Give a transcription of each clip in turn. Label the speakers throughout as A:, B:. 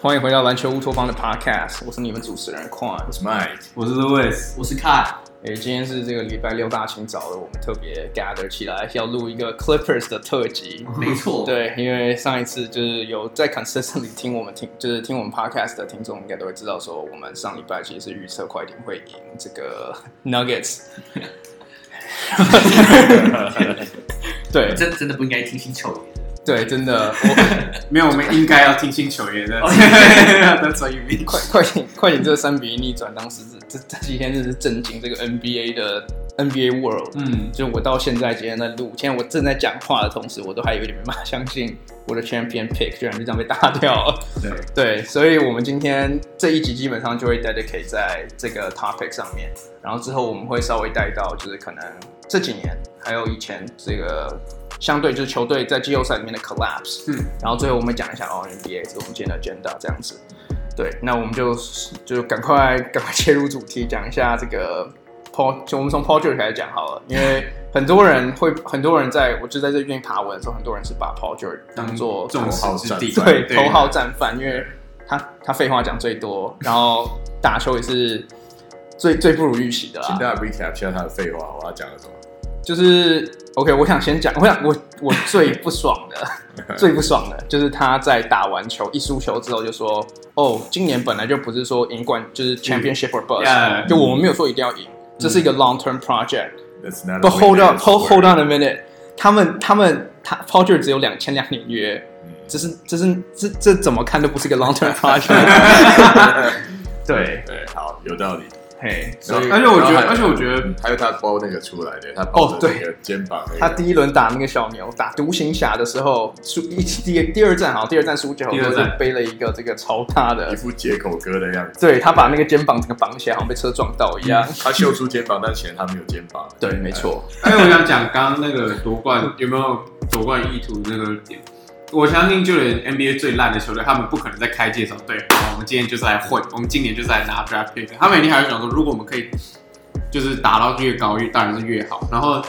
A: 欢迎回到篮球乌托邦的 Podcast，我是你们主持人 Quan。
B: It's Mike，
C: 我是 Louis，
D: 我是 Kai，
A: 诶，今天是这个礼拜六大清早的，我们特别 gather 起来要录一个 Clippers 的特辑。
D: 没错，，
A: 对，因为上一次就是有在 consistently 听我们听，就是听我们 podcast 的听众应该都会知道，说我们上礼拜其实是预测快艇会赢这个 Nuggets。对
D: 真真的不应该听星球爷的，
A: 对，真的，我
C: 没有，我们应该要听清球爷的。That's what you mean。
A: 快快点快点，这三比一逆转，当时是这这几天真是震惊这个 NBA 的 NBA World。
C: 嗯，
A: 就我到现在今天在录，现在我正在讲话的同时，我都还有一点没办法相信我的 champion pick 居然就这样被打掉了。
C: 对，
A: 对，所以我们今天这一集基本上就会 dedicate 在这个 topic 上面，然后之后我们会稍微带到，就是可能这几年还有以前这个相对就是球队在季后赛里面的 collapse，
C: 嗯，
A: 然后最后我们讲一下哦 NBA 是我们今天的 agenda 这样子。对，那我们就就赶快赶快切入主题，讲一下这个 Paul，就我们从 Paul George 开始讲好了，因为很多人会很多人在我就在这边爬文的时候，很多人是把 Paul George 当
B: 嗯
A: 做
C: 众矢 之的，
A: 对，头号
C: 好
A: 战犯，因为他他废话讲最多，然后打球也是最最不如预期的
B: 请
A: 啦。
B: 大家 recap 一下他的废话，我要讲了什么？
A: 就是 OK，我想先讲，我想我我最不爽 的，最不爽的就是他在打完球一输球之后就说，哦，今年本来就不是说赢冠就是 championship or bust，、
C: Yeah
A: 就我们没有说一定要赢，这是一个 long term project，
B: That's not. a
A: But hold
B: win,
A: on,
B: that's
A: hold
B: a
A: hold
B: word.
A: on a minute 他。们他们他 p o r t e r 只有两签两年约，这是这是这这怎么看都不是一个 long term project。对，
B: 对，好，有道理。
A: 嘿，
B: 所哎
A: 所以
C: 而且我觉
B: 然后还
C: 得，而且我觉得，
B: 还有他包那个出来的，他包的那个肩膀那个，
A: 他第一轮打那个小牛，打独行侠的时候输一第第二战好，第二战输球，
C: 第二战
A: 就是背了一个这个超大的
B: 一，副解口哥的样子。
A: 对他把那个肩膀整个绑起来，好像被车撞到一样。
B: 他秀出肩膀，但显然他没有肩膀。
A: 对，没错，
C: 而哎且我想讲刚刚那个夺冠有没有夺冠意图那个点，我相信就连 NBA 最烂的球队，他们不可能在开季的时候对，好我们今年就是来混，我们今年就是来拿 draft pick，他们一定还会想说，如果我们可以就是打到越高越当然是越好。然后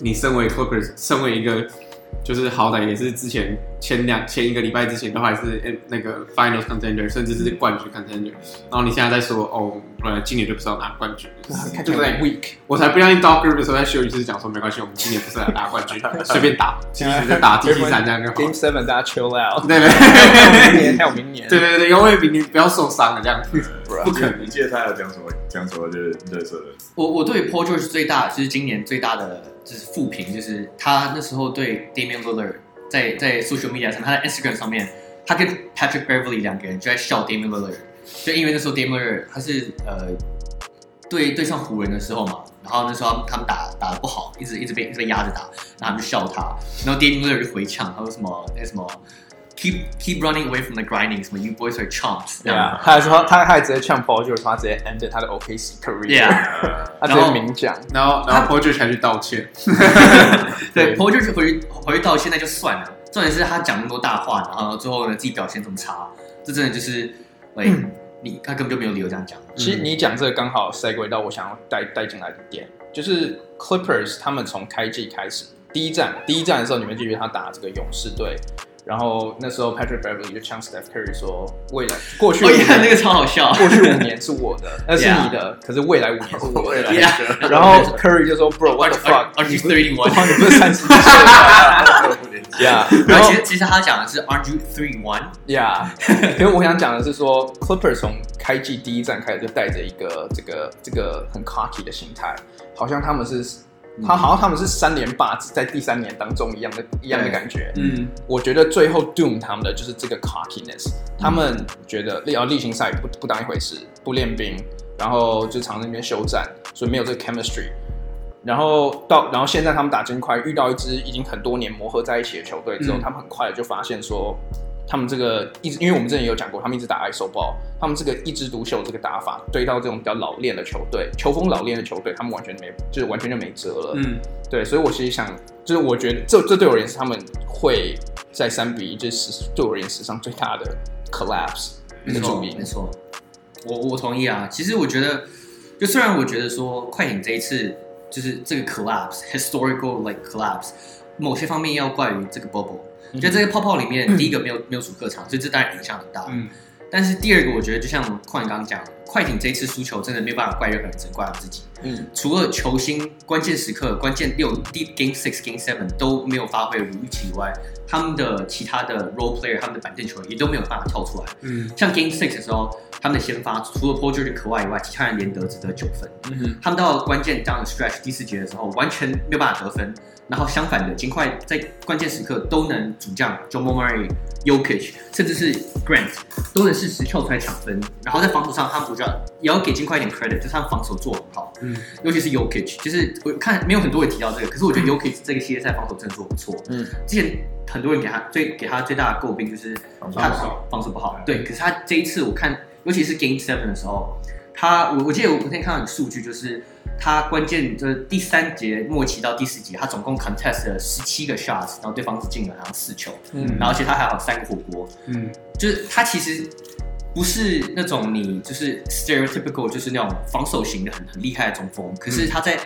C: 你身为 Clippers，身为一个就是好歹也是之前前两前一个礼拜之前都还是呃那个 Finals contender，甚至是冠军 contender，然后你现在在说哦，呃，今年就不是要拿冠军，
A: 啊看起
C: 就
A: 来
C: 是在
A: 很 weak。
C: 我才不相信 d o g r 的时候，在休息室讲说没关系，我们今年不是来拿冠军，随便打，其实就打 T T 三这样就好
A: Game。Seven，大家 chill out。
C: 对
A: 还有明年，还有
C: 对
A: 明年。
C: 对对对，永远比你不要受伤了啊这样子， 不可能
B: 你记得他要讲什么？讲什么就是热色的。
D: 我我对 Paul George 最大就是今年最大的就是负评，就是他那时候对 Damian Lillard 在在 social media 上，他在 Instagram 上面，他跟 Patrick Beverly 两个人就在笑 Damian Lillard，就因为那时候 Damian Lillard 他是呃对对上湖人的时候嘛，然后那时候他们他们打打的不好，一直一直被一直被压着打，然后他们就笑他，然后 Damian Lillard 就回呛，他说什么那什么 keep keep running away from the grinding，什么 you boys are chumps，这
A: 对
D: 样
A: 啊，他还说他他还直接呛 Paul George，他直接 ended 他的 OKC career，、
D: ，yeah。
A: 他直接明讲，
C: 然后然后 Paul George 还去道歉，
A: 对
D: 对，Paul George 回回到现在就算了，重点是他讲那么多大话，然后最后呢自己表现这么差，这真的就是，喂、你他根本就没有理由这样讲。
A: 其实你讲这个刚好 segue 到我想要带带进来的点，就是 Clippers 他们从开季开始，第一站第一站的时候，你们记得他打这个勇士队，然后那时候 Patrick Beverly 就呛 Steph Curry 说，未来过去
D: 哦
A: 五
D: 耶，
A: 年
D: 那个超好笑。
A: 过去五年是我的，那是你的，可是未来五年是 我
B: 未
A: 的。
B: 来的
A: 然后 Curry 就说 Bro what the fuck，
D: Aren't you
A: 我
D: thirty-one？
A: 你不是三十岁吗 ？Yeah，
D: 然
A: 然
D: 后
A: 后
D: 其实其实他讲的是 Aren't you three one？
A: Yeah，可是我想讲的是说，Clippers 从开季第一站开始就带着一个这个这个很 cocky 的心态，好像他们是，
C: 嗯
A: 他好像他们是三连霸在第三年当中一样的一样的感觉。
C: 嗯，
A: 我觉得最后 doom 他们的就是这个 cockiness，他
C: 嗯
A: 们觉得例啊例行赛不不当一回事，不练兵，然后就常在那边休战，所以没有这个 chemistry。然后到，然后现在他们打金块遇到一支已经很多年磨合在一起的球队之后，
C: 嗯
A: 他们很快就发现说，他们这个一直，因为我们之前也有讲过，他们一直打 ISO ball，他们这个一枝独秀这个打法，对到这种比较老练的球队，球风老练的球队，他们完全没，就是完全就没辙了。
C: 嗯，
A: 对，所以我其实想，就是我觉得这这对我而言是他们会在三比一，这是对我而言史上最大的 collapse
D: 没
A: 的
D: 错，
A: 主因
D: 哦没。错，我我同意啊。其实我觉得，就虽然我觉得说快艇这一次就是这个 collapse historical like collapse，某些方面要怪于这个 bubble，、
A: 嗯
D: 就这些泡泡里面，第一个没有没有主客场，所以这当然影响很大。
C: 嗯，
D: 但是第二个，我觉得就像快刚刚讲的，快艇这次输球真的没有办法怪任何人，只能怪他们自己。
A: 嗯，
D: 除了球星关键时刻、关键六、第 Game Six、Game Seven 都没有发挥如预期以外，他们的其他的 role player、他们的板凳球员也都没有办法跳出来。
C: 嗯
D: 像 Game Six 的时候，他们的先发除了 Paul George 跟 Kawhi 以外，其他人连得只得九分。
A: 嗯哼，
D: 他们到了关键 down the stretch 第四节的时候，完全没有办法得分。然后相反的，金块在关键时刻都能主将 j o m o Murray、Yokich，甚至是 Grant 都能适时跳出来抢分。然后在防守上，他们我觉得也要给金块一点 credit，就是他们防守做得很好。
C: 嗯，
D: 尤其是 Yokich，就是我看没有很多人提到这个，可是我
B: 嗯
D: 觉得 Yokich 这个系列赛防守真的做得不错。
A: 嗯，
D: 之前很多人给他最给他最大的诟病就是
B: 防守
D: 他
B: 不好
D: 防守不好。对，可是他这一次我看，尤其是 Game Seven 的时候，他我我记得我昨天看到有数据，就是他关键就是第三节末期到第四节，他总共 contest 了十七个 shots，然后对方只进了好像四球，
A: 嗯
D: 然后其实他还好三个火锅，
C: 嗯
D: 就是他其实不是那种你就是 stereotypical 就是那种防守型的很很厉害的中锋，可是他在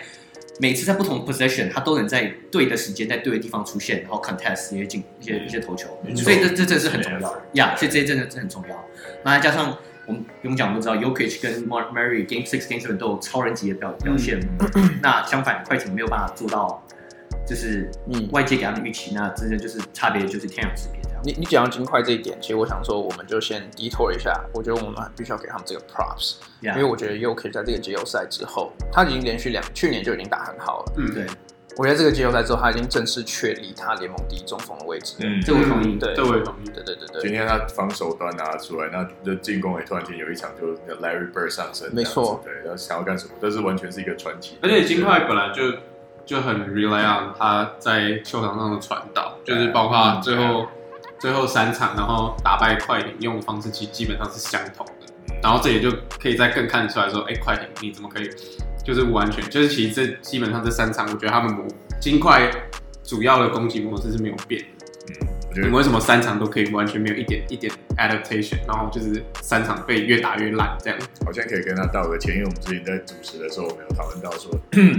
D: 每次在不同 possession，他都能在对的时间在对的地方出现，然后 contest 一些进一些一些投球，
B: 没错
D: 所以这这真的是很重要
B: 没错
D: 呀，所以这些真的是很重要。那再加上我们不用讲，我们都知道 Yokich 跟 Mar- Murray Game Six Game Seven 都有超人级的表表现，那相反快艇没有办法做到，就是
A: 嗯
D: 外界给他们的预期，那真的就是差别就是天壤之别这样。
A: 你你讲到金块这一点，其实我想说，我们就先 detour 一下。我觉得我们必须要给他们这个 props，因
D: Yeah
A: 为我觉得 y o k 在这个季后赛之后，他已经连续两去年就已经打很好了。
C: 嗯，
D: 对，
A: 我觉得这个季后赛之后，他已经正式确立他联盟第一中锋的位置。
B: 嗯，
D: 这我同意。
A: 对
C: 这我也同意。
A: 对对对
B: 今
A: 对，
B: 天他防守端拿出来，那这进攻也突然间有一场就 Larry Bird 上身，
A: 没错
B: 这样子对，他想要干什么？但是完全是一个传奇，
C: 而且金块本来就就很 rely on 他在球场上的传导，就是包括最后最后三场，然后打败快艇用的方式，其实基本上是相同的。
B: 嗯
C: 然后这也就可以再更看得出来说，哎，快艇你怎么可以，就是完全就是其实这基本上这三场，我觉得他们模金块主要的攻击模式是没有变的。
B: 我觉
C: 你们
B: 得
C: 为什么三场都可以完全没有一点一点 adaptation，然后就是三场被越打越烂这样？
B: 好像可以跟他道个歉，因为我们之前在主持的时候，我们有讨论到 说，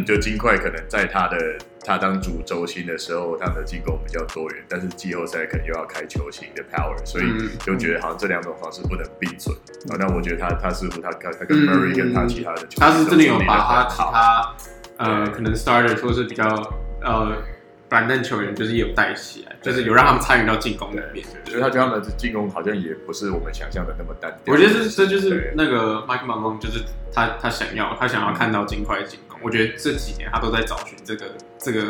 B: 就金块可能在他的他当主轴心的时候，他们的进攻比较多元，但是季后赛可能又要开球星的 power，所以
C: 嗯
B: 就觉得好像这两种方式不能并存。啊，那我觉得他他似乎他他他跟
C: 嗯
B: Murray 跟他其他的球星
C: 他是真的有
B: 都处理得
C: 把他
B: 很
C: 其
B: 好
C: 他呃可能 starter 或是比较呃板凳球员，就是也有带起来，就是有让他们参与到进攻里面。
B: 所以他觉得他们的进攻好像也不是我们想象的那么单调。
C: 我觉得这这就是
B: 对
C: 那个 Mike Malone，就是他他想要他想要看到尽快进攻。我觉得这几年他都在找寻这个这个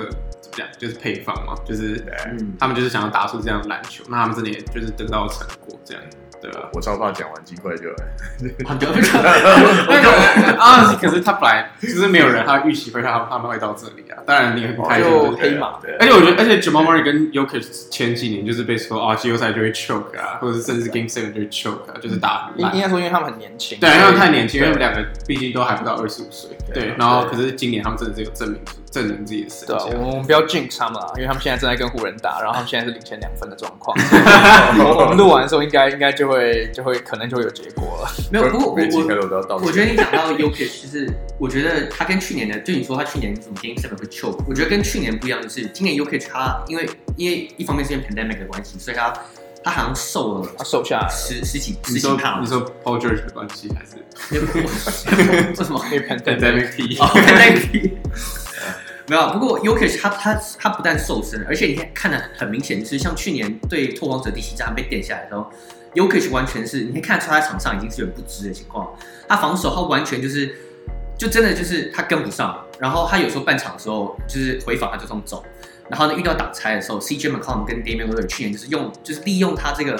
C: 怎么讲，就是配方嘛，就是
A: 嗯，
C: 他们就是想要打出这样的篮球，那他们真的也就是得到了成果，这样对啊吧、
B: 我超怕讲完尽快就
D: 啊，对不起，
C: 那个啊，可是他本来就是没有人，他预期会他他们会到这里啊。当然你也很开心，
A: 就
C: 对
A: 黑马。
B: 对
C: 而且我觉得，而且 Jamal Murray 跟 Jokic 前几年就是被说啊，季后赛就会 choke 啊，或者是甚至 Game Seven 就会 choke 啊，就是打很
A: 应
C: 烂
A: 应。该说，因为他们很年轻，
C: 对，因为他们太年轻，因
A: 对
C: 为他们两个毕竟都还不到二十五岁。
B: 对
C: 对
B: 对，
C: 然后可是今年他们真的是有证明证明自己的身
A: 对啊，
C: 价
A: 我。们我们不要 jinx 他们啦，啊因为他们现在正在跟湖人打，然后他们现在是领先两分的状 况。我们录完的时候应该应该就会就会可能就会有结果了。
D: 没有。不过我
B: 每集开
D: 我
B: 头都要道歉。
D: 我觉得你讲到 y o k i 就是我觉得他跟去年的，就你说他去年怎么 Game Seven 会 choke，我觉得跟去年不一样的是，今年 y o k i 他因为因为一方面是因为 pandemic 的关系，所以他他好像瘦了
A: 他啊瘦下来了，
D: 十十几
C: 你
D: 十几
C: 说
D: 磅
C: 你， 说 Paul George 的关系还是
D: 为什么？
A: 因 为 pandemic
C: pandemic P？
D: 哦 pandemic 没有，不过 y o k i 他他他不但瘦身，而且你看看得很明显，就是像去年对拓荒者第七战被垫下来的时候 y o k i 完全是你可以看得出他在场上已经是有点不支的情况，他防守他完全就是就真的就是他跟不上，然后他有时候半场的时候就是回防他就这么走，然后呢遇到挡拆的时候，CJ McCollum 跟 Damian Lillard 去年就是用就是利用他这个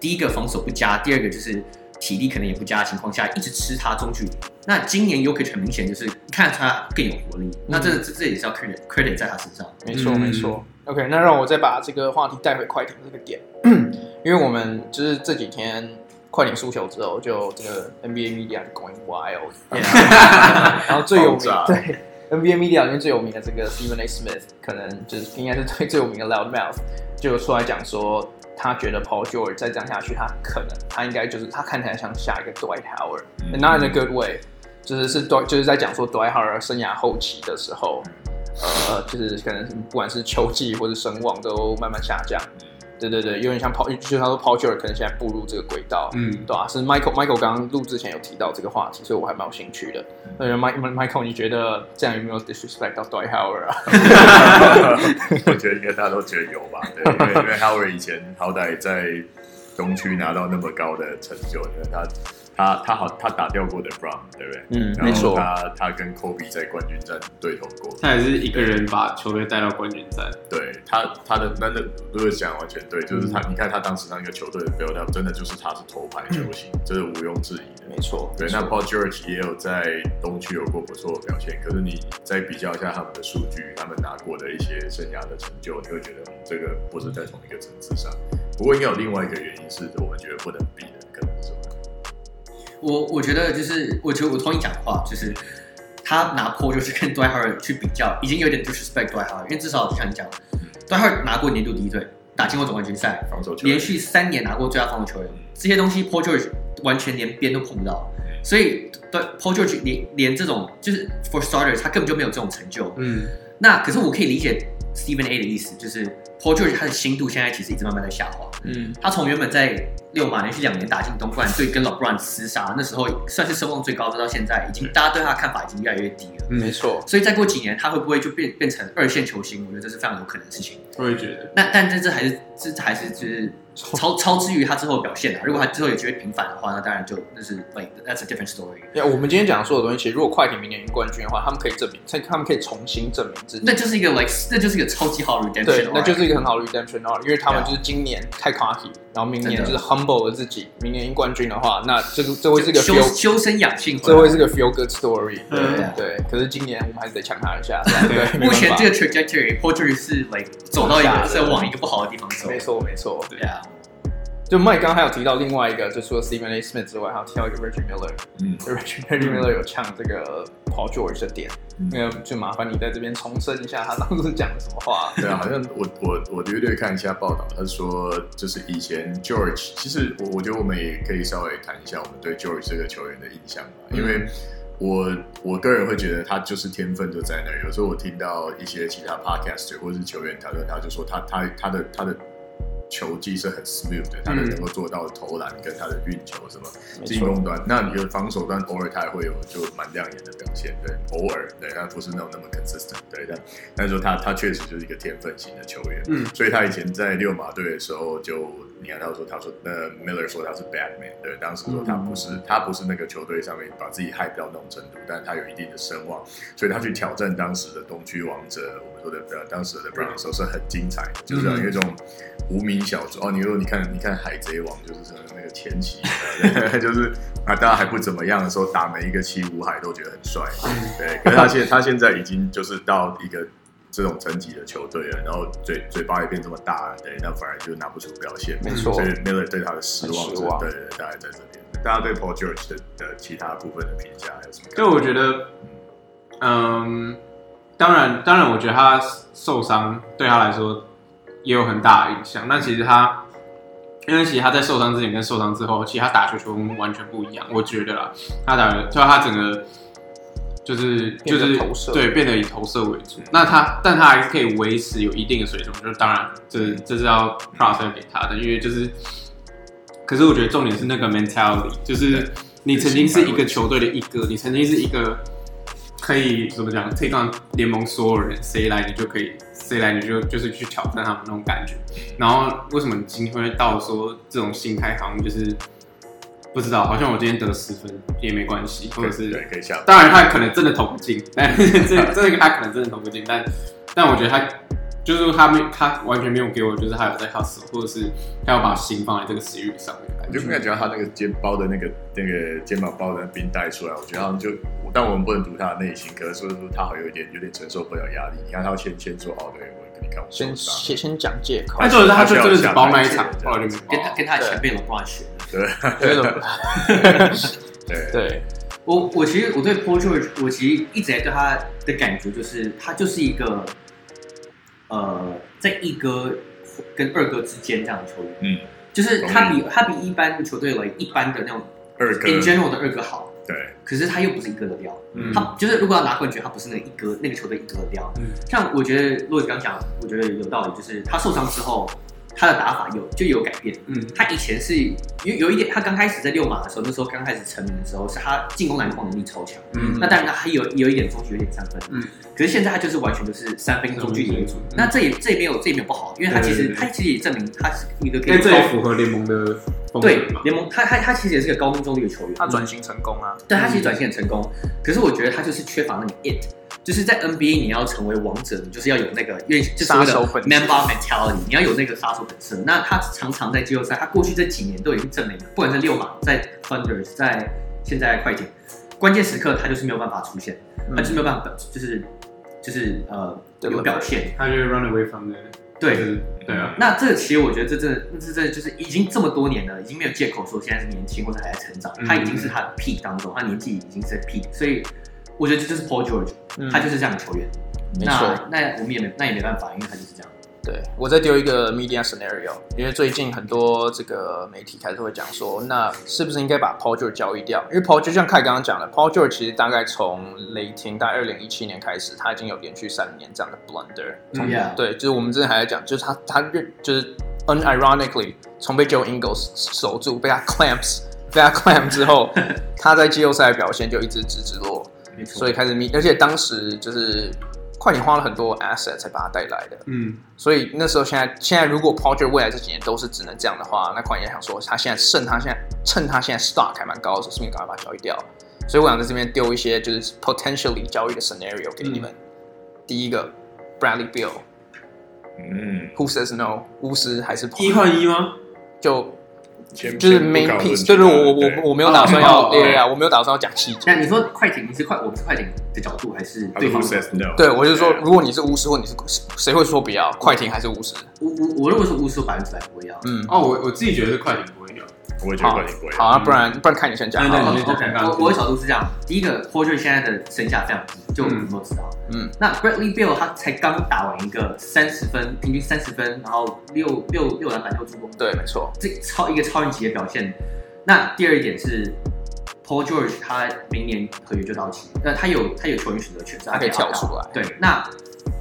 D: 第一个防守不佳，第二个就是体力可能也不佳的情况下，一直吃他中距离。那今年 y o k i 很明显就是看得出他更有活力，那
B: 嗯
D: 这这这也是要 credit credit 在他身上。
A: 没错
C: 嗯
A: 没错。OK，那让我再把这个话题带回快艇这个点， 因为我们就是这几天快艇输球之后，就这个 NBA media 就 going wild，然 后最有名
B: 爆炸
A: 对 NBA media 里面最有名的这个 Stephen A. Smith，可能就是应该是最最有名的 Loudmouth，就出来讲说，他觉得 Paul George 再这样下去，他可能他应该就是他看起来像下一个 Dwight Howard，
B: 嗯
A: not in a good way，就是是 Dwight 就是在讲说 Dwight Howard 生涯后期的时候，呃，就是可能不管是球技或者声望都慢慢下降。对对对，有点像 Paul，就像说 Paul George 可能现在步入这个轨道，
C: 嗯，
A: 对啊，是 Michael Michael 刚刚录之前有提到这个话题，所以我还蛮有兴趣的。那 Michael Michael，你觉得这样有没有 disrespect 到 Dwight Howard 啊？
B: 啊我觉得应该大家都觉得有吧，对， 因为因为 Howard 以前好歹在东区拿到那么高的成就，因为他他他好他打掉过的 Brown，对不对？
A: 嗯
B: 然后他他跟 Kobe 在冠军战对头过，
C: 他也是一个人把球队带到冠军赛，
B: 对他他的那那如果讲完全对，就是他，你看他当时那个球队的 build up，真的就是他是头牌球星，这是毋庸置疑的。
A: 没错，
B: 对，那 Paul George 也有在东区有过不错的表现，可是你再比较一下他们的数据，他们拿过的一些生涯的成就，你会觉得、嗯、这个不是在同一个层次上。不过应该有另外一个原因是我们觉得不能比的，可能是什么？
D: 我我觉得就是，我觉得我同意讲的话，就是他拿 p o 就是跟 d w i g h a r d 去比较，已经有点 disrespect d w i g h a r d 因为至少就像你讲 d w i g h a r d 拿过年度第一队，打进过总冠军赛，
B: 防守球员嗯
D: 连续三年拿过最佳防守球员，这些东西 Paul George 完全连边都碰不到，所以对 Paul George 连连这种就是 for starters 他根本就没有这种成就。
C: 嗯，
D: 那可是我可以理解 Stephen A 的意思，就是 Paul George 他的心度现在其实一直慢慢在下滑。
A: 嗯，
D: 他从原本在六马连续两年打进东冠，对跟 LeBron 厮杀，那时候算是声望最高的，到现在
A: 嗯
D: 已经大家对他的看法已经越来越低了。
A: 没错，
D: 所以再过几年，他会不会就变变成二线球星？我觉得这是非常有可能的事情。
C: 我也觉得，
D: 那但这这还是这这还是就是超超之于他之后的表现啊。如果他之后有机会平反的话，那当然就那是 like that's a different story。
A: 呀，我们今天讲的所有东西，其实如果快艇明年赢冠军的话，他们可以证明，他们可以重新证明自己。
D: 那就是一个 like 那就是一个超级好的 redemption，
A: 对，那
D: arc
A: 就是一个很好的 redemption arc，因为他们就是今年太 cocky，然后明年就是 humble 了自己，明年赢冠军的话，那这个这会是个
D: 修
A: feel，
D: 修身养性。
A: 这会是个 feel good story，
D: 对
C: 嗯，
D: 啊
A: 对。可是今年我们还是得强他一下，
C: 对
A: 对，
D: 目前这
A: 个
D: 个 trajectory p o r t e r 是 like 走到一
A: 下
D: 个
A: 的
D: 在往一个不好的地方走。
A: 没错没错。
D: 对啊，
A: 就 Mike 刚刚还有提到另外一个，就除了 Stephen A Smith 之外，还有提到一个 Reggie Miller，
B: 嗯，
A: 就 Reggie Reggie Miller 有呛这个 Paul George 的点，那就麻烦你在这边重申一下他当时讲的什么话。
B: 对啊，好像我我我略略看一下报道，他说就是以前 George，其实我我觉得我们也可以稍微谈一下我们对 George 这个球员的印象吧，因为我我个人会觉得他就是天分就在那儿。有时候我听到一些其他 podcast 或者是球员讨论，他就说他他他的他的球技是很 smooth 的，他的
A: 嗯
B: 能够做到投篮跟他的运球什么。
A: 没
B: 进
A: 错，
B: 攻端，那你的防守端偶尔他也会有就蛮亮眼的表现，对，偶尔，对，他不是那种那么 consistent，对，但但是说他他确实就是一个天分型的球员，
C: 嗯，
B: 所以他以前在六马队的时候就，你看他说他说那 Miller 说他是 bad man，对，当时说他不是、他不是那个球队上面把自己害到那种程度，但他有一定的声望，所以他去挑战当时的东区王者，我们说的呃当时的 Brown 的时候是很精彩的，就是、啊
C: 嗯
B: 因为这种无名小卒哦，你如果你看你看海贼王就是什么那个前期，呃 就是啊大家还不怎么样的时候打每一个七五海都觉得很帅，
A: 嗯
B: 对，可是他现他现在已经就是到一个这种层级的球队了，然后嘴嘴巴也变这么大了，对，那反而就拿不出表现，
A: 没错
B: 所以 Miller 对他的失望
A: 很
B: 是，
A: 失望
B: 对对对，大概在这边。大家对 Paul George 的的其他部分的评价还有什么感觉？
C: 就我觉得，嗯，当然，当然，我觉得他受伤对他来说也有很大的影响。那其实他，因为其实他在受伤之前跟受伤之后，其实他打球球风完全不一样。我觉得啦，他打的，就他整个就是就
A: 变得
C: 是
A: 投射
C: 对变得以投射为主。那他，但他还是可以维持有一定的水准。就是当然，这这是要 p r o s s 给他的，因为就是，可是我觉得重点是那个 mentality，就是
B: 对。
C: 你曾经是一个球队的一哥，你曾经是一个可以怎么讲，take on 联盟所有人，谁来你就可以，谁来你就就是去挑战他们那种感觉。然后为什么你今天会到说这种心态，好像就是不知道，好像我今天得十分也没关系，或者是
B: 对，可以下。
C: 当然他可能真的投不进， 但是这这个他可能真的投不进，但但我觉得他就是他没他完全没有给我，就是他有在 hustle，或者是他要把心放在这个食欲上面的感
B: 我
C: 觉
B: 就。感觉到他那个肩包的那个那个肩膀包的冰带出来，我觉得好像就，但我们不能读他的内心，可是说他好像有一点有点承受不了压力。你看他先先说哦，对我跟你看我受
A: 先
B: 伤，
A: 先先讲借口
C: 那。就是他就真的是包那一场，后来就没包
D: 跟。
B: 哦
D: 他跟他的前辈 LeBron 学的。
A: 有一种
B: 对
A: 对，
D: 我我其实我对 Paul George，我其实一直在对他的感觉就是，他就是一个呃，在一哥跟二哥之间这样的球员，
B: 嗯，
D: 就是他比他比一般球队来一般的那种
B: 二哥，
D: in general 的二哥好，
B: 对，
D: 可是他又不是一哥的料，
C: 嗯
D: 他就是如果要拿冠军，他不是那个一哥那个球队一哥的料。
C: 嗯
D: 像我觉得洛伊刚讲，我觉得有道理，就是他受伤之后，他的打法有就有改变。
C: 嗯
D: 他以前是有有一点，他刚开始在六马的时候，那时候刚开始成名的时候，是他进攻篮筐能力超强。
C: 嗯
D: 那当然他还有有一点中距有点三分，
C: 嗯，
D: 可是现在他就是完全就是三分中距离为主。
C: 嗯
D: 那这也这也没有这也没有不好，因为他其
C: 对
D: 实
C: 对对
D: 他其实也证明他是一个可
C: 因为
D: 以
C: 这也
D: 高
C: 符合联盟的风
D: 对
C: 格嘛。
D: 联盟，他他他其实也是个高命中率的球员，
A: 他转型成功啊，
D: 对他其实转型很成功，可是我觉得他就是缺乏那个 it，就是在 NBA 你要成为王者，你就是要有那个，因为就是为
A: 杀手
D: 了
A: 本质
D: member mentality，你要有那个杀手本色。那他常常在季后赛，他过去这几年都已经证明了，不管是六马在 Thunder，在现在快艇，关键时刻他就是没有办法出现，
A: 嗯
D: 他就是没有办法，就是就是呃
A: 对
D: 有
A: 吧
D: 表现。
C: 他就是 run away from the 就
D: 对，
C: 是对啊，
D: 那这其实我觉得这真的，这真的就是已经这么多年了，已经没有借口说现在是年轻或者还在成长，
C: 嗯
D: 他已经是他的 peak 当中，他年纪已经是在 peak，所以我觉得这就是 Paul George，、
A: 嗯
D: 他就是这样的球员。
A: 没错。
D: 那那我们也没那也没办法，因为他就是这样。
A: 对我再丢一个 media scenario，因为最近很多这个媒体开始会讲说，那是不是应该把 Paul George 交易掉？因为 Paul 就像凯刚刚讲的，Paul George 其实大概从雷霆大概二零一七年开始，他已经有连续三年这样的 blunder。
C: 嗯
D: Yeah，
A: 对，就是我们之前还在讲，就是他他就是 unironically 从被 Joe Ingles 守住，被他 clamps 被他 clamp 之后，他在季后赛的表现就一直直直落。
D: 没错。
A: 所以开始迷，而且当时就是快艇花了很多 asset 才把他带来的，
C: 嗯，
A: 所以那时候现在现在如果 p o r t e r 未来这几年都是只能这样的话，那快艇也想说他现在趁他现在趁他现在 stock 还蛮高的时候，顺便赶快把它交易掉。所以我想在这边丢一些就是 potentially 交易的 scenario 给
C: 嗯
A: 你们。第一个 Bradley Bill，Who
B: 嗯，
A: says no？巫师还是 Paul？
C: 一换一吗？
A: 就
B: 先
A: 就是 main
B: 没
A: piece，就是我我我我没有打算要，
C: 哦
A: 对啊，我没有打算要讲细节。
D: 那你说快艇，你是快，我们是快艇的角度还是
B: 他
D: 对
B: 说
D: 方
B: Who
D: 的
B: says no？
A: 对，我就说，如果你是巫师，或你是谁会说不要？快艇还是巫师？
D: 我我我认为是巫术百分之百不会要。
A: 嗯，
C: 哦，我我自己觉得是快点不会有。
B: 我也觉得
A: 好
B: 冠军不会，
A: 好，啊，不然不然看你先讲。
C: 对对
A: 好
C: 对
A: 了
C: 对对
D: 我我的角度是这样，第一个 p o r t e r 现在的身价非常低，就我们都知道。
A: 嗯，
D: 那 Bradley Beal 他才刚打完一个三十分，平均三十分，然后六六六篮板六助攻，
A: 对，没错，
D: 这超一个超人级的表现。那第二点是 Paul George 他明年合约就到期，那他有他有球员选择权，所以
A: 他可以跳出
D: 来。
A: 来。
D: 对，那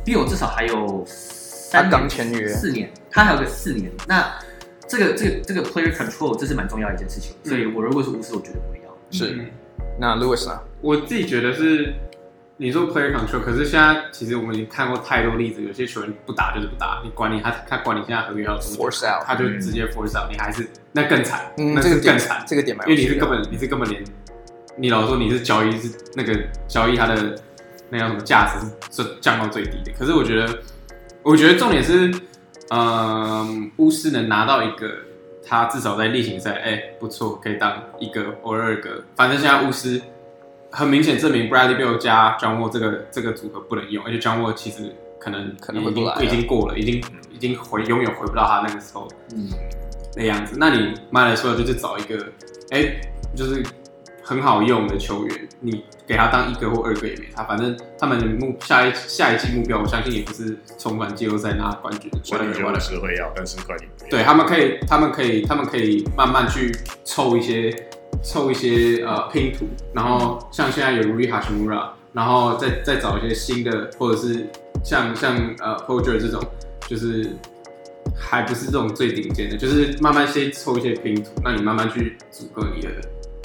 D: Beal 至少还有三年
A: 他刚签约
D: 四年，他还有个四年。那这个这个这个 player control 这是蛮重要的一件事情，所以我如果是巫师，我绝对不会要。
A: 是，
C: 嗯
A: 那 Lewis 呢？
C: 我自己觉得是，你说 player control，可是现在其实我们已经看过太多例子，有些球员不打就是不打，你管你他他管你现在合约要多久
A: Force out
C: 他就直接 force out，你还是那更惨，
A: 嗯，
C: 那
A: 这个
C: 是更
A: 点
C: 惨，
A: 这个点蛮
C: 因
A: 有
C: 为你
A: 趣
C: 是根
A: 的。
C: 本你是根本连，你老实说你是交易是那个交易它的那叫什么价值是最降到最低的。可是我觉得，我觉得重点是，嗯，巫师能拿到一个他至少在例行赛，哎、不错，可以当一个偶尔一个，反正现在巫师很明显证明 Bradley Bill 加 John Wall 这个这个组合不能用，而且 John Wall 其实可能
A: 可能
C: 已
A: 回不
C: 经
A: 来了
C: 已经过了，已经已经回永远回不到他那个时候
D: 嗯，
C: 那样子。那你买来说就是找一个，哎、就是很好用的球员，你给他当一个或二个也没差，反正他们的目下一下一季目标，我相信也不是重返季后赛拿冠军的
B: 我
A: 嗯
B: 也觉得
C: whatever，whatever
B: 我是会要，但是冠军不会。
C: 对他们可以，他们可以，他们可以慢慢去凑一些，凑一些呃拼图，然后像现在有 Rui Hashimura，然后再再找一些新的，或者是像像呃 p o g e r 这种，就是还不是这种最顶尖的，就是慢慢先凑一些拼图，让你慢慢去组合你的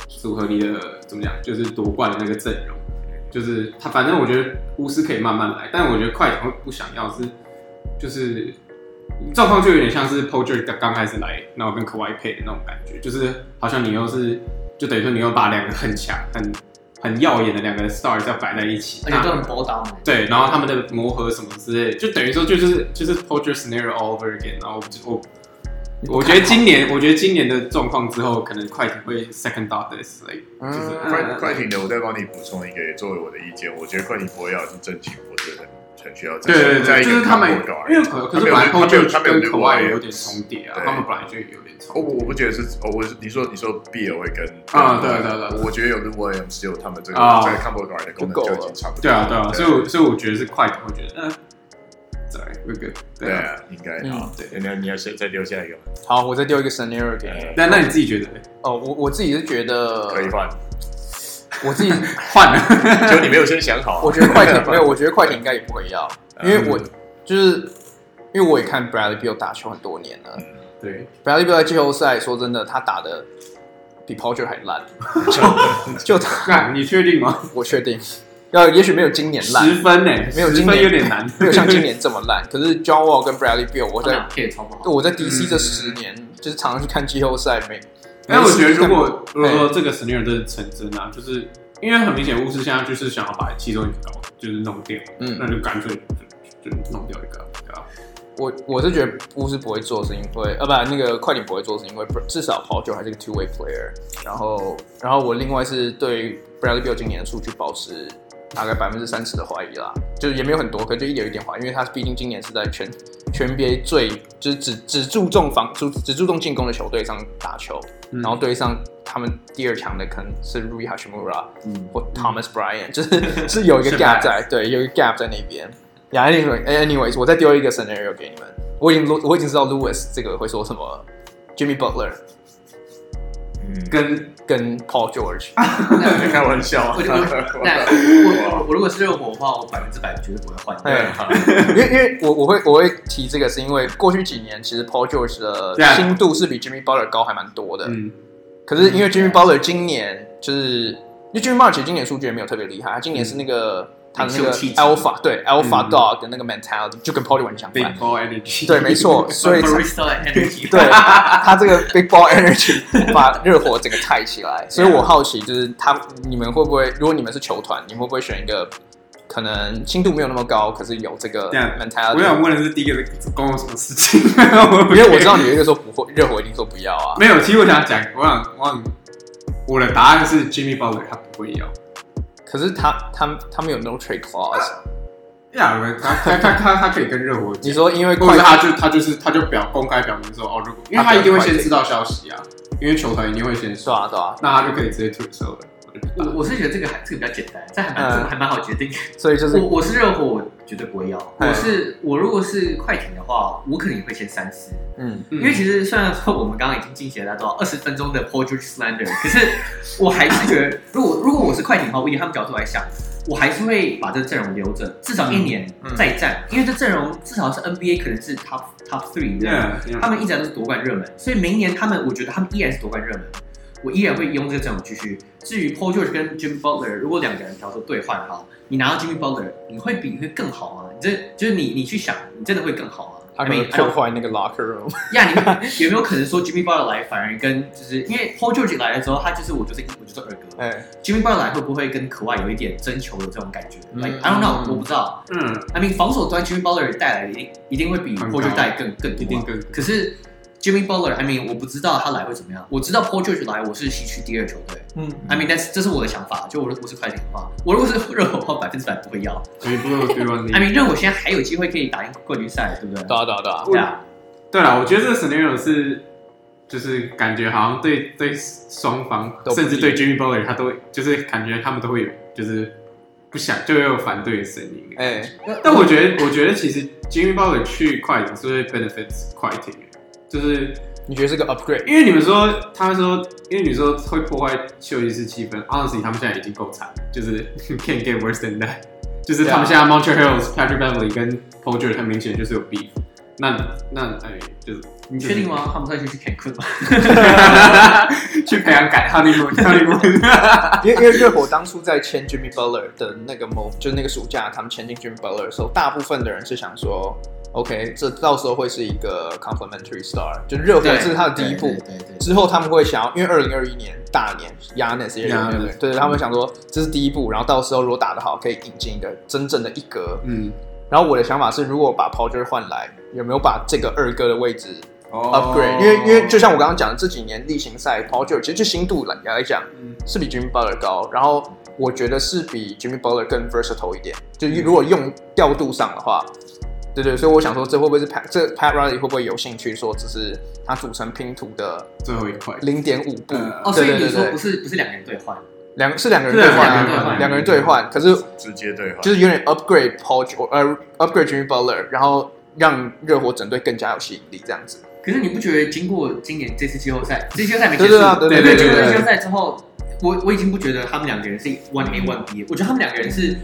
C: 组合你的怎么讲，就是夺冠的那个阵容。就是他，反正我觉得巫师可以慢慢来，但我觉得快艇会不想要是，就是状况就有点像是 p o g e r 刚刚开始来，然后跟 Kawhi 配的那种感觉，就是好像你又是就等于说你又把两个很强、很很耀眼的两个 stars 要摆在一起，
D: 而且
C: 那
D: 都很包刀嘛。
C: 对，然后他们的磨合什么之类，就等于说就就是就是 p o g e r scenario all over again，然后我我我觉得今年我觉得今年的状况之后，可能快艇会 second thought this like 就是呃
A: 嗯，
B: 快快艇的，我再帮你补充一个，也作为我的意见，我觉得快艇不会要是正经，我觉得很很需要在。
C: 对对
B: 在一
C: 对，就
B: 个
C: 是他们
B: combo guard，，
C: 因为可可
B: 啊他
C: 是
B: 没
C: 本
B: 有
C: 来
B: 他没有
C: Paul
B: 他
C: George
B: 没有
C: 跟
B: Luke
C: 口外
B: Walton
C: 有点重叠啊，
B: 对
C: 他们本来就有点重
B: 我
C: 叠。
B: 我不觉得是，哦我是你说你说 B L 会跟
C: 啊对对对
B: 我觉得有 Lou Williams 只有他们这个
C: 啊
B: 这个 combo guard 的功
A: 就
B: 能
A: 够
B: 就
A: 了
B: 已经差不多。
C: 对啊，对啊，所以我所以我觉得是快艇会觉得，嗯，sorry，那个对
B: 对
C: 啊。
B: 啊，应该
A: 嗯
B: 好。对，你要你要先再留下一个吗？
A: 好，我再丢一个 scenario 给你。
B: 呃
C: 那那你自己觉得嘞
A: 哦，我我自己是觉得，
B: 可以换，
A: 我自己
C: 换了？
B: 就你没有先想好啊。
C: 嗯
A: 我觉得快艇没有，我觉得快艇应该也不会要，因为我就是因为我也看 Bradley Beal 打球很多年了。
C: 嗯对，
A: Bradley Beal 在季后赛，说真的，他打的比 p o j e r 还 烂。就就他，
C: 干，你确定吗？
A: 我确定，要也许没有今年
C: 十
A: 烂，
C: 分呢，
A: 没有
C: 十
A: 今
C: 分
A: 年
C: 有点难，
A: 没有像今年这么烂。可是 John Wall 跟 Bradley Beal，我
D: 他们
A: 在
D: 俩 K 也超不好。
A: 我在 DC 这
C: 嗯
A: 十年，就是常常去看季后赛，没。
C: 但
A: 没
C: 我
A: 事
C: 觉得，如
A: 干
C: 果如果说这个 scenario 真的成真啊，就是因为很明显，巫师现在就是想要把其中一个搞，就是弄掉，那
A: 嗯，
C: 就干脆就就弄掉一个，对吧？
A: 我我是觉得巫师不会做，是因为呃不，那个快点不会做，是因为至少 p o j e r 还是个 two way player。然后，然后我另外是对 Bradley Beal 今年的数据保持大概百分之三十的怀疑啦，就是也没有很多，可就一点一点怀疑，因为他毕竟今年是在全全 NBA 最就是只只注重防注只注重进攻的球队上打球，
C: 嗯
A: 然后对上他们第二强的可能是 Rui Hashimura
D: 嗯，
A: 或 Thomas Bryant，就是是有一个 gap 在，对，有一个 gap 在那边。Yeah, anyway, anyways，我再丢一个 scenario 给你们，我已经录我已经知道 Lewis 这个会说什么了，Jimmy Butler
B: 嗯，
C: 跟
A: 跟 Paul George。
D: 那
B: 开玩笑啊
D: 我就我那我我我如果是热火的话，我百分之百绝对不会换
A: 哎
D: 掉。
A: 因为因为我我会我会提这个，是因为过去几年其实 Paul George 的
C: 对啊
A: 新度是比 Jimmy Butler 高还蛮多的。
C: 嗯
A: 可是因为 Jimmy Butler 今年就是，因为 Jimmy Butler 其实今年数据也没有特别厉害，他今年是那个、他的那个
D: 领袖气质
A: Alpha 对 Alpha
C: 嗯
A: Dog 的那个 mentality 就跟 Paul 完全相
C: ，big
A: 反。
C: ball energy，
A: 对，没错，所 以
D: b a r i s t a energy，
A: 对他这个 Big Ball Energy 把热火整个抬起来，所以
C: 啊
A: 我好奇就是他你们会不会，如果你们是球团，你们会不会选一个可能轻度没有那么高，可是有这个
C: 对啊
A: mentality？
C: 我想问的是，第一个是关我什么事情？因
A: 因为我知道你有一个说不会，热火一定说不要啊。
C: 没有，其实我想讲，我想我想我的答案是 Jimmy Butler 他不会要。
A: 可是他他他们有 no trade clause，
C: 呀，他他他他他可以跟热火讲，
A: 你说因为
C: 或
A: 快
C: 者他就他就是他就表公开表明说，哦，如果因为他一定会先知道消息啊，因为球团一定会先
A: 是
C: 说，
A: 吧对吧？
C: 那他就可以直接退休了。我就
D: 我我是觉得这个还这个比较简单，这还
A: 嗯
D: 蛮、这个还蛮好决定。
A: 所以就是
D: 我我是热火，我绝对不会要。
A: 嗯
D: 我是我如果是快艇的话，我肯定会先三思，
A: 嗯，
C: 嗯
D: 因为其实虽然说我们刚刚已经进行了到二十分钟的 p o r t r a i slander，可是我还是觉得，如果如果我是快艇的话，我以他们角度来想，我还是会把这个阵容留着，至少一年
A: 嗯
D: 再战，因为这阵容至少是 NBA 可能是 top top three 的。
C: Yeah，
D: 他们一直都是夺冠热门，所以明年他们，我觉得他们依然是夺冠热门，我依然会用这个阵容继续。至于 Paul George 跟 Jimmy Butler，如果两个人假如说兑换的话，你拿到 Jimmy Butler，你会比你会更好吗？你这就是你你去想，你真的会更好吗？
A: 他
D: I
A: 可
D: mean,
A: 能
D: I
A: 破
D: don't-
A: 坏那个 locker room。
D: 呀，你有没有可能说 Jimmy Butler 来反而跟就是因为 Paul George 来了之后，他就是我就是我就是二哥
A: 哎，
D: ，Jimmy Butler 来会不会跟可外有一点争球的这种感觉、
A: 嗯
D: l i k e I don't know，、我不知道。
C: 嗯，
D: I mean 防守端 Jimmy Butler 带来的一定一定会比
C: 很
D: Paul George
C: 高
D: 带更更多啊、
C: 一定跟
D: 可是 Jimmy Butler，I mean，我不知道他来会怎么样。我知道 Paul George 来，我是西区第二球队。
A: 嗯，
D: I mean，但是这是我的想法。就我如果是快艇的话， 我如果是热火的话，百分之百不会要。
C: 所以不如对方
D: I mean，热火现在还有机会可以打赢冠军赛，对不对？
A: 对啊对啊对啊。
D: 对啊，
C: 对了，我觉得这个 scenario 是，就是感觉好像对对双方
A: 都，不利
C: 甚至对 Jimmy Butler 他都就是感觉他们都会有就是不想就会有反对的声音。
A: 哎，
C: 但我觉得，我觉得其实 Jimmy Butler 去快艇是会 benefits 快艇，就是
A: 你觉得是个 upgrade？
C: 因为你们说，他们说，因为你说会破坏休息室气氛，honestly，他们现在已经够惨了，就是 can't get worse than that，就是 他们现在 Montreal Hills、Patrick Beverly 跟 p o g e r 很明显就是有 beef，那那哎，就是
D: 你确定吗？他们再去去 Cancun 吗？
C: 去培养感 honeymoon，honeymoon，
A: 因为因为热火当初在签 Jimmy Butler 的那个某，就是那个暑假他们签进 Jimmy Butler 的时候，大部分的人是想说，OK，这到时候会是一个 complementary star，就热火这是他的第一步。
D: 对对对对
A: 之后他们会想要，因为二零二一年大年 Yanis 也有
C: Giannis，
A: 对对，他们想说这是第一步，然后到时候如果打得好，可以引进一个真正的一哥。
C: 嗯
A: 然后我的想法是，如果把 p o g e r 换来，有没有把这个二哥的位置 upgrade？、因为因为就像我刚刚讲的，这几年例行赛 p o g e r 其实就新度来来讲
C: 嗯
A: 是比 Jimmy Butler 高，然后我觉得是比 Jimmy Butler 更 versatile 一点，就如果用调度上的话。对对，所以我想说，这会不会是 Pat 这 Pat Riley 会不会有兴趣说，只是他组成拼图的
C: 最后一块，
A: 零点五步？
C: 嗯
D: 哦，所
A: 对
D: 以
A: 对
D: 你
A: 对
D: 说
A: 对
D: 不，是不是两个人兑换？
A: 两是两个人
C: 是
A: 兑
C: 两个
A: 换
C: 人
D: 兑
A: 啊，
D: 换
A: 两个人兑换，可是
B: 直接对话，
A: 就是有点 upgrade Paul George- 呃 upgrade Jimmy Butler，然后让热火整队更加有吸引力这样子。
D: 可是你不觉得经过今年这次季后赛，这季后赛没结
A: 对
D: 束，
A: 对啊，对
C: 对
A: 对
C: 对
D: 经过
C: 对
D: 季
A: 对
D: 后赛之后，我我已经不觉得他们两个人是 one A one B，我觉得他们两个人是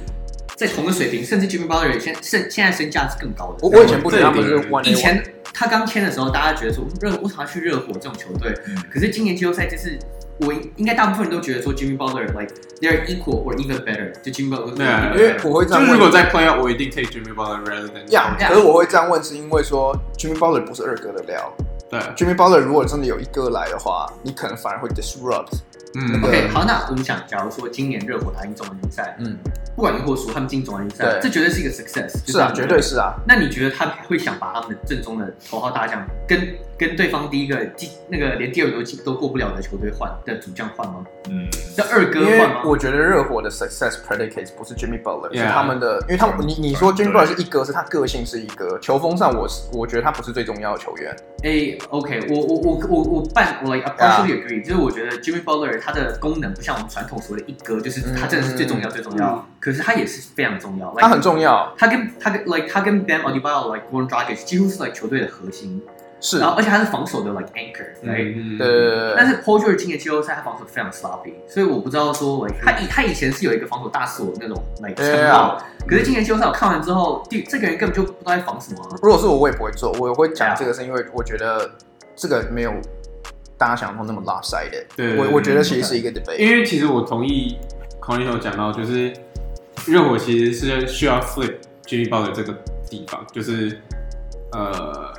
D: 在同个水平，甚至 Jimmy Butler 现现现在身价是更高的。
A: 我我以前不觉得他们是
B: 这一点
A: one，
D: 以前他刚签的时候，大家觉得说嗯热，为什么要去热火这种球队？
B: 嗯
D: 可是今年季后赛，就是我应该大部分人都觉得说 Jimmy Butler like they're equal or even better，就 Jimmy Butler
C: 对啊
D: even
A: 因为
D: better
A: 我会这
C: 就
A: 样
C: 是如
A: 问
C: 果在 playoff，我一定 take Jimmy Butler rather than
A: 呀
D: Yeah
A: 可是我会这样问，是因为说 Jimmy Butler 不是二哥的料
C: 对，啊
A: ，Jimmy Butler 如果真的有一哥来的话，你可能反而会 disrupt。
C: 嗯，
A: 对
D: OK，好，那我们想，假如说今年热火打进总冠军赛，
A: 嗯，
D: 不管赢或输，他们进总冠军赛，
A: 对
D: 这绝对是一个 success，就是
A: 啊，
D: 他们
A: 绝对。是啊，
D: 那你觉得他们会想把他们的正宗的头号大将跟跟对方第一个第那个连第二轮都都过不了的球队换的主将换吗？
B: 嗯，
D: 这二
A: 因
D: 哥
A: 为
D: 换吗？
A: 我觉得热火的 success predicates 不是 Jimmy Butler，是
C: Yeah
A: 他们的，因为他们你你说 Jimmy
B: 对
A: Butler 是一哥，是他个性是一哥，球风上我是我觉得他不是最重要的球员，
D: 诶 o k 哎我我我我我半我 like I
A: Yeah.
D: partially agree，、就是我觉得 Jimmy Butler 他的功能不像我们传统所谓的一哥，就是他真的是最重要最重要，
C: 嗯
D: 可是他也是非常重要。
A: 他很
D: like,
A: 重要，
D: 他跟他跟 like 他跟 Bam Adebayo like Goran Dragic 几乎是 like 球队的核心，
A: 是
D: 然，后而且他是防守的 like anchor，、right？
C: 嗯，
A: 对对对对
D: 嗯但是 Paul George 今年季后赛他防守非常 sloppy，所以我不知道说 like 他以他以前是有一个防守大锁那种 like 称
A: Yeah.
D: 号，可是今年季后赛我看完之后，第这个人根本就不知道在防什么啊、
A: 如果是我，我也不会做。我会讲
D: Yeah.
A: 这个，是因为我觉得这个没有大家想象中那么 lopsided。
C: 对
A: 我我觉得其实
D: 嗯
A: 是一个 debate。
C: 因为其实我同意 c o n i t o 讲到，就是热火其实是需要 flip Jimmy Butler 这个地方，就是呃，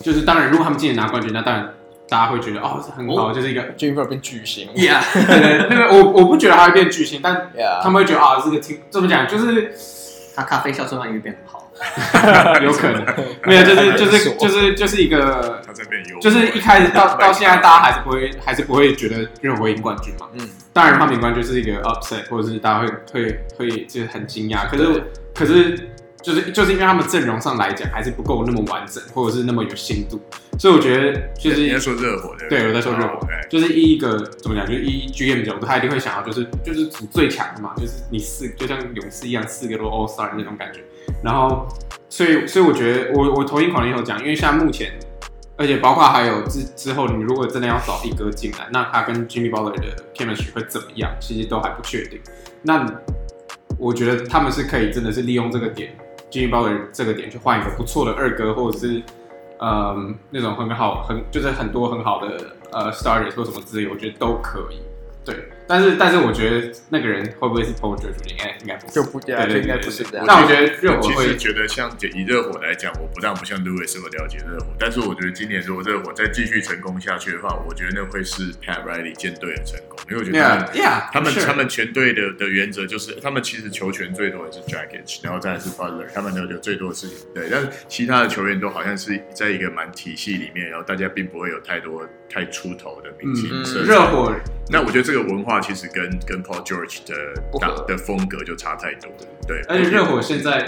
C: 就是当然，如果他们今年拿冠军，那当然大家会觉得哦，这很好，就是一个
A: Jimmy Butler 变巨星
D: Yeah，
C: 对对那个我我不觉得他会变巨星，但他
A: ，Yeah，
C: 们会觉得啊，这个听怎么讲， 就是
D: 他咖啡销售量也变很好。
C: 有可能没有，就是 就是就是就是一个。
B: 他这边有，
C: 就是一开始到到现在，大家还是不会，还是不会觉得热火赢冠军嘛。
A: 嗯，
C: 当然，他们赢冠军是一个 upset，或者是大家会会会就是很惊讶。可是可是就是就是因为他们阵容上来讲还是不够那么完整，或者是那么有深度，所以我觉得就
B: 你在
C: 是
B: 说热火对不
C: 对我在说热火
B: 好，OK
C: 就是一个怎么讲，就是一 GM 角度，他一定会想要就是就是组最强的嘛，就是你四就像勇士一样四个都 All Star 那种感觉。然后，所以所以我觉得我我同意狂人有讲，因为像目前，而且包括还有之之后，你如果真的要找一哥进来，那他跟 Jimmy Butler 的 chemistry 会怎么样，其实都还不确定。那我觉得他们是可以真的是利用这个点，Jimmy Butler 这个点去换一个不错的二哥，或者是嗯那种很好很就是很多很好的呃 starters 或什么之类，我觉得都可以。对，但是但是我觉得那个人会不会是 Paul George？应该应该不是
A: 就不这样，
C: 对
A: 就
C: 对
A: 应该
C: 对
A: 不是这样。
C: 那我觉得热火
B: 其
C: 会
B: 实觉得像以热火来讲，我不但不像 Louis 这么了解热火，但是我觉得今年如果热火再继续成功下去的话，我觉得那会是 Pat Riley 舰队的成功，因为我觉得他们
C: Yeah, 啊 yeah.
B: 他们
C: sure.
B: 他们全队的的原则就是，他们其实球权最多也是 Dragic，然后再来是 Butler，他们的有最多的事情。对，但是其他的球员都好像是在一个蛮体系里面，然后大家并不会有太多太出头的明星
A: 嗯嗯
B: 色彩。
C: 热火
B: 那我觉得这个文化其实跟跟 Paul George 的
A: 不合
B: 打的风格就差太多了。对，
C: 而且热火现在，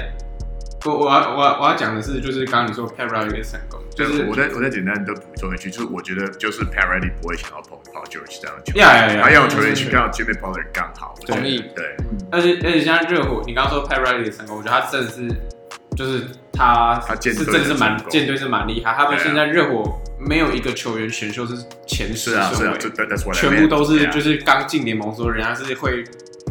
C: 我我要我要我要讲的是，就是刚刚你说 p e r a 一个成功，就
B: 就是是我再我再简单的补充一句，就是我觉得就是 p a r a d y 不会想要碰 Paul George 这样的球员，
C: 呀呀
B: 他
C: 呀，
B: 要球员去到 Jimmy Butler 刚好。我觉得
A: 同意
B: 对，
C: 而且而且现在热火，你刚刚说 p e r a 的成功，我觉得他真的是就是他
B: 他舰
C: 是
B: 队
C: 真的是蛮
B: 成功
C: 舰队是蛮厉害，他们
B: 对啊
C: 现在热火没有一个球员选秀是前十
B: 是啊是
C: 顺
B: 啊
C: 位，
B: 这 That's what I
C: 全部都是
B: meant，啊
C: 就
B: yeah
C: 是刚进联盟的时候，人家是会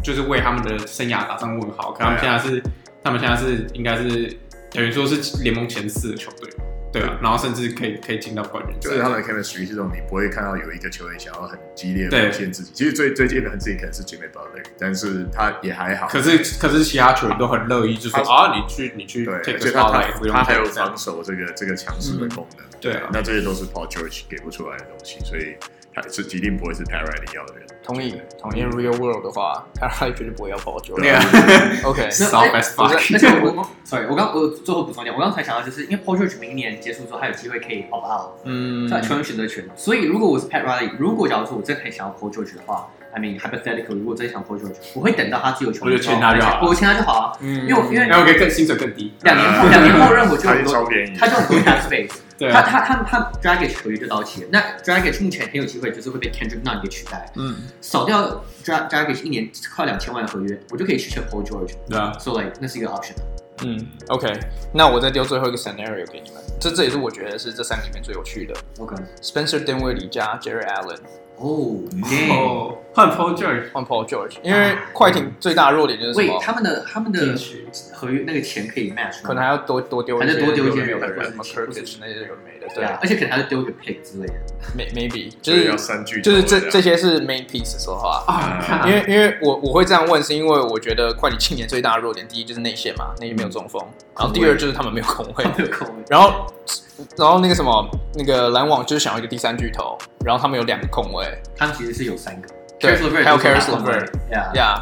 C: 就是为他们的生涯打上问号。可他们现
B: 对啊
C: 在是，他们现在是应该是等于说是联盟前四的球队，对啊，然后甚至可以可以进到冠军
B: 就是他
C: 赛。
B: 们的 chemistry 这种，你不会看到有一个球员想要很激烈地
C: 对
B: 表现自己。其实最最激烈的自己可能是 Jimmy Butler，但是他也还好。
C: 可是可是其他球员都很乐意，就说啊，你去你去
B: 对，
C: take
B: 而
C: the
B: 且他
C: spotlight，
B: 他
C: 不用
B: 他还有
C: take 这样
B: 防守这个这个强势的功能。
C: 对啊，
B: 那这些都是 Paul George 给不出来的东西，所以他是一定不会是 p a r a d y 要的人。
A: 同意，同意。Real world 的话，他他绝对不会要 Paul George。
C: 对啊
A: OK，
C: ，soft as
A: 我在
C: fuck。
D: 而且我我 sorry，我刚我最后补充一点，我刚才想到就是因为 Paul George 明年结束之后，他有机会可以 opt out，
A: 嗯
D: 在球员选择权。所以如果我是 Pat Riley，如果假如说我真的很想要 Paul George 的话，I mean hypothetical，如果真的想 Paul George，我会等到他自由球员的时候，
C: 我就签他就好了
D: 我签他就好啊。
A: 因
D: 因为我因为
C: 然后可以更薪水更低，
D: 两年后，两年后任我就
B: 他是
D: 很
B: 超
D: 多，
B: 便宜，
D: 他就很多 cap space。
C: 对
D: 他
C: 啊，
D: 他他他 Dragic 合约就到期了，那 Dragic 目前很有机会就是会被 Kendrick Nunn 给取代，
A: 嗯，
D: 少掉 Dra Dragic 一年快两千万的合约，我就可以去签 Paul George，
C: 对啊，
D: 所、so、以、like, 那是一个 option。
A: 嗯，OK，那我再丢最后一个 scenario 给你们，这这也是我觉得是这三个里面最有趣的。
D: OK，
A: Spencer Dinwiddie 加 Jerry Allen
D: 哦，damn，
C: 哦，换 Paul George
A: 换 Paul George，因为快艇最大的弱点就是什
D: 啊喂
A: 么，？
D: 他们的他们的
C: 进去，
D: 合约那个钱可以 match，吗
A: 可能还要多多丢一
D: 还
A: 些
D: 是多丢一些
A: 有的
D: 人
A: 人，什么
D: 或者
A: c u r
D: 是
A: t i s 那些有的没的，
D: 对
A: 对
D: 啊，而且可能还是丢一个 pick 之类的。
A: ，may-，maybe 就
B: 所以要
A: 是
B: 三句头
A: 就是
B: 样
A: 这这些是 main piece 说话。
C: 啊，看
A: 因为因为我我会这样问，是因为我觉得快艇今年最大的弱点，第一就是内线嘛，内线没有中锋，然后第二就是他们没有空位，
D: 没有空位，
A: 然后然后那个什么那个篮网就是想要一个第三巨头，然后他们有两个空位，
D: 他们其实是有三个，
A: 对
D: Caris LeVert
A: 还有
D: 就是
A: Caris
D: 打空位
A: LeVert
D: Yeah
A: 呀、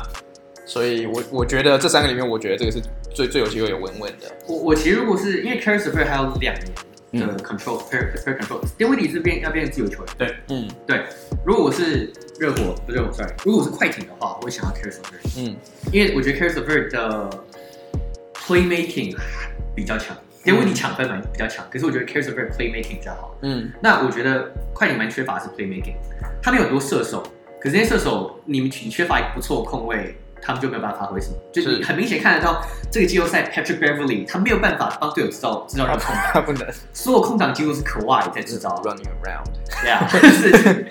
A: 所以我我觉得这三个里面，我觉得这个是最最有机会有稳稳的。
D: 我我其实如果是因为 Caris LeVert 还有两年的 control fair fair control，因为你这边要变自由球员。
A: 嗯
D: 如果我是热火，不是热火，sorry，如果我是快艇的话，我会想要 Caris LeVert，
A: 嗯
D: 因为我觉得 Caris LeVert 的 playmaking 比较强，因为你抢分蛮比较强，可是我觉得 Caris LeVert playmaking 比较好。
A: 嗯
D: 那我觉得快艇蛮缺乏的是 playmaking，他们有很多射手，可是那些射手你们你缺乏一个不错的控卫，他们就没有办法发挥什么。就是你
A: 是
D: 很明显看得到这个季后赛 Patrick Beverly 他没有办法帮队友制造制造任何空档，
A: 他不能
D: 所有空档几乎是 Kawhi 在制造。
A: running around。
D: Yeah，是。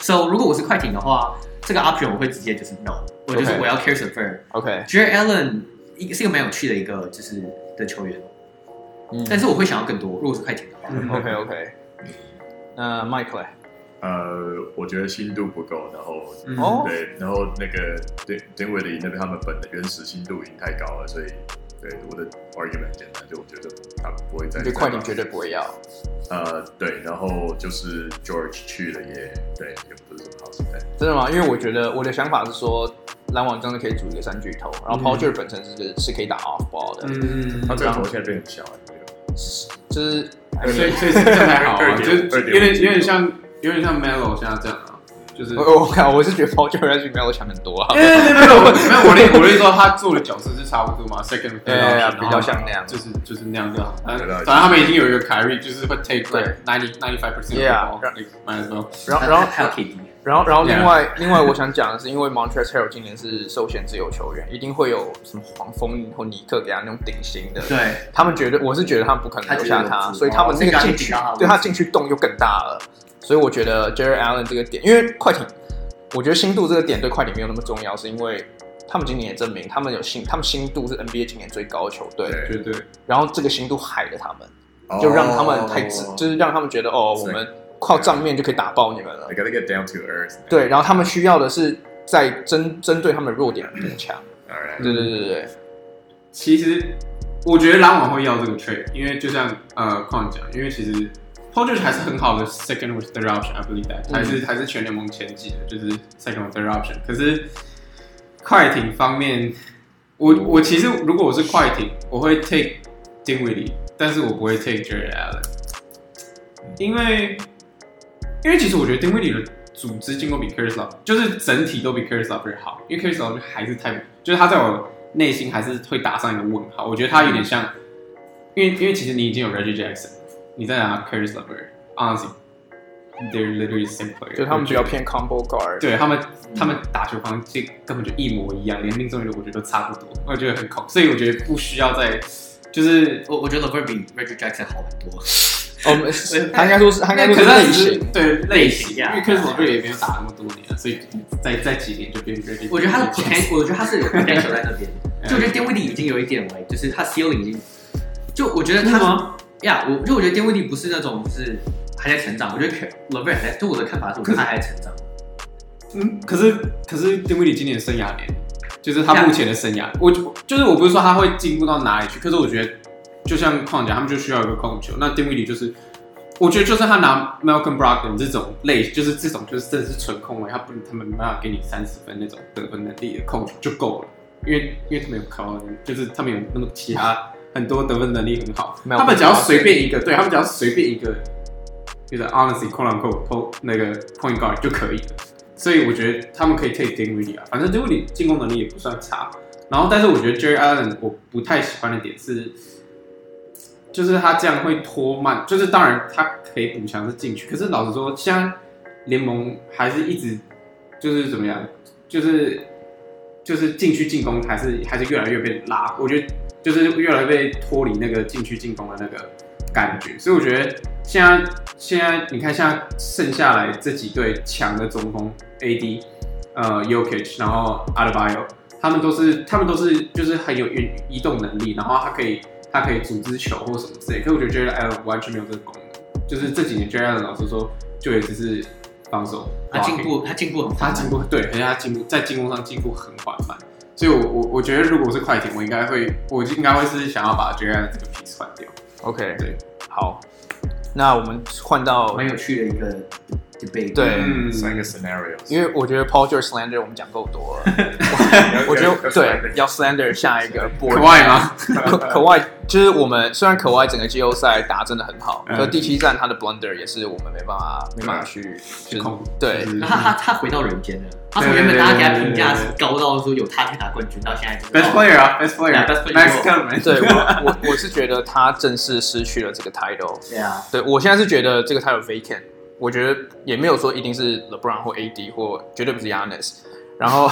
D: So 如果我是快艇的话，这个 option 我会直接就是 no，我就是
A: OK
D: 我要 Caris LeVert。
A: OK，
D: Jared Allen 一个是一个蛮有趣的一个就是的球员，
A: 嗯
D: 但是我会想要更多。如果是快艇的话，
C: 嗯
A: OK OK，那 Mike 嘞？
B: 呃，我觉得心度不够，然后
C: 嗯
A: 哦
B: 对，然后那个对丁伟里那边他们本的原始心度已经太高了，所以对我的 argument 很简单，就我觉得他们不会再
A: 对，快艇绝
B: 觉
A: 对
B: 得
A: 不会要。
B: 呃对，然后就是 George 去了也对，也不是什么好事态。
A: 真的吗？因为我觉得我的想法是说，篮网真的可以组一个三巨头，然后 Paul George 本身是是可以打 off ball 的，
C: 嗯
B: 他，这个头现在变很小了，没有
A: 就是
C: 所以所以是这样才好啊，
B: 二
C: 就
B: 点
C: 是
B: 二点五
C: 有点有点像有点像 Melo 现在这样啊，就是
A: 我我我看我是觉得 Paul George 比 Melo 强很多啊，
C: 没有 没有没有，没有我的我的意思说他做的角色是差不多嘛，second
A: 对
C: third option，
A: 比较像那样。
C: 就是就是那样就好。反正
B: 对对
C: 反正他们已经有一个凯瑞，就是会 take
A: 啊对
C: like ninety ninety five percent
A: Yeah，
C: of the ball，like might as well。
A: 然后然后
D: 还有 KD。
A: 然后，然后另
C: Yeah.
A: 外另外，我想讲的是，因为 Montrezl Harrell 今年是受限自由球员，一定会有什么黄蜂或尼克给他那种顶薪的，
D: 对，
A: 他们觉得我是觉得他们不可能留下
D: 他觉得有
A: 他，
D: 自由
A: 所以他们那个进去
D: 所以他
A: 对他进去洞就更大了，所以我觉得 Jerry Allen 这个点，因为快艇，我觉得新度这个点对快艇没有那么重要，是因为他们今年也证明他们有新，他们新度是 NBA 今年最高的球队，
B: 对
C: 绝对，
A: 然后这个新度害了他们，就让他们太自，就是让他们觉得哦，
B: 是
A: 我们靠账面就可以打爆你们了
B: I。gotta get down to earth. man.
A: 对，然后他们需要的是在针针对他们的弱点补强。
B: All
C: 嗯
B: right.
A: 对对对对对，
C: 其实我觉得篮网会要这个 trade，因为就像呃矿讲，因为其实 Paul George 还是很好的 second or third option，I believe that 还是、还是全联盟前几的，就是 second or third option。可是快艇方面，我
A: 哦
C: 我其实如果我是快艇，我会 take Dinwiddie，但是我不会 take Jared Allen，因为因为其实我觉得 Dinwiddie 的组织进攻比 Caris Love 就是整体都比 Caris Love 好，因为 Caris Love 还是太就是他在我内心还是会打上一个问号，我觉得他有点像，因为因为其实你已经有 Reggie Jackson，你再拿 Caris Love，honestly。They're literally same player，
A: 就他们
C: 我
A: 比
C: 觉
A: 较
C: 得
A: 偏 combo guard。
C: 对他们，他们打球方式根本就一模一样，连命中率我觉得都差不多，我觉得很恐，所以我觉得不需要再就是，
D: 我我觉得 LeVert 比 Reggie Jackson 好很多。
A: 哦，没他应该说是他应该
C: 那
A: 说是
C: 可是他
A: 类
C: 只是
A: 型。
C: 对类型，
D: 类型
C: 因
D: 啊
C: 为 Chris l e v 也没有打那么多年，所以在在几年就变成 Reggie。
D: 我觉得他的 potential，我觉得他是有 potential 在那 边。
C: 嗯
D: 就我觉得 d i n w i d d i 已经有一点了，就是他 ceiling 已经，就我觉得
C: 是
D: 他
C: 吗？
D: 呀，我就我觉得 d i n w i d d i 不是那种就是还在成长，我觉得 LeVert 还在，就我的看法是，我觉得他还在成长。
C: 嗯，可是可是丁威迪今年生涯年，就是他目前的生涯，我就就是我不是说他会进步到哪里去，可是我觉得就像矿讲，他们就需要一个控球，那丁威迪就是。我觉得就算他拿 Malcolm Brogdon 这种类，就是这种就是真的是纯控卫，他不他们没办法给你三十分那种得分能力的控球就够了，因为因为他们有 c o 就是他们有那种其他很多得分能力很好，
A: Malcolm
C: 他们只要随便一个，对他们只要随便一个，就是 honestly quote unquote po- 那个 point guard 就可以了，所以我觉得他们可以 take Dinwiddie 啊，反正 Dinwiddie 进攻能力也不算差，然后但是我觉得 Jerry Allen 我不太喜欢的点是。就是他这样会拖慢，就是当然他可以补强是进去，可是老实说，现在联盟还是一直就是怎么样，就是就是禁区进攻还是还是越来越被拉，我觉得就是越来越被脱离那个禁区进攻的那个感觉，所以我觉得现在现在你看，现在剩下来这几队强的中锋 AD，呃 y o k i c 然后阿德巴约，他们都是他们都是就是很有运移动能力，然后他可以他可以组织球或什么之类。可我觉得 Jalen Allen 完全没有这个功能，就是这几年 Jalen Allen 老师说，就也只是防守，
D: 他进步，他进步很
C: 他
D: 快，
C: 进步对，而且他进步在进攻上进步很缓慢，所以我我我觉得如果我是快艇，我应该会，我就应该会是想要把 j a l 这个 piece 换掉。
A: OK，
C: 对，
A: 好，那我们换到
D: 蛮有趣的一个 debate。
A: 对
C: 嗯，
B: 三个 scenario，
A: 因为我觉得 Paul George slander 我们讲够多了， 我我觉得对要 slander 下一个 b o
C: 可爱吗？
A: 可可外就是我们虽然可外整个季后赛打真的很好，
C: 嗯
A: 可第七站他的 blunder 也是我们没办法没办法去就是
C: 控
A: 对
C: 就是
D: 那他他他回到人间了，他从原本大家给他评价是高到说有他去拿冠军，到现在就是哦
C: best player 啊，best
D: Yeah, best player
C: player，Max Kellerman，
A: 对我我我是觉得他正式失去了这个 title，
D: 对啊，
A: 对我现在是觉得这个 title vacant，我觉得也没有说一定是 LeBron 或 AD 或绝对不是 Yanis，然 后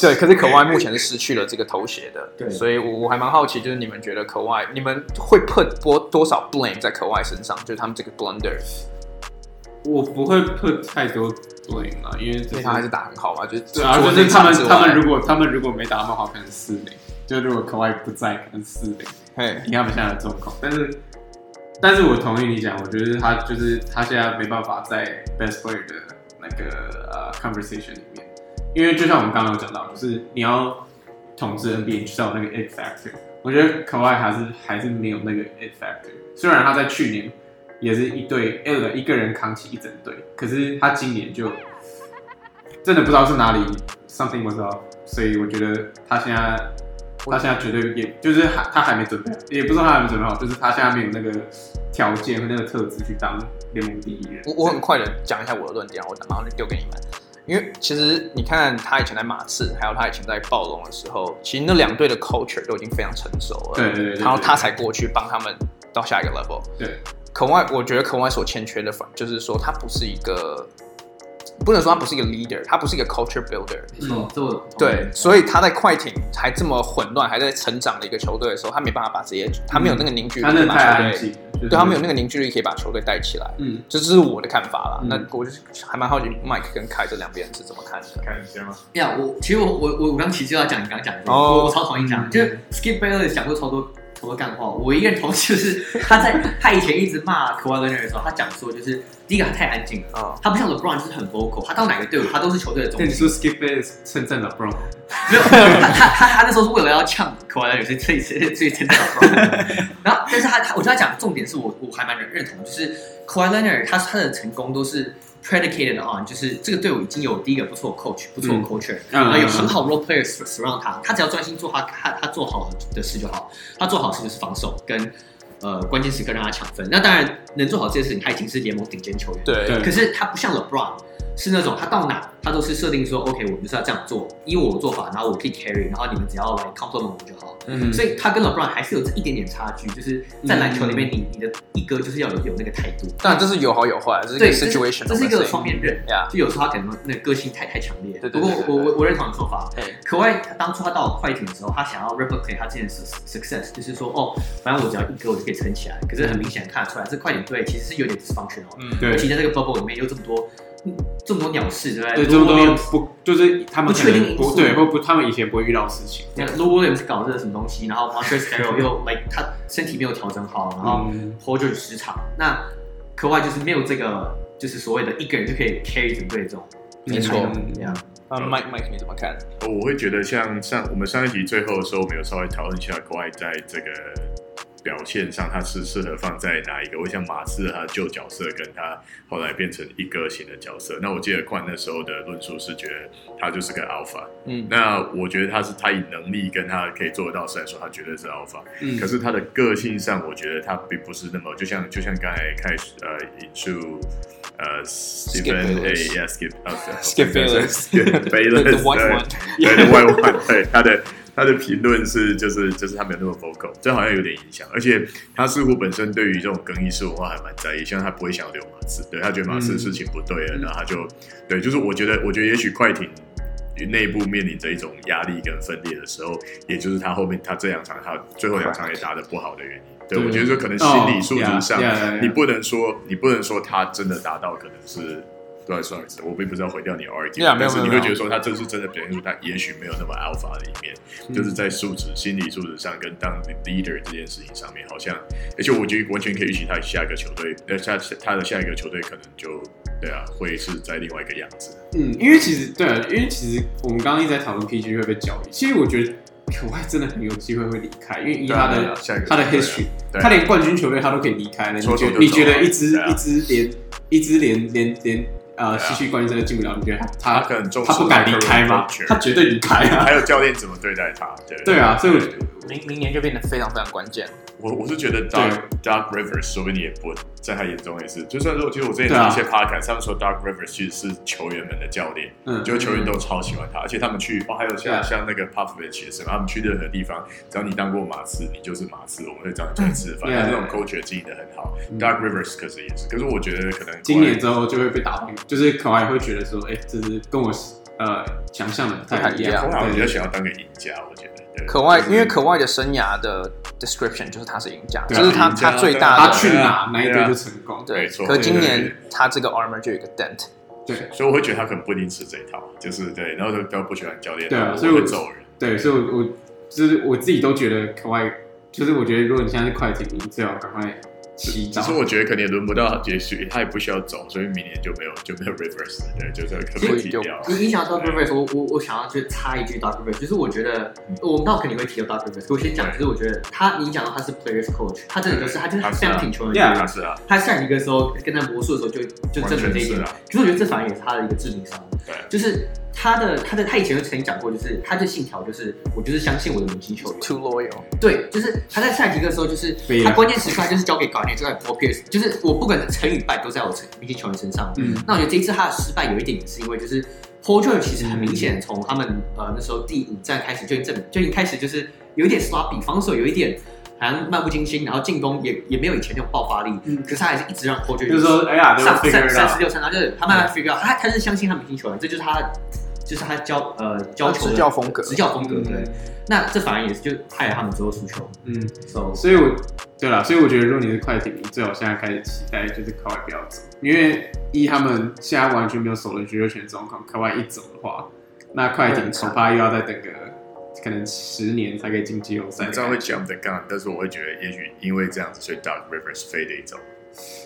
A: 对，可是可外目前是失去了这个头衔的，
D: 对
A: 所以我我还蛮好奇，就是你们觉得可外，你们会 put 多多少 blame 在可外身上，就是他们这个 blunder，
C: 我不会 put 太多 blame 啊，因为
A: 因
C: 这
A: 为他还是打很好嘛，就是
C: 对啊，
A: 除
C: 就
A: 了那
C: 是他
A: 场
C: 们
A: 之外
C: 他们如果他们如果没打他们的话，可能四零，就如果可外不在，可能四零。
A: 嘿
C: 以他们现在的状况，但是但是我同意你讲，我觉得他就是他现在没办法在 best player 的那个呃 conversation 里面，因为就像我们刚刚有讲到，就是你要统治 NBA，你就是要有那个 it factor。我觉得 Kawhi 还是还是没有那个 it factor，虽然他在去年也是一队 L 一个人扛起一整队，可是他今年就真的不知道是哪里 something was off，所以我觉得他现在他现在绝对也就是还他还没准备好，也不是说他还没准备好，就是他现在没有那个条件和那个特质去当联盟第一人。
A: 我我很快的讲一下我的论点，啊我马上就丢给你们。因为其实你看他以前在马刺，还有他以前在暴龙的时候，其实那两队的 culture 都已经非常成熟了。
C: 对对对对
A: 然后他才过去帮他们到下一个 level。
C: 对，
A: 可外，我觉得可外所欠缺的，反就是说他不是一个，不能说他不是一个 leader，他不是一个 culture builder。
D: 没错，这我
A: 对，所以他在快艇还这么混乱，还在成长的一个球队的时候，他没办法把这些，他没有那个凝聚力
C: 嗯他真的
A: 把
C: 太
A: 球
C: 安
A: 队，
C: 静了，就是
A: 对他没有那个凝聚力可以把球队带起来。
C: 嗯，
A: 这是我的看法啦。
C: 嗯
A: 那我就是还蛮好奇 Mike 跟凯这两边是怎么看的。
B: 看一下吗？
D: 呀，我其实我我我我刚其实就要讲你刚刚讲的，
A: 哦
D: 我我超同意讲，
C: 嗯
D: 就是 Skip Bayless 讲过超多超多干话，我一认同就是他在他以前一直骂 k a w h i Leonard 的时候，他讲说就是第一个他太安静了，
A: 哦，
D: 他不像 LeBron 就是很 vocal，他到哪个队伍他都是球队的中
C: 那你
D: 心
C: 说。Skip Bayless 称赞了 Brown，
D: 没有，他他他他那时候是为了要呛可爱的，所以所以所以所以才这样。 然后，但是他他我觉得他讲的重点是我我还蛮认认同的，就是 k a w h i Leonard 他他的成功都是 predicated on，就是这个队伍已经有第一个不错的 coach，不错的
C: 嗯
D: culture，、
C: 嗯
D: 然后有很好的 role players surround 他，他只要专心做他他他做好的事就好，他做好事就是防守跟呃关键时刻让他抢分。那当然能做好这件事情，他已经是联盟顶尖球员了。
A: 对
C: 对
D: 可是他不像 LeBron，是那种他到哪他都是设定说，OK，我就是要这样做，依我的做法，然后我可以 carry，然后你们只要来 compliment 我就好。
C: 嗯
D: 所以他跟 LeBron 还是有这一点点差距，就是在篮球里
A: 嗯
D: 面你，你的一哥就是要有有那个态度。
A: 当然这是有好有坏，这是一个
D: 对，这是
A: situation，
D: 这是一个双面刃。
A: 呀。
D: 就有时候他可能那个个性太太强烈。
A: 对对
D: 不过
A: 对对
D: 我
A: 对
D: 我我认同你的说法。
A: 嘿
D: 可外当初他到快艇的时候，他想要 replicate 他之前的 suc- success，就是说哦，反正我只要一哥我就可以撑起来。可是很明显看得出来，这快艇队其实是有点 dysfunctional。
A: 嗯，
C: 对
D: 尤其在这个 bubble 里面有这么多嗯这么多鸟事，对不对？
C: 对，这么
D: Lou
C: 多
D: Williams-
C: 不就是他们
D: 不
C: 可
D: 确定
C: 能
D: 因
C: 不
D: 素
C: 对，或不他们以前不会遇到的事情。
D: 那 Lou Williams 搞这个什么东西，然后 Montrezl Harrell 又 like 他身体没有调整好，然后
C: 嗯，
D: p o r t e r 失常，那科外就是没有这个就是所谓的一个人就可以 carry 整队这种，
A: 没错
C: 嗯
D: 这样
A: 那 Mike Mike 呃你怎么看？
B: 哦我会觉得像上我们上一集最后的时候，我们有稍微讨论一下国外在这个表现上，他是适合放在哪一个？我想马刺他旧角色跟他后来变成一哥型的角色。那我记得冠那时候的论述是觉得他就是个 alpha。
A: 嗯，
B: 那我觉得他是他以能力跟他可以做得到，虽然说他绝对是 alpha，
C: 嗯
B: 可是他的个性上，我觉得他并不是那么，就像就像刚才开始呃引述呃 Stephen A
A: Bayless
B: yeah Skip 啊
A: Skip Bayless
B: Skip
A: The- the
B: Bayless
A: white
B: 对
A: one
B: 对 The White One 对他的他的评论是就是就是他没有那么 vocal，这好像有点影响，而且他似乎本身对于这种更衣室文化还蛮在意，像他不会想要留马刺，对他觉得马刺
C: 嗯
B: 事情不对了，
C: 嗯
B: 然后他就对，就是我觉得我觉得也许快艇。内部面临着一种压力跟分裂的时候，也就是他后面他这两场他最后两场也打得不好的原因。对，
C: 对
B: 我觉得说可能心
C: 哦
B: 理素质上，你不能说你不能说他真的达到可能是。对，啊算了，我并不是要毁掉你的 argument，、
A: Yeah，没有
B: 但是你
A: 没有
B: 会觉得说他这是真的表现出他也许没有那么 alpha 的一面，
A: 嗯
B: 就是在素质、心理素质上跟当 leader 这件事情上面，好像，而且我觉得完全可以预期他下一个球队，呃，下他的下一个球队可能就对啊，会是在另外一个样子。
C: 嗯，因为其实对啊，因为其实我们刚刚一直在讨论 PG 会被交易，其实我觉得国外真的很有机会会离开，因为以
B: 对啊
C: 他
B: 对
C: 的
B: 啊下一个
C: 他的
B: 球队啊
C: history，
B: 对
C: 他连冠军球队他都可以离开了，你
B: 说走
C: 觉
B: 就
C: 得你
B: 走
C: 觉
B: 啊
C: 得一支
B: 对啊
C: 一支连一支连连连呃
B: 对啊
C: 西区冠军真的进不了，你觉得
B: 他
C: 他
B: 可能重视
C: 他不敢离开吗
B: culture？
C: 他绝对离开啊！
B: 还有教练怎么对待他？对
C: 对啊，所以我
A: 明明年就变得非常非常关键了。
B: 我我是觉得 Doc Doc Rivers 说不定也不在他眼中也是，就算说，其实我之前
C: 对啊
B: 听一些 podcast，、他们说 Doc Rivers 其实是球员们的教练，
C: 嗯，
B: 就球员都超喜欢他，而且他们去哦，还有
C: 对啊
B: 像像那个 Popovich 也是嘛，他们去任何地方，只要你当过马刺，你就是马刺，我们会找你出来吃饭。
C: 嗯
B: 他
C: Yeah
B: 这种 coach 经营的很好、
C: 嗯
B: d o c Rivers 可是也是，可是我觉得可能
C: 今年之后就会被打败，就是可能会觉得说，哎，这是跟我呃想象的不太一样
B: 通常，比较
C: 对
B: 想要当个赢家，我觉得。对
A: 可外，
B: 就是
A: 因为可外的生涯的 description 就是他是赢家，这
C: 对啊
A: 是他
B: 赢家
A: 他最大
C: 他
A: 的
C: 去哪哪一
B: 对
C: 队
B: 啊
C: 就成功，
A: 对
B: 没。错
A: 可今
B: 对对
A: 年他这个 armor 就有一个 dent，
C: 对。
B: 所以我会觉得他可能不一定吃这一套，就是对，然后就比较不喜欢教练，
C: 对啊
B: 然后
C: 所以我
B: 会走人。
C: 对，所以我，我就是我自己都觉得可外，就是我觉得如果你现在是快艇，你最好赶快洗
B: 只
C: 澡
B: 是。我觉得可能也轮不到，也许他也不需要走，所以明年就没有就没有 reverse，对，就是可能
A: 所
B: 被
A: 以
B: 踢
A: 就
B: 掉。
D: 你你想到 Doc Rivers，我我我想要就插一句 Doc Rivers，就是我觉得
B: 嗯
D: 我们到肯定会提到 Doc Rivers，我先讲，
B: 对
D: 就是我觉得他你讲到他是 Players Coach，他真的就是他就是
B: 他是啊
D: 非常挺球员
C: Yeah
D: 的。
B: 啊，是啊，
D: 他下一个时候跟他魔术的时候就就
B: 完
D: 证
B: 全
D: 明这一
B: 是
D: 点。
B: 啊，
D: 其实我觉得这反而也是他的一个致命伤，
B: 对
D: 就是他的他的他以前就曾经讲过，就是他的信条就是我就是相信我的明星球员，
A: too loyal，
D: 对，就是他在下一个时候，就是
C: 对呀
D: 他关键时刻他就是交给 Garnett，就在 Paul Pierce，就是我不管成与败都在我成明星球员身上。
C: 嗯，
D: 那我觉得这一次他的失败有一点也是因为就是 Paul George 其实很明显从他们呃那时候第五战开始就已经证明就已经开始就是有一点 sloppy，防守有一点好像漫不经心，然后进攻也也没有以前那种爆发力，
C: 嗯
D: 可是他还是一直让 Paul George
C: 就是说，哎呀，都
D: 上
C: figure it
D: 三三
C: out 嗯
D: 十六三，他就是他慢慢 figure out，他他是相信他明星球员，这就是他就是他教呃教球的
A: 执教风格
D: 执教风格对
C: 嗯。
D: 那这反而也是就害了他们之后输球。
C: 嗯，
D: So
C: 所以我，对了，所以我觉得，如果你是快艇，你最好现在开始期待，就是可外不要走，因为一他们现在完全没有首轮决策权的状况，可外一走的话，那快艇恐怕又要再等个可能十年才可以进季后赛
B: 你。这样会 jump the gun，但是我会觉得也许因为这样子，所以 Doc Rivers 非得走，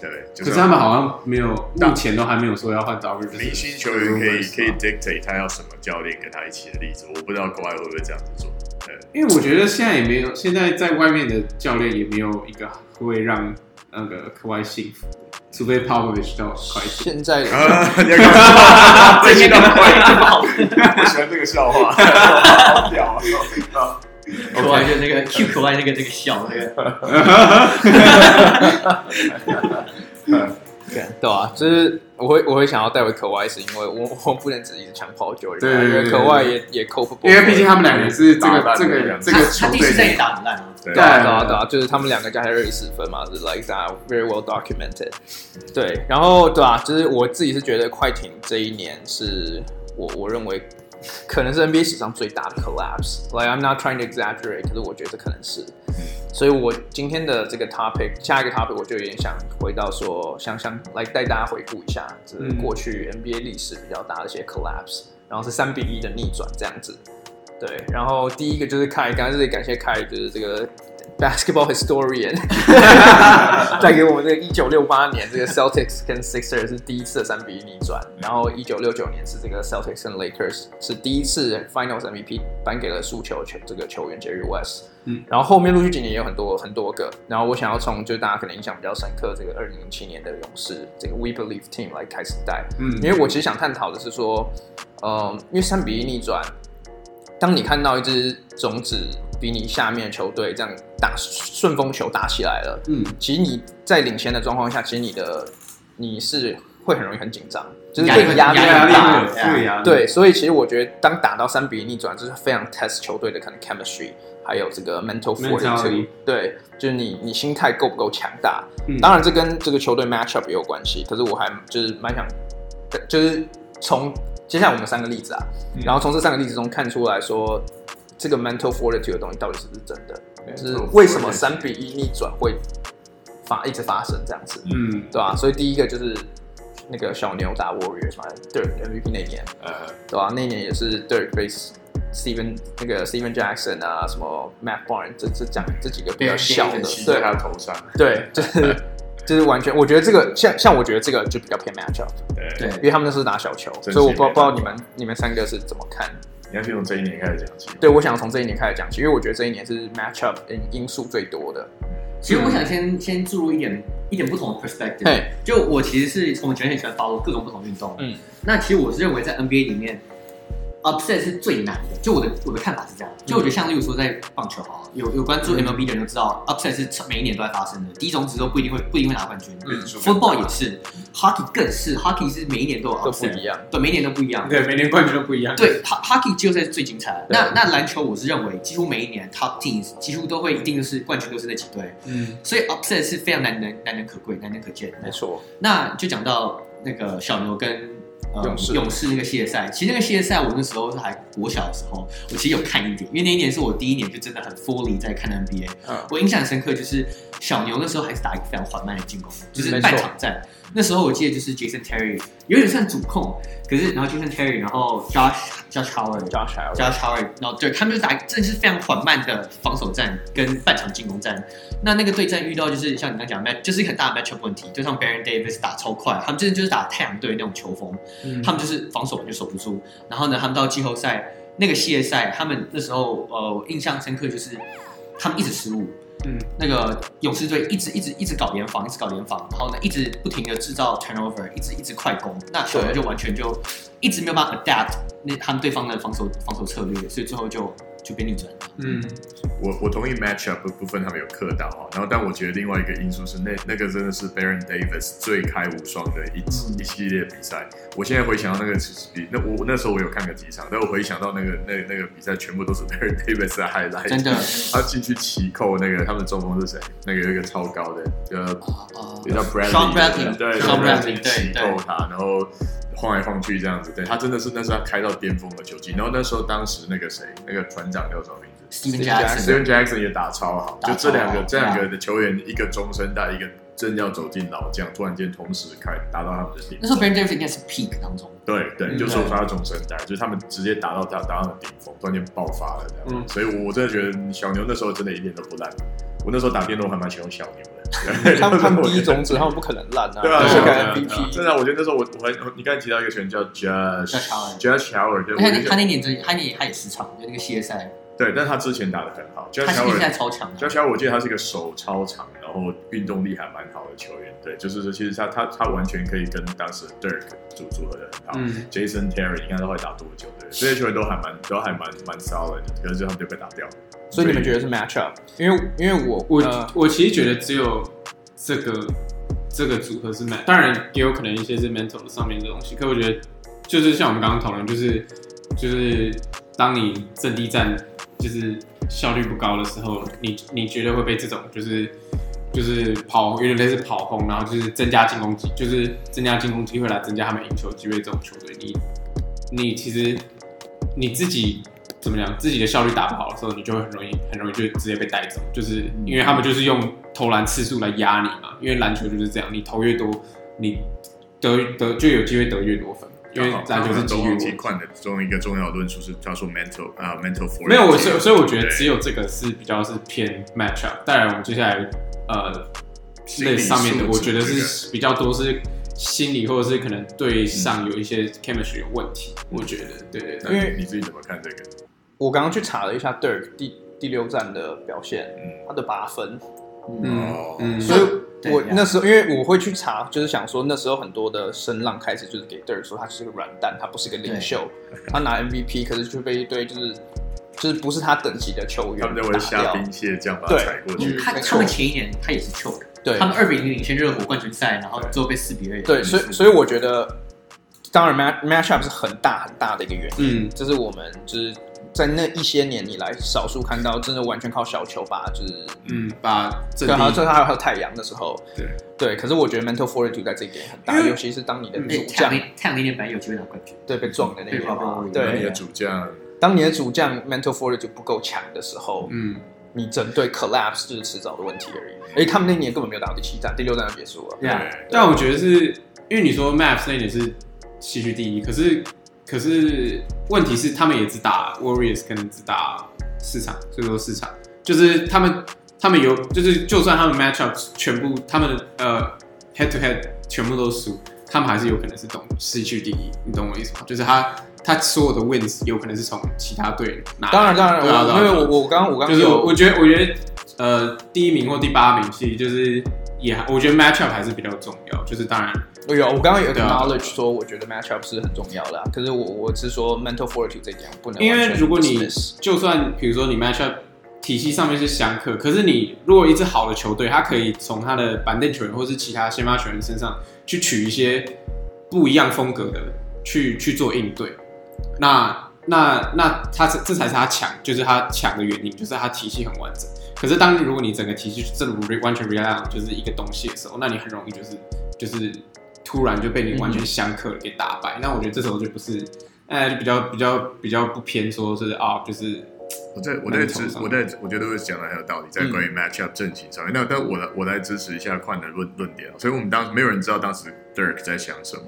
B: 对，就
C: 可是他们好像没有，
B: 但
C: 目前都还没有说要换 W。
B: 明星球员可以可以 dictate 他要什么教练跟他一起的例子，我不知道国外会不会这样子做， 对，
C: 因为我觉得现在也没有，现在在外面的教练也没有一个会让那个科外幸福，除非 Popovich 到快艇。
A: 现在
B: 啊，你要干嘛这些都
D: 不好，
B: 我喜欢这个笑话，好屌啊！
D: 可爱就 那个 Q 可爱那个那个笑那个，
A: 对啊，就是我会我会想要带回可外，是因为我我不能只一直强抛球员，
C: 对对
A: 因
C: 对
A: 为可外也也扣不过，
C: 因为毕竟他们两个人是这个
B: 打
C: 这
B: 打
C: 个这
D: 他
C: 个
D: 他
C: 球
D: 第
C: 队
D: 四站也
C: 里，
D: 打很烂啊。
B: 对
A: 对啊对啊
C: 对
A: 对啊，就是他们两个加起来二十四分嘛，就是 like that very well documented。对，然后对啊，就是我自己是觉得快艇这一年是我我认为可能是 NBA 史上最大的 collapse。Like I'm not trying to exaggerate，可是我觉得可能是。所以我今天的这个 topic，下一个 topic 我就有点想回到说，想想来带大家回顾一下，就是
C: 嗯
A: 过去 NBA 历史比较大的一些 collapse，然后是三比一的逆转这样子。对，然后第一个就是凯，刚刚这里感谢凯，就是这个 basketball historian 带给我们这个一九六八年这个 Celtics 跟 Sixers 是第一次的三比一逆转，然后一九六九年是这个 Celtics 跟 Lakers 是第一次 Finals MVP 颁给了输球球这个球员 Jerry West。
C: 嗯，
A: 然后后面陆续几年也有很多很多个，然后我想要从就大家可能印象比较深刻这个二零零七年的勇士这个 We Believe Team 来开始带，
C: 嗯，
A: 因为我其实想探讨的是说，呃，因为三比一逆转，当你看到一支种子比你下面的球队这样打顺风球打起来了，
C: 嗯，
A: 其实你在领先的状况下，其实你的你是会很容易很紧张，就是
D: 压力
A: 对
D: 很
A: 压力
C: 压
A: 很
C: 力
A: 大
C: 会。有啊对呀，
A: 对，所以其实我觉得，当打到三比一逆转，这是非常 test 球队的可能 chemistry，还有这个 mental fortitude
C: Mentality。
A: 对，就是你你心态够不够强大。
C: 嗯
A: 当然，这跟这个球队 match up 也有关系。可是我还就是蛮想，就是从接下来我们三个例子啊，
C: 嗯
A: 然后从这三个例子中看出来说，这个 mental fortitude 的东西到底是不是真的？
B: 对
A: 就是为什么三比一逆转会发一直发生这样子，
C: 嗯，
A: 对吧、啊所以第一个就是那个小牛打 Warriors 嘛，对 MVP 那年，
B: 呃，
A: 对吧、那年也是 Dirk vs Steven 那个 Steven Jackson 啊，什么 Matt Barnes 这这讲这几个比较
D: Baron
A: 小的
D: Davis，
B: 骑在
A: 对啊
B: 他头上，
A: 对，就是就是完全，我觉得这个像像我觉得这个就比较偏 match up，
D: 对，
A: 因为他们那是打小球，
B: 真
A: 所以我不知道
B: 是没
A: 不知道你
B: 办
A: 们你们三个是怎么看？
B: 你要先从这一年开始讲起。
A: 对，我想从这一年开始讲起，因为我觉得这一年是 match up 因因素最多的。
D: 其实我想先先注入一点一点不同的
A: 啊
D: perspective。
A: 嘿，
D: 就我其实是从九年喜欢 follow 各种不同运动，
A: 嗯，
D: 那其实我是认为在 NBA 里面，upset 是最难的。就我的我的看法是这样，
A: 嗯
D: 就我觉得像例如说在棒球啊，有有关注 MLB 的人都知道，upset 是每一年都在发生的，第一种子都不一定会不一定会拿冠军、
C: 嗯
D: f o o t b a l l 也是，hockey 更是，hockey 是每一年都有
A: 都不
D: upset，
A: 一样。
D: 对，每一年都不一样。
C: 对，每年冠军都不一样。
D: 对，ho-，hockey 季后赛是最精彩的。
A: 对
D: 那那篮球，我是认为几乎每一年 top teams 几乎都会一定就是冠军都是那几队，
C: 嗯，
D: 所以 upset 是非常难能难能可贵、难能可见的。
A: 没错，
D: 那就讲到那个小牛跟、呃、
A: 勇士
D: 勇士那个系列赛，其实那个系列赛我那时候是还国小的时候，我其实有看一点，因为那一年是我第一年就真的很 fully 在看 NBA。
A: 嗯，
D: 我印象很深刻就是小牛那时候还是打一个非常缓慢的进攻，就是
A: 没错
D: 半场战。那时候我记得就是 Jason Terry 有点算主控，可是然后 Jason Terry，然后 Josh Josh Howard。
A: 加起来我
D: Josh Howard，然后对他们就打，真的是非常缓慢的防守战跟半场进攻战。那那个对战遇到就是像你刚讲 match，就是一个很大的 matchup 问题，就像 Baron Davis 打超快，他们真的就是打太阳队那种球风，
A: 嗯
D: 他们就是防守完全守不住。然后呢，他们到季后赛那个系列赛，他们那时候呃我印象深刻就是他们一直失误。
C: 嗯，
D: 那个勇士队一直一直一直搞联防，一直搞联防，然后呢，一直不停的制造 turnover，一直一直快攻，那小牛就完全就一直没有办法 adapt 那他们对方的防守防守策略，所以最后就就被逆转了。
C: 嗯，
B: 我我同意 matchup 的部分他们有克到哈，然后但我觉得另外一个因素是那那个真的是 Baron Davis 最开无双的一、
D: 嗯
B: 一系列比赛。我现在回想到那个其实比那我我那时候我有看个几场，但我回想到那个那那个比赛全部都是 Baron Davis 的 highlight，
D: 真的
B: 他进去七扣那个他们的中锋是谁？那个有一个超高的呃
D: 啊啊
B: 也叫 Bradley，
D: Sean Bradley，
B: 对
D: Sean Bradley，
B: 起
D: 对对
B: 扣他，然后晃来晃去这样子，对他真的是那是他开到巅峰的球技。然后那时候当时那个谁，那个船长叫什么名字
D: Steven
A: Steven
D: Jackson，
B: ？Steven Jackson 也打超好，
D: 打
B: 就这两个
D: 超好
B: 这两个的球员，一个中生代，一个正要走进老将，突然间同时开达到他们的顶
D: 那时候
B: 峰。
D: Baron Davis 应该是 peak 当中，
B: 对对，
C: 嗯
B: 就说他是中生代，就是他们直接达到达达到了顶峰，突然间爆发了这样。
C: 嗯
B: 所以我真的觉得小牛那时候真的一点都不烂。我那时候打电动还蛮喜欢小牛的，对
A: 嗯他们他 们第一。
B: 就是我觉得
A: 种子，他们不可能烂啊，
B: 对啊，
A: 是
C: 对
A: 个
C: 啊对啊对
A: MVP，
B: 真的，我觉得那时候我我很你刚才提到一个球员叫
D: Josh Howard
B: Josh，Josh Howard，对，
D: 他
B: 我
D: 那
B: 就
D: 他
B: 想
D: 那年真的他那年他也失常，就那个系列赛，
B: 对，但他之前打的很好，Josh
D: 他系列赛
B: Howard。
D: 超强的
B: Josh，Howard，我记得他是一个手超长，然后运动力还蛮好的球员。对，就是说，其实他他他完全可以跟当时 Dirk 组组合的很好。
C: 嗯
B: Jason Terry，你看他会打多久？对，这些球员都还蛮都还蛮蛮 solid，的可是就他们就被打掉了。
A: 所以你们觉得是 match up？因为因为我
C: 我、
A: 呃
C: 我其实觉得只有这个这个组合是 m e n 当然也有可能一些是 mental 上面的东西，可我觉得就是像我们刚刚讨论，就是就是当你阵地战就是效率不高的时候，你你绝对会被这种就是就是跑有点类似跑轰，然后就是增加进攻机，就是增加进攻机会来增加他们赢球机会这种球队，你你其实你自己怎么讲，自己的效率打不好的时候，你就会很容易很容易就直接被带走，就是因为他们就是用投篮次数来压你嘛，因为篮球就是这样，你投越多，你得得就有机会得越多分，因为篮球是
B: 都
C: 机遇
B: 忘
C: 问
B: 记
C: 题。
B: 宽的其中一个重要论述是，他说 mental 啊、mental for
C: 没有，我所以所以我觉得
B: 对
C: 只有这个是比较是偏 match up。当然，我们接下来呃
B: 心理
C: 类上面的，
B: 素质
C: 我觉得
B: 这个
C: 是比较多是心理或者是可能对上有一些 chemistry 有问题。我觉得，对对
B: 那你
C: 对，
A: 因为
B: 你自己怎么看这个？
A: 我刚刚去查了一下 Dirk 第第六站的表现，
B: 嗯，
A: 他的八分，
D: 嗯，
C: 嗯
B: 哦
C: 嗯，
A: 所以
D: 对
A: 我
D: 呀
A: 那时候因为我会去查，就是想说那时候很多的声浪开始就是给 Dirk 说他是个软蛋，他不是个领袖，他拿 MVP 可是却被一堆就是就是不是他等级的球员
B: 他们认为
A: 打
B: 虾
A: 掉
B: 兵蟹将把它踩过去
C: 嗯
A: 对。
D: 他
A: 没错
D: 他们前一年他也是 choke，
A: 嗯对
D: 他们二比零领先热火冠军赛，然后最后被四比二，
A: 对，所以
B: 嗯
A: 所以我觉得，当然 match match up 是很大很大的一个原因，
C: 嗯
A: 这是我们就是在那一些年以来少数看到真的完全靠小球吧，就是
C: 嗯，把阵
A: 对，好像
C: 地
A: 最后还有还有太阳的时候，
B: 对
A: 对，可是我觉得 mental fortitude 在这一点很大，
C: 因为
A: 尤其是当你的
D: 对
A: 主
D: 哎太阳
A: 将
D: 那太阳那年本来有机会拿冠军，
A: 对被撞的那一
D: 被
A: 年
C: 嗯
D: Robert Williams
B: 那你
A: 对
B: 的，主将
A: 当你的主将 mental fortitude 不够强的时候，
C: 嗯，
A: 你整队 collapse 就是迟早的问题而已。而且他们那年根本没有打到第七站，第六站就结束了。
B: 对
D: Yeah，
C: 但我觉得是因为你说 Maps 那一年是西区第一，可是可是问题是他们也只打 Warriors，可能只打四场，最多四场，就是他们他们有就是就算他们 matchup 全部他们的呃 head to head 全部都输，他们还是有可能是懂西区第一，你懂我意思吗？就是他他所有的 wins 有可能是从其他队拿来的，
A: 当然，当然，
C: 对啊对啊
A: 我因为
C: 对啊
A: 我我刚我刚
C: 就是我我
A: 有
C: 觉得我觉得呃第一名或第八名其实就是也我觉得 matchup 还是比较重要，就是当然
A: 我有我刚刚有
C: 对啊
A: acknowledge 说，我觉得 matchup 是很重要的啊、可是我我是说 mental fortitude 这一点我不能
C: 因为
A: 完全
C: 如果你
A: dismiss
C: 就算比如说你 matchup 体系上面是相克，可是你如果一支好的球队，他可以从他的板凳球员或是其他先发球员身上去取一些不一样风格的
A: 嗯
C: 去去做应对，那那那他这这才是他强，就是他强的原因，就是他体系很完整。可是当如果你整个体系真的不 re- 完全 rely on 就是一个东西的时候，那你很容易就是就是突然就被你完
A: 嗯
C: 全相克给打败。那我觉得这时候就不是，哎，就比较比较比较不偏说是啊，就是
B: 我在我在支
C: 那你从上
B: 我在我觉得我讲的很有道理，在关于 matchup 阵型上面。那但我来我来支持一下宽的论论点啊，所以我们当没有人知道当时 Dirk 在想什么，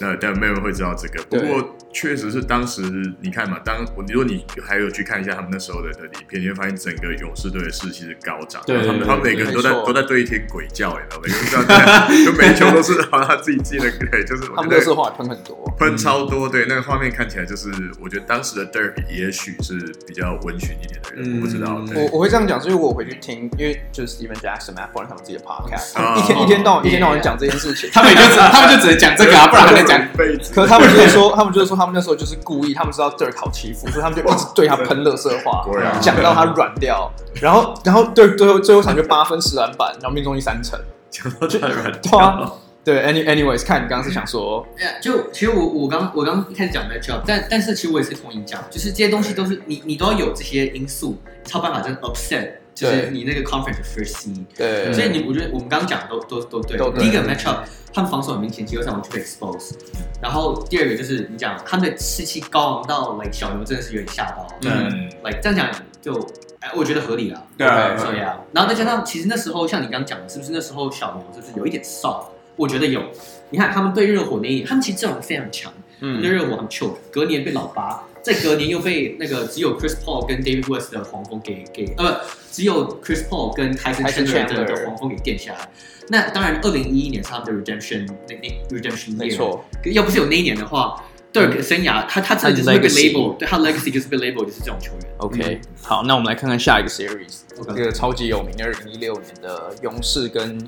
B: 那但没有人会知道这个。不
A: 对
B: 过确实是当时你看嘛，当我如果你还有去看一下他们那时候的的影片，你会发现整个勇士队的士气是高涨，
C: 对
B: 他们
C: 对
B: 他们每个人都在
A: 没错
B: 都在对天鬼叫，你知道吗？每个人都在就每一球都是 好像他自己进的，对，就是我
A: 他
B: 觉
A: 们乐
B: 得
A: 色话喷很多。
B: 喷超多，对那个画面看起来就是，我觉得当时的 Dirk 也许是比较温驯一点的人，
C: 嗯
B: 我不知道。对
A: 我我会这样讲，是因为我回去听，因为就是 Steven Jackson、Matt f o r 他们自己的 podcast，、
B: 哦
A: 一天一天到晚一天到晚
D: Yeah
A: 讲这件事情。
C: 他们也就只他们就只能讲这个啊，不然他们讲。
B: 一辈子，
A: 可是他们就是说， 他们就是说，他们那时候就是故意，他们知道 Dirk 好欺负，所以他们就一直对他喷乐色话
B: 果然，
A: 讲到他软掉，然后然后 Dirk 最后最后场就八分十篮板，然后命中率三成。
B: 讲到太软
A: 对啊，对，any anyways，看你刚刚是想说，
D: Yeah，就其实我我刚我刚一开始讲 matchup，但但是其实我也是同意你讲，就是这些东西都是你你都要有这些因素，才有办法真的 upset，就是
A: 对
D: 你那个 conference 的 first seed。
A: 对，
D: 所以你我觉得我们刚刚讲的都都都对
A: 都，对
D: 第一个 matchup 他们防守很明显，季后赛我们就被 expose。然后第二个就是你讲他们的士气高昂到 like 小牛真的是有点吓到，
C: 对
B: 嗯，
D: like 这样讲就哎我觉得合理了。
C: 对啊
D: 所以啊，然后再加上，其实那时候像你刚刚讲的，是不是那时候小牛是不是有一点 soft？我觉得有。你看他们对热火那一年，他们其实阵容非常强，对
A: 嗯，
D: 热火很 c 隔年被老八，再隔年又被那个只有 Chris Paul 跟 David West 的黄蜂给给呃不，只有 Chris Paul 跟 Tyson
A: Tyson
D: Chandler 的
A: Chandler
D: 的黄蜂给垫下来。那当然，二零一一年是他们的 redemption 那那 redemption year，
A: 没错，嗯
D: 可要不是有那一年的话，Dirk 生涯他他真的就是会被 label，对他 legacy 就是被 label 就是这种球员。
A: OK，、好，那我们来看看下一个 series，
D: OK
A: 这个超级有名的二零一六年的勇士跟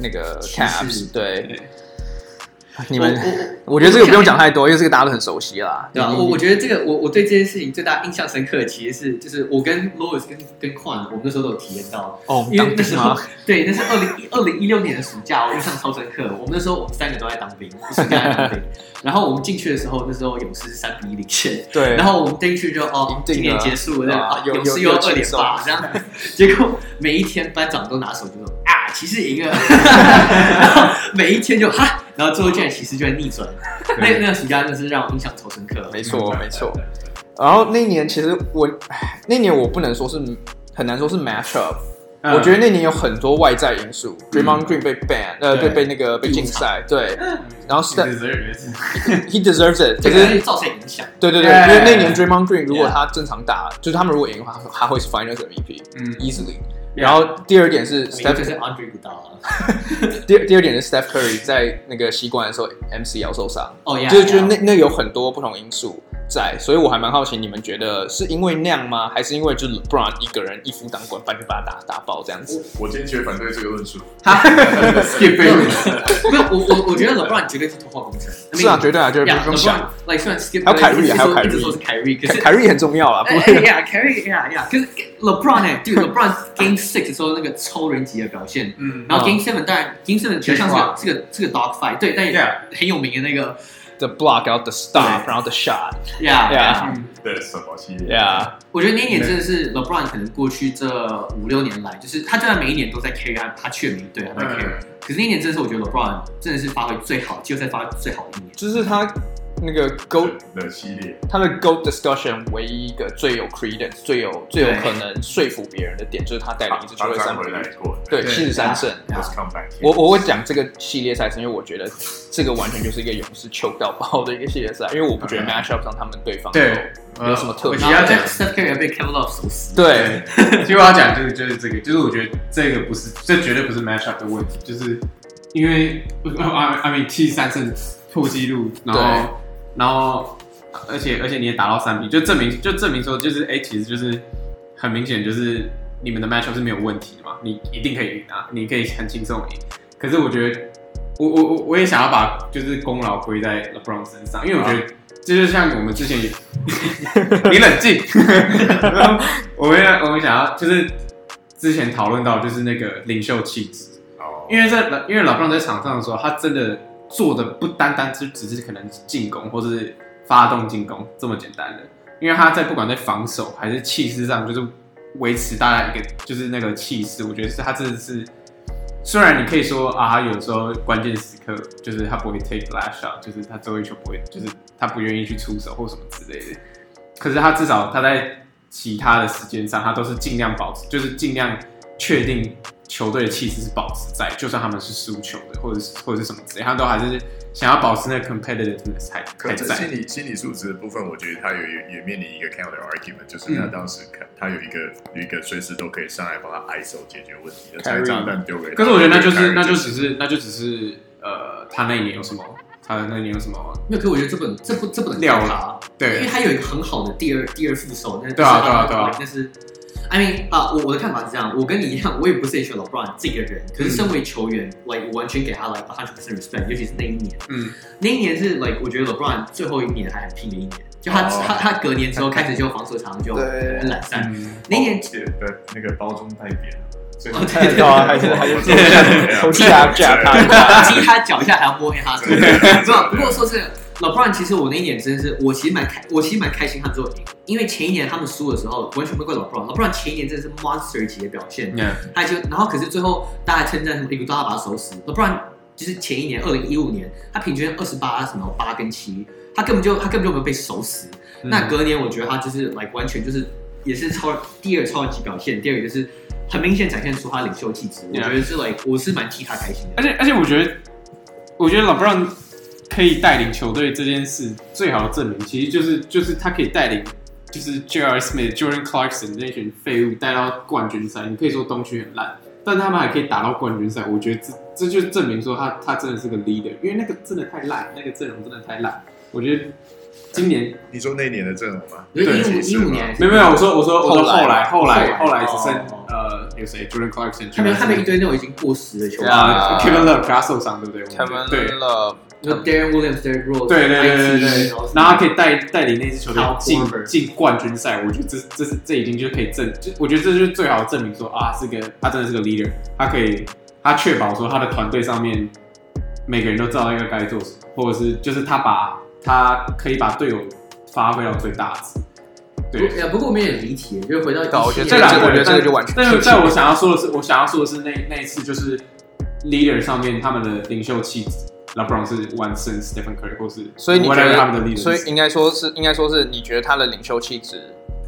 A: 那个
D: 骑士
A: Caps，对
C: 对，
A: 你们，
D: 我
A: 我觉得这个不用讲太多，因为这个大家都很熟悉啦。
D: 对啊，
A: 你
D: 我我
A: 你
D: 觉得这个我我对这件事情最大印象深刻的其实是就是我跟 Louis 跟跟 Quan 我们那时候都有体验到，
A: 哦，
D: 因为
A: 当
D: 那
A: 兵
D: 时候
A: 吗？
D: 对，那是二零一二零一六年的暑假，我印象超深刻。我们那时候我们三个都在当兵，暑假在 当兵。然后我们进去的时候，那时候勇士是三比一领先，
A: 对，
D: 然后我们进去就哦，
A: 赢定了
D: 今年结束了，
A: 对啊
D: 啊
A: 有
D: 勇士
A: 有
D: 又
A: 有
D: 二连
A: 轻
D: 八
A: 松
D: 这样。结果每一天班长都拿手机说啊，骑士 赢了，每一天就哈，然后最后竟然骑士居然逆转，那那个暑假真的是让我印象超深刻。
A: 没错没错。然后那一年其实我，唉那年我不能说是很难说是 match up，我
C: 啊嗯
A: 觉得那年有很多外在因素，Draymond Green 被 ban，呃，
D: 对
A: 对，被那个被禁赛，对， 然后 Steph
C: 是嗯
A: he deserves it，可
D: 这
A: 是
D: 个造成影响，
A: 对对对，
C: Yeah
A: 因为那年 Draymond Green 如果他正常打，就是他们如果赢的话，他他会是 Finals MVP
C: 嗯
A: easily。然后第二点是
D: 一个就是
A: 呃 Steph，
D: Andre 啊不到了。
A: 第二第二点是 Steph Curry 在那个西冠的时候 MCL 受伤，
D: 哦呀，
A: 就是就是那那有很多不同因素在，所以我还蛮好奇你们觉得是因为那样吗？还是因为就是 LeBron 一个人一夫当关，反正把他打打爆这样子？
B: 我坚决反对这个论述。
C: skip
D: 没有，我我我觉得 LeBron 绝对是童话工程，
A: 是啊，绝对啊，就是不用想。
D: 呀，LeBron，like 虽然 Skip，
A: 还有凯瑞啊还有凯瑞
D: 一直说是凯瑞，可
A: 凯
D: 是
A: 凯瑞很重要啊，不
D: 哎
A: 会
D: 哎呀，凯瑞呀呀，可是 LeBron 哎，dude LeBron Game Six 的时候那个超人级的表现，
C: 嗯
D: 然后 Game Seven 当然 Game Seven 就像是个这个这个 dog fight，对，但也
C: Yeah
D: 很有名的那个
A: the block out the stop，
D: 对
A: 然后 the shot，
D: 呀
A: Yeah
B: 对，什么系列？
A: yeah，
D: 嗯我觉得那一年真的是 LeBron 可能过去这五六年来，就是他虽然每一年都在 carry，他他去了每一队他
C: 嗯
D: 在 carry，可是那一年真的是我觉得 LeBron 真的是发挥最好，季后赛发挥最好的一年。
A: 就是他那个 Go
B: 的系列，
A: 他们 Go discussion 唯一一个最有 credence、最有最有
D: 对
A: 可能说服别人的点，就是他带领一支球队
B: 刚
A: 三
B: 回
A: 比
B: 来
A: 零，
B: 过，
A: 对，
D: 对
A: 七十三胜。
D: 对啊
B: Let's come back here。
A: 我我会讲这个系列赛，是因为我觉得这个完全就是一个勇士球到爆的一个系列赛，因为我不觉得 matchup 上他们对方
C: 对
A: 有有什么特
D: 我
A: 别
D: 觉。
C: 要
D: 得
C: 讲
D: Steph Curry 要被 Kevin Love 锁死。
A: 对，
C: 其实我要讲就是就是这个，就是我觉得这个不是，这绝对不是 matchup 的问题，就是因为阿阿米七三胜破纪录，然后然后而且而且你也打到三比，就证明就证明说就是哎、其实就是很明显就是你们的 matchup 是没有问题的嘛，你一定可以赢啊，你可以很轻松赢。可是我觉得我我我我也想要把就是功劳归在 LeBron 身上，因为我觉得这就像我们之前也你冷静， 我们我们想要就是之前讨论到就是那个领袖气质，
B: 哦，
C: 因为在因为老布朗在场上的时候，他真的做的不单单是只是可能进攻或是发动进攻这么简单的，因为他在不管在防守还是气势上，就是维持大家一个就是那个气势，我觉得是他真的是，虽然你可以说啊，他有时候关键时刻就是他不会 take last shot，就是他最后一球不会，就是他不愿意去出手或什么之类的，可是他至少他在其他的时间上，他都是尽量保持，就是尽量确定球队的气势是保持在，就算他们是输球的，或者是或者是什么之类，他都还是想要保持那个 competitiveness 还
B: 可
C: 还
B: 是
C: 在
B: 心。理心理素质的部分，我觉得他有也也面临一个 counter argument，就是他
C: 嗯
B: 当时看他有一个有一个随时都可以上来帮他 ISO 解决问题的
A: Kyrie
B: 炸弹丢给他。
C: 可是我觉得那就是
B: 对
C: 那就只是那就只是呃，他那一年有什么，他那一年有什么
D: 没有，可我觉得这本这不这不能
C: 料了
D: 怪他啊，因为
C: 对
D: 他有一个很好的第二第二副手，那
C: 对啊对啊对啊
D: 那是。I mean 啊、我我的看法是这样，我跟你一样，我也不是很喜欢 LeBron 这个人，可是身为球员、l i k e 我完全给他 like 100% respect，尤其是那一年，
C: 嗯，
D: 那一年是 like 我觉得 LeBron 最后一年还很拼的一年，就他、
B: 哦
D: 他他隔年之后开始就防守场就
A: 对
D: 很懒散，
C: 嗯，
D: 那一年
B: 哦对那个包装太扁了，啊所以
D: 哦对
A: 对啊， 还是还是从下从下架他一下。
D: 踢他脚下还要摸黑他
B: 对对对
D: 没有，
B: 对
D: 如果说是 LeBron，其实我那一年真的是，我其实蛮开，我其实蛮开心他最后赢，因为前一年他们输的时候完全不怪 LeBron，LeBron 前一年真的是 monster 级的表现，他就然后可是最后大家称赞什么一个都要把他手死，LeBron 就是前一年二零一五年他平均二十八什么八跟七，他根本就他根本就没有被手死，那隔年我觉得他就是 like 完全就是也是超第二超级表现，第二个就是很明显展现出他领袖气质，我
C: Yeah
D: 觉得是 like 我是蛮替他开心的
C: 而。且而且我觉得，我觉得老布朗可以带领球队这件事最好的证明，其实就是就是他可以带领，就是 J.R. Smith、Jordan Clarkson 那群废物带到冠军赛。你可以说东区很烂，但他们还可以打到冠军赛，我觉得这这就证明说他他真的是个 leader，因为那个真的太烂，那个阵容真的太烂。我觉得今年
B: 你说那一年的阵容吗？
D: 因为
B: 对
D: 一五
B: 其实
D: 一五
B: 嘛
D: 年还是
C: 没有没有，我说我说我说后来后来后
D: 后来
C: 来只剩
A: 哦
C: 呃有谁 Jordan Clarkson，
D: 他们他们一堆那种已经过时的球员，
C: 啊
A: 啊
C: Kevin Love 他受伤对不对？
A: 他们
C: 对。
A: 了，
D: 就 Darren Williams、Derrick Rose，
C: 对对对对
D: IT，
C: 对
D: 然后，
C: 然后他可以带带领那支球队
D: Al
C: 进
D: Horford
C: 进冠军赛，我觉得这这是这已经就可以证，就我觉得这就是最好的证明说啊，是个他真的是个 leader，他可以他确保说他的团队上面每个人都知道应该该做什么，或者是就是他把他可以把队友发挥到最大值。对，
D: 不，呃不过我们也离题，就是回到
A: 对啊我觉得这
D: 17
C: 这
A: 个
C: 两
A: 就
C: 个
A: 我觉得
C: 人，
A: 这个就完全
C: 但
A: 是
C: 是
A: 不
C: 在
A: 行
C: 我想要说的是，我想要说的是那那一次就是 leader 上面他们的领袖气质。LeBron 是完胜 Stephen Curry 或是
A: 所以你觉
C: whatever 他们的
A: 得，
C: leader，
A: 所以应该说是应该说是，你觉得他的领袖气质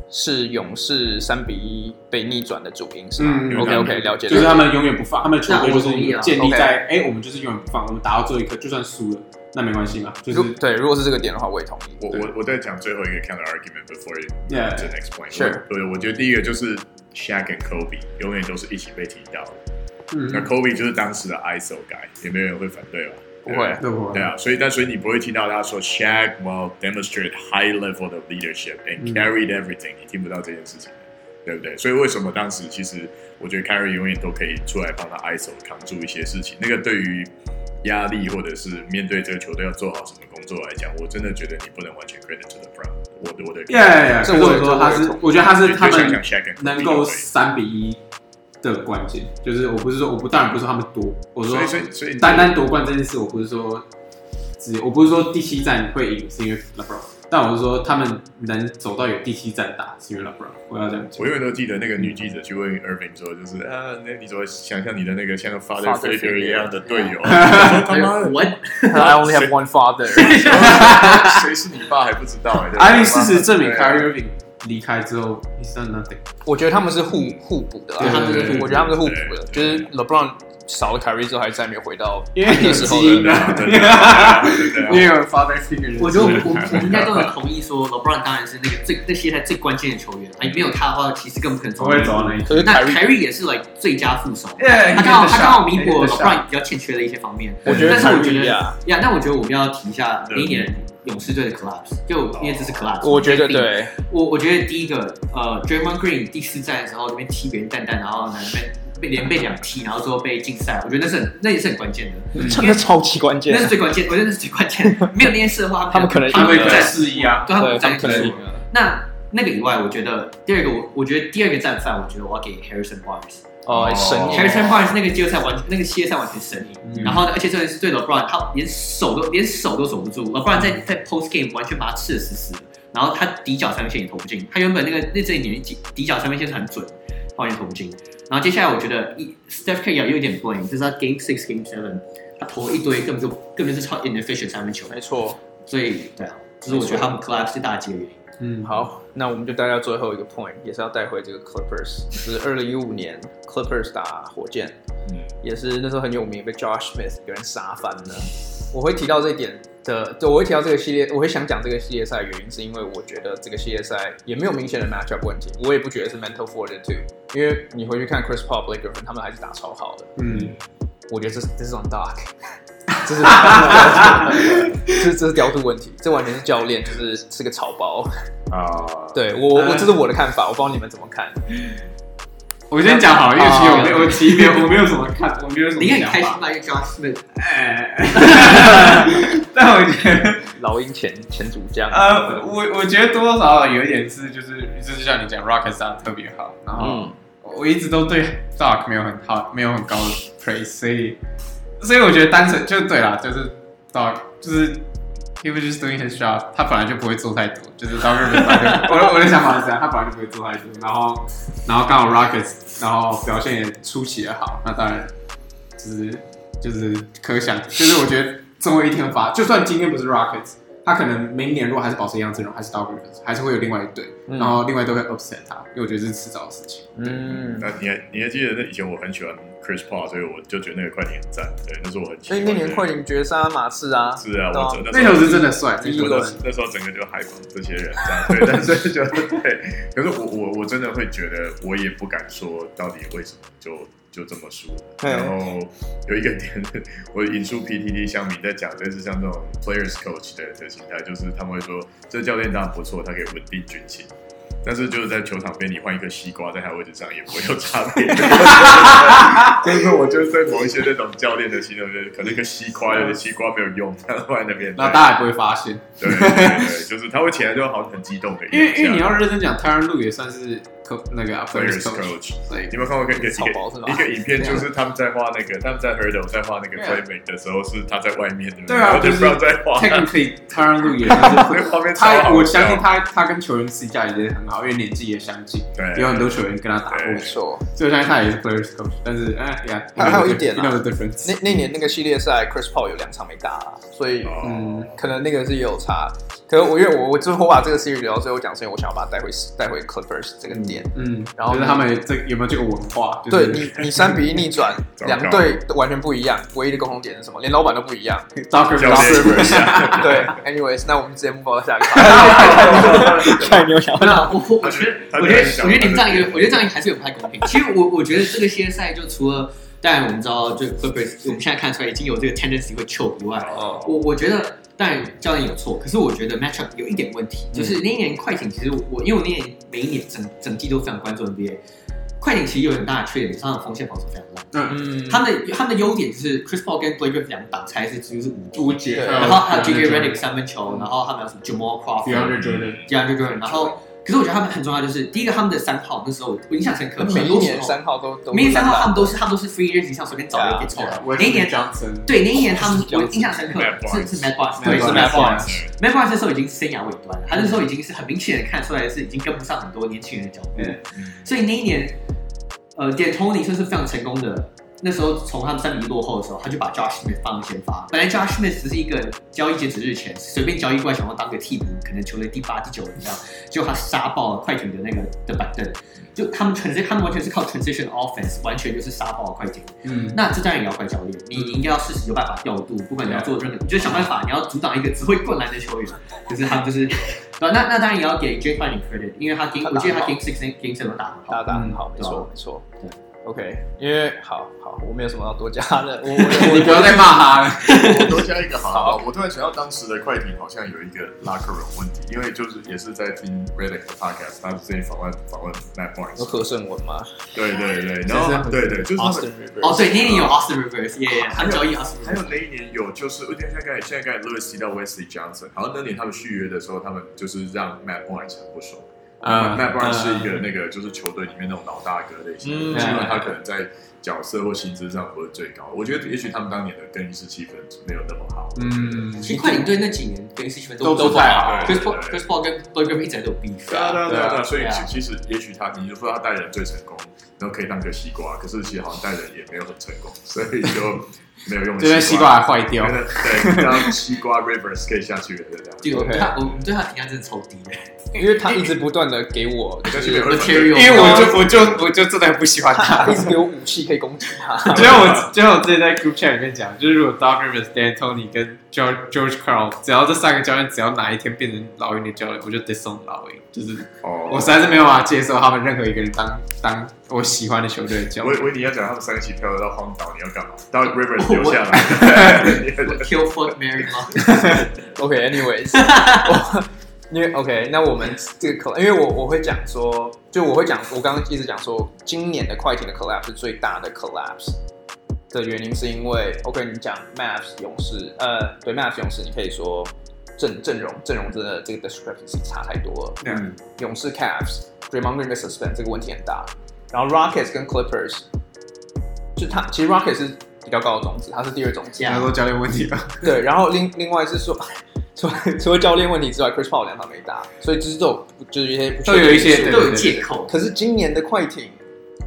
A: 是勇士三比一被逆转的主因是吗
C: 嗯
A: ？OK OK，了解。
C: 就是他们永远不放，他们的球队就
D: 那我同意啊
C: 是建立在哎、我们就是永远不放，我们打到最后一刻，就算输了，那没关 系嘛，就是
A: 如对，如果是这个点的话，我也同意。
B: 我我我在讲最后一个 counter argument before you
C: Yeah.
B: the next point。
A: Sure.
B: 对，我觉得第一个就是 Shaq 跟 Kobe 永远都是一起被提到的。那
C: 嗯，
B: Kobe 就是当时的 ISO guy，有没有人会反对吧？
A: 不会
C: 对不
B: 对啊，所以但所以你不会听到他说 Shaq will demonstrate high level of leadership and
C: 嗯
B: carried everything，、你听不到这件事情，对不对？所以为什么当时其实我觉得 Carry 永远都可以出来帮他 ISO 扛住一些事情，那个对于压力或者是面对这个球队要做好什么工作来讲，我真的觉得你不能完全 credit to the Brown，我的我的
C: Yeah，yeah，yeah，
A: 这
C: 可是
A: 我
C: 我
A: 也
C: 说他是
A: 这我也同意，
C: 我觉得他是他
B: 你就想想
C: 们
B: Shaq and
C: 能
B: Kobe
C: 够
B: 都可以
C: 三比一的关键，就是我不是说我不当然不是说他们夺，我说
B: 所以所以所以你
C: 单单夺冠这件事，我不是说只我不是说第七战会赢是因为 LeBron，但我是说他们能走到有第七战打，是因为 LeBron，我要这样讲。
B: 我永远都记得那个女记者去问 Irving 说，就是
A: 嗯
B: 啊，那你怎么想象你的那个像个 father
A: Father
B: figure
A: figure
B: 一样的队 友？我说他妈的
D: What？
A: I only have one father。
B: 谁是你爸还不知道哎、
C: 艾利事实证明
B: 对啊
C: Kyrie Irving 离开之后，he's done nothing。
A: 我觉得他们是互互补的啦，
C: 对
A: 他们是
C: 对
A: 互我觉得他们是互
B: 对
A: 补的，就是 LeBron 少了凯瑞之后，还再没有回到
C: 因为有
A: 那时候
C: 基因
A: 的。
B: 对啊
C: 的，
B: 对啊对啊
C: 因为有 father figure。
D: 我觉得我我我们应该都能同意说，LeBron 当然是那个最那些赛最关键的球员，哎，没有他的话，骑士根本不可能
C: 我
D: 走到
C: 会
D: 那一
C: 走啊到那
D: 步。
C: 一
A: 可是
D: 那
A: 凯
D: k
A: 瑞，
D: y 也是 like 最佳副手，
C: Yeah,
D: 他刚好
C: he hit the
D: 他刚好弥
C: shot,
D: 补
C: he hit the shot.
D: LeBron 比较欠缺的一些方面。
A: 我觉得
D: 但是我
A: 凯
D: 觉
A: 瑞
D: 得
A: 啊，
D: 呀，那我觉得我们要提一下
B: 对
D: 那一年
C: 嗯
D: 勇士队的 collapse，就因为这是 collapse。
A: 我觉得，对，
D: 我我觉得第一个，呃，Draymond Green 第四战的时候，那边踢别人蛋蛋，然后那边被连被两踢，然后最后被禁赛，我觉得那是很那也是很关键的，
A: 真的超级关
D: 那是
A: 键，
D: 最关键，我觉得那是最关键的。没有那件事的话，
A: 他们可能
D: 他
C: 他
D: 们
C: 会
D: 不
C: 在
D: 在
C: 四一啊，
D: 对，他们
A: 对
D: 不
A: 他
D: 在
A: 们可能
D: 输
A: 赢。了。
D: 那那个以外，我觉得第二个，我我觉得第二个战犯，我觉得我要给 Harrison Barnes。
A: 哦，神
B: 哦
A: 隐
D: Harrison Barnes 那个季后赛完，那个系列赛完全神
C: 嗯
D: 隐。然后呢，而且这是对 LeBron，他连手都连手都守不住，LeBron 在在 post game 完全把他吃的死死的。然后他底角三分线也投不进，他原本那个那这一年底底角三分线是很准，他完全投不进。然后接下来我觉得一 Steph Curry 也有点 blame，就是他 Game Six Game Seven，他投了一堆根本就根本就是超 inefficient 三分球，
A: 没错。
D: 所以对啊，这是我觉得他们 collapse 最大的原因。
C: 嗯，
A: 好，那我们就带到最后一个 point，也是要带回这个 Clippers，就是二零一五年 Clippers 打火箭，
B: 嗯
A: 也是那时候很有名，被 Josh Smith 给人杀翻了。我会提到这一点的，就我会提到这个系列，我会想讲这个系列赛，原因是因为我觉得这个系列赛也没有明显的 matchup 问题，我也不觉得是 mental fortitude，因为你回去看 Chris Paul、Blake Griffin 他们还是打超好的。
C: 嗯，
A: 我觉得这是这是 on dark，这是 这是这是调度问题，这完全是教练就是是个草包。
B: 啊，
A: 对我我
C: 嗯
A: 我这是我的看法，我不知道你们怎么看。
C: 我先讲好，因为其实我没有，我其实没有，我没有什么看，我没有什么
D: 你很
C: 想
D: 开心
C: 法。
D: 吧？因为 Josh Smith
C: 哎， 但我觉得。
A: 老鹰前前主将，
B: 啊
C: 呃，我我觉得多多少少有一点是，就是就是像你讲，Rockets 打得特别好，然后
A: 嗯，
C: 我一直都对 Doc 没有很好，没有很高的 praise，所以所以我觉得单纯就对啦，就是 Doc 就是 he was just doing his job，他本来就不会做太多，就是 Doc Rivers 本来就我的我的想法是这样，他本来就不会做太多，然后然后刚好 Rockets 然后表现也出奇的好，那当然就是就是可想，就是我觉得总有一天发，就算今天不是 Rockets，他可能明年如果还是保持一样阵容，还是 Doc Rivers，还是会有另外一队，
A: 嗯
C: 然后另外一队会 upset 他，因为我觉得这是迟早的事情。
A: 嗯，
B: 那你还你还记得那以前我很喜欢 Chris Paul，所以我就觉得那个快艇很赞。对，那是我很喜
A: 所以
B: 欢。
A: 那年快艇绝杀马刺啊，
B: 是啊，
A: 对啊
B: 我整
C: 那球是真的帅，
A: 第
C: 第
A: 一
C: 一
A: 轮
C: 轮
B: 那时候那时候整个就海防这些人这样，对，但是就对，可是我我我真的会觉得，我也不敢说到底为什么就就这么输。
A: 嗯
B: 然后有一个点， 我引述 PTT 乡民在讲，就是像这种 players coach 的的心态，就是他们会说，这教练当然不错，他可以稳定军心。但是就是在球场边，你换一个西瓜在他位置上也不会有差别。 就是我就是对某一些那种教练的心态，就是可能一个西瓜，有的西瓜没有用，他放在那边。
C: 然后大家也不会发现，
B: 对，对对，就是他会起来就好像很激动的一
C: 因为
B: 样，
C: 因为你要认真讲，泰伦路也算是可那个啊
B: players
C: players coach，
B: coach。
C: 所以
B: 你有没有看过一个
A: 草包是吧
B: 一个影
C: 啊
B: 片，就是他们在画那个，他们在 hurdle 在画那个 playmate 的时候，是他在外面的，
C: 对啊
B: 然后就
C: 就是
B: 不要在画，
C: technically 泰伦路也算
B: 那
C: 是
B: 个画面超好
C: 他，
B: 笑
C: 我相信他他跟球员私底下也很好，因为年纪也相近，
B: 对，
C: 有很多球员跟他打过
A: 没，错。
C: 所以我相信他也是 players coach，但是哎呀，
A: 还还有一点啊
C: you know the
A: 那
C: difference，
A: 那年那个系列赛，Chris Paul 有两场没打啊，所以
B: 哦
C: 嗯，
A: 可能那个是也有差。可是我因为我我最后我把这个 series 聊到最后讲，所以我想要把它带回带回 Clippers 这个点。
C: 嗯，
A: 然后
C: 就是他们这有没有这个文化，
A: 哦
C: 就
A: 对
C: 是
A: 你，你三比一逆转，
B: 糟糕
A: 两队都完全不一样，唯一的共同点是什么？连老板都不一 样。
C: Doc
B: 教
C: Rivers
B: 练一 下，
A: 对，anyways，那我们直接目报到下一个。 看你有想
D: 那啊我我
B: 他
D: 我
B: 觉
D: 觉
B: 得
D: 得，
B: 他
D: 我
B: 觉
D: 觉
B: 得
D: 得
B: 很，
D: 我觉得你们这
B: 想法，
D: 样一个我觉得这样一个还是有不太公平。其实我我觉得这个系列赛就除了，当然我们知道，就 Clippers 我们现在看出来已经有这个 tendency 会 choke 以外，
A: 哦，
D: 我我觉得，当然教练有错，可是我觉得 matchup 有一点问题，
B: 嗯
D: 就是那一年快艇其实我我因为我那年每一年整整季都非常关注 NBA，快艇其实有很大的缺点，就是他们锋线防守非常烂。
C: 嗯，
A: 嗯，
D: 他们的他们的优点就是 Chris Paul 跟 Blake Griffin 两挡拆是几乎是无敌，
C: 无解，
A: 对
D: 然后还有
C: j
D: JJ Redick 三分球，然后他们有什么 Jamal Crawford。
C: Beyond Jordan，
D: DeAndre Jordan，然后可是我觉得他们很重要，就是第一个他们的三号那时候我印象深刻，
A: 每
D: 很
A: 一
D: 多时
A: 年
D: 候
A: 三号都都
D: 每一年三号
A: 烂烂
D: 他们都是他们都是 free agent 上随便找人给抽来。那一年
C: Johnson
D: 对那一年他们我印象深刻
B: Matt Barnes
D: 是是 Mad Box 对
C: Matt Barnes
D: 是 Mad Box。
C: Barnes
D: Matt Barnes 那时候已经生涯尾端了，他那时候已经是很明显的看出来是已经跟不上很多年轻人的脚步，
C: 嗯
D: 所以那一年，呃，点 Tony 算是非常成功的。那时候从他们三比一落后的时候，他就把 Josh Smith 放先发。本来 Josh Smith 只是一个交易截止日前随便交易过来，想要当个替补，可能球队第八、第九人这样，结果他杀爆了快艇的那个的板凳。就他们 transition，他们完全是靠 transition offense，完全就是杀爆了快艇。
C: 嗯，
D: 那这当然也要怪教练，你你应该要适时有办法调度，不管你要做任何，你就想办法，你要阻挡一个只会灌篮的球员，就是他们就是，对啊那那当然也要给 J a y Fining credit，因为他 game
A: 他打得好
D: 我记得他 game six game seven 都打得
A: 大家
D: 好，
A: 打很好，没
D: 对啊
A: 错没错。
D: 对
A: 嗯，OK，因为好好，我没有什么要多加的， 我我
C: 你不要再骂他了。
B: 我多加一个好了，我突然想到当时的快艇好像有一个 locker room 问题，因为就是也是在听 Reddick 的 podcast，他之前访问访问 Matt
A: 有
B: Barnes，
A: 何胜文吗
B: 对对 对，然后对对，就是他们
A: ？Austin Rivers
D: 哦对，那年有 Austin Rivers，耶，他交易 Austin
B: 还有
D: Rivers，
B: 那一年有，就是我现在刚才现在刚才 Louis 提到 Wesley Johnson，好像那年他们续约的时候，他们就是让 Matt Barnes 很不爽。
C: 嗯
B: Matt Barnes 是
C: 嗯
B: 一个那个就是球队里面那种老大哥类型的
A: 嗯
B: 人，尽管他可能在角色或薪资上不是最高，我觉得也许他们当年的更衣室气氛没有那么好。
C: 嗯，
D: 其实快艇队那几年跟西区分
C: 都
D: 都都
C: 不
D: 不
C: 太
D: 太
C: 好
D: 好
B: 对
D: ，Chris Paul Chris Paul 跟 b l a Griffin 一直都有 beef，
B: 对啊，对啊，对啊，对啊，所以
D: 对啊
B: 其其实也许他，你就说他带人最成功，然后可以当个西瓜，可是其实好像带人也没有很成功，所以就没有用。
C: 这边西瓜还坏掉
B: 对，对，对让西瓜 Rivers 可以下去了，对这
D: 对，
B: 样。
D: 我
A: OK
D: 对他啊我们对他评价真的超低的
A: 因为他一直不断的给 我，就
B: 但
A: 是
B: 是美国人反对
C: 因
D: Material
C: 为我就我就我就真的不喜欢他。
A: 他一直给我武器可以攻击他。
C: 就像我就像我之前在 group chat 里面讲，就是如果 Doc Rivers、Dan Tony 跟 George George Carl，只要这三个教练只要哪一天变成老鹰的教练，我就 disown 老鹰，就是
B: 哦，
C: 我实在是没有办法接受他们任何一个人当当我喜欢的球队的教练。
B: 维维尼要讲他们三个一起漂流到荒岛，你要干嘛？到 Rivers 留下 来。
D: ，Kill Fort Mary 吗？
A: OK，anyways，我因为 OK，那我们这个 collab，因为我我会讲说，就我会讲，我刚刚一直讲说，今年的快艇的 collapse 是最大的 collapse 的原因，是因为 OK，你讲 Maps 勇士，呃，对 Maps 勇士，你可以说阵阵容阵容真的这个 discrepancy 差太多了。
B: 嗯，
A: 勇士 Cavs、Draymond Green 的 suspend 这个问题很大，然后 Rockets 跟 Clippers，就他其实 Rockets 是比较高的种子，他是第二种子。
D: Yeah
C: 他说教练问题吧，
A: 对，然后另另外是说，除了除了教练问题之外，Chris Paul 两场没打，所以就是这种就是一些不确定
C: 都有一些
A: 因素
C: 对
D: 都有借口，
A: 可是今年的快艇